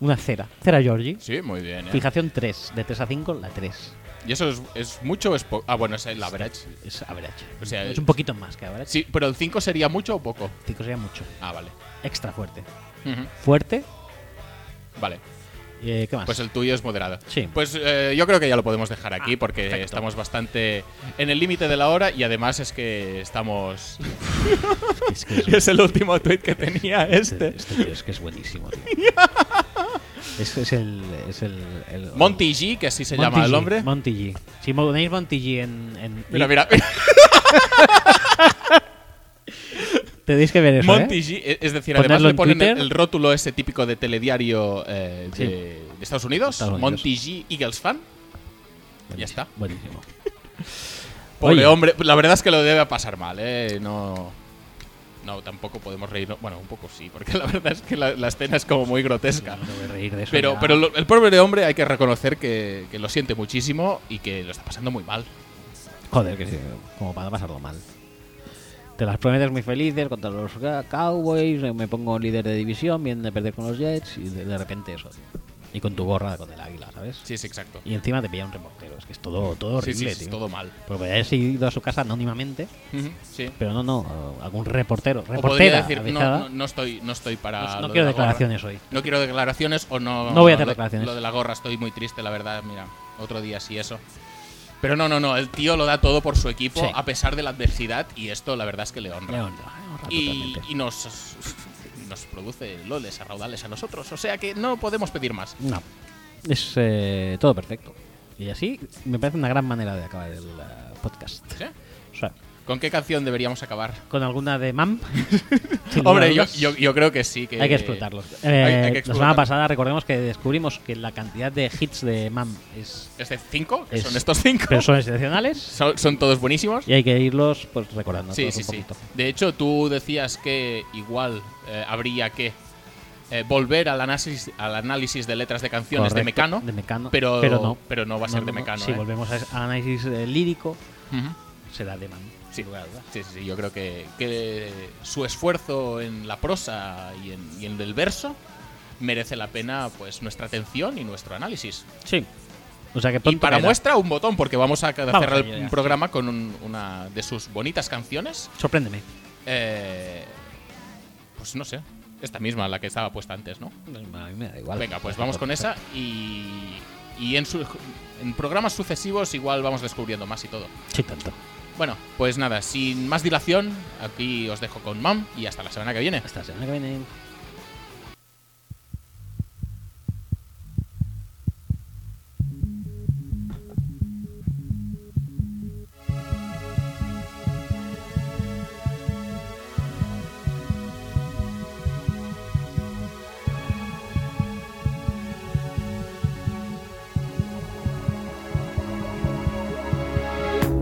S1: Una cera. Cera Georgie.
S2: Sí, muy bien. ¿eh?
S1: Fijación 3. De 3 a 5, la 3.
S2: Y eso es, es mucho. o es po- ah, bueno, es el average.
S1: Es average.
S2: O sea,
S1: es un poquito más que average.
S2: Sí, pero el 5 sería mucho o poco.
S1: 5 sería mucho.
S2: Ah, vale.
S1: Extra fuerte.
S2: Ujú,
S1: Fuerte.
S2: Vale.
S1: eh, ¿Qué más?
S2: Pues el tuyo es moderado.
S1: Sí.
S2: Pues eh, yo creo que ya lo podemos dejar aquí
S1: Ah,
S2: porque
S1: perfecto.
S2: estamos bastante en el límite de la hora y además es que estamos.
S1: Es que es-
S2: <laughs> es el último tweet que tenía
S1: este,
S2: este.
S1: este tío es que es buenísimo, tío. es, es el... Es el, el-
S2: Monty G, que así se
S1: Monty
S2: llama el
S1: G,
S2: hombre.
S1: Monty G. Si mo- ponéis Monty G en... en
S2: Mira,
S1: y-
S2: mira.
S1: Tenéis que ver eso,
S2: <laughs> Monty
S1: ¿eh?
S2: G, e- es decir,
S1: Ponerlo
S2: además le
S1: en
S2: ponen el,
S1: Twitter.
S2: el rótulo ese típico de telediario eh,
S1: Sí.
S2: de, de Estados Unidos,
S1: Estados Unidos.
S2: Monty G Eagles fan. Ya está.
S1: Buenísimo.
S2: Pobre
S1: Oye.
S2: hombre, la verdad es que lo debe pasar mal, ¿eh? No, no tampoco podemos reírnos. Bueno, un poco sí, porque <laughs> la verdad es que la, la escena es como muy grotesca.
S1: No me voy a reír de eso
S2: Pero,
S1: ya.
S2: pero lo- el pobre hombre hay que reconocer que, que lo siente muchísimo y que lo está pasando muy mal.
S1: Joder, que sí, como para pasarlo mal. Te las prometes muy felices contra los ca- Cowboys, eh, me pongo líder de división, vienen de perder con los Jets y de, de repente eso. tío. Y con tu gorra con el águila, ¿sabes?
S2: Sí, sí, exacto.
S1: Y encima te pilla un reportero, es que es todo, todo
S2: Sí, sí,
S1: horrible,
S2: es
S1: tío.
S2: todo mal.
S1: Porque podrías ido a su casa anónimamente,
S2: Ujú, Sí.
S1: pero no, no, algún reportero,
S2: O podría
S1: reportera
S2: decir, no,
S1: avisada.
S2: no- no estoy, no estoy para.
S1: No- no
S2: lo de
S1: quiero
S2: la gorra.
S1: declaraciones hoy.
S2: No quiero declaraciones o no.
S1: No voy a hacer
S2: lo-
S1: declaraciones.
S2: Lo de la gorra, estoy muy triste, la verdad. Mira, otro día sí eso. Pero no, no, no. El tío lo da todo por su equipo
S1: Sí.
S2: a pesar de la adversidad y esto, la verdad es que le honra.
S1: León, León,
S2: y,
S1: totalmente.
S2: y nos, <laughs> nos produce loles a raudales a nosotros. O sea que no podemos pedir más.
S1: No. Es eh, todo perfecto. Y así me parece una gran manera de acabar el eh, podcast.
S2: ¿Sí?
S1: O sea,
S2: ¿Con qué canción deberíamos acabar?
S1: con alguna de
S2: <laughs>
S1: MAM. Sin lugar a
S2: Hombre, yo,
S1: dudas,
S2: yo- yo creo que sí. Que
S1: Hay que explotarlos.
S2: hay-
S1: Eh,
S2: hay que
S1: La semana
S2: explotarlos.
S1: pasada recordemos que descubrimos que la cantidad de hits de MAM es,
S2: ¿Es de este cinco? que
S1: es-
S2: son estos cinco?
S1: pero son excepcionales
S2: Son- son todos buenísimos.
S1: y hay que irlos pues recordando
S2: Sí,
S1: todos
S2: sí,
S1: un
S2: sí.
S1: poquito.
S2: De hecho, tú decías que igual eh, habría que eh, volver al análisis, al análisis de letras de canciones de
S1: Correcto,
S2: Mecano.
S1: de Mecano,
S2: Pero,
S1: pero no.
S2: pero no va a ser de Mecano.
S1: Si
S2: ¿eh?
S1: volvemos a- al análisis eh, lírico,
S2: Ujú.
S1: será de MAM.
S2: Sí.
S1: sin lugar a dudas.
S2: Sí, sí, sí, yo creo que, que su esfuerzo en la prosa y en, y en el verso merece la pena pues nuestra atención y nuestro análisis.
S1: Sí. O sea que
S2: Y
S1: pronto
S2: para
S1: caerá.
S2: muestra un botón, porque vamos a
S1: Vamos
S2: cerrar
S1: allá,
S2: el
S1: ya.
S2: programa con un- una de sus bonitas canciones.
S1: Sorpréndeme.
S2: Eh, pues no sé, esta misma, la que estaba puesta antes, ¿no?
S1: A mí me da igual.
S2: Venga, pues vamos con esa y, y en, su- en programas sucesivos igual vamos descubriendo más y todo.
S1: Sí, tanto.
S2: Bueno, pues nada, sin más dilación, aquí os dejo con Mam y hasta la semana que viene.
S1: Hasta la semana que viene.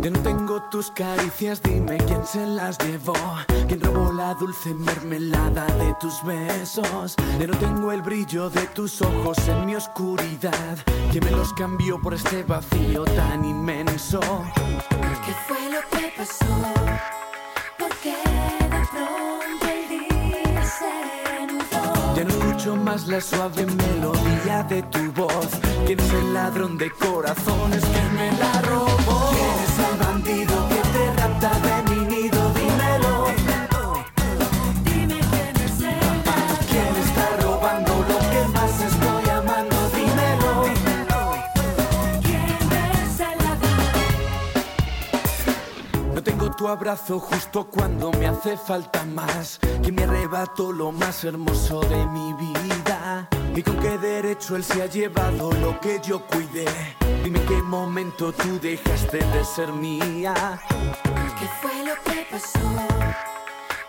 S4: Ya no tengo tus caricias, dime quién se las llevó. Quién robó la dulce mermelada de tus besos. Ya no tengo el brillo de tus ojos en mi oscuridad. Quién me los cambió por este vacío tan inmenso.
S3: ¿Qué fue lo que pasó? Porque de pronto el día se nubló.
S4: Ya no escucho más la suave melodía de tu voz. ¿Quién es el ladrón de corazones que me la robó? ¿Quién es el bandido que te rapta de mi nido? Dímelo.
S3: Dime quién es el ladrón.
S4: ¿Quién está robando lo que más estoy amando? Dímelo.
S3: ¿Quién es el ladrón?
S4: No tengo tu abrazo justo cuando me hace falta más. Que me arrebató lo más hermoso de mi vida. ¿Y con qué derecho él se ha llevado lo que yo cuidé? Dime en qué momento tú dejaste de ser mía.
S3: ¿Qué fue lo que pasó?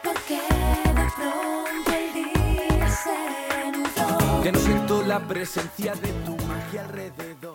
S3: Porque de pronto el día se nubló.
S4: Ya no siento la presencia de tu magia alrededor.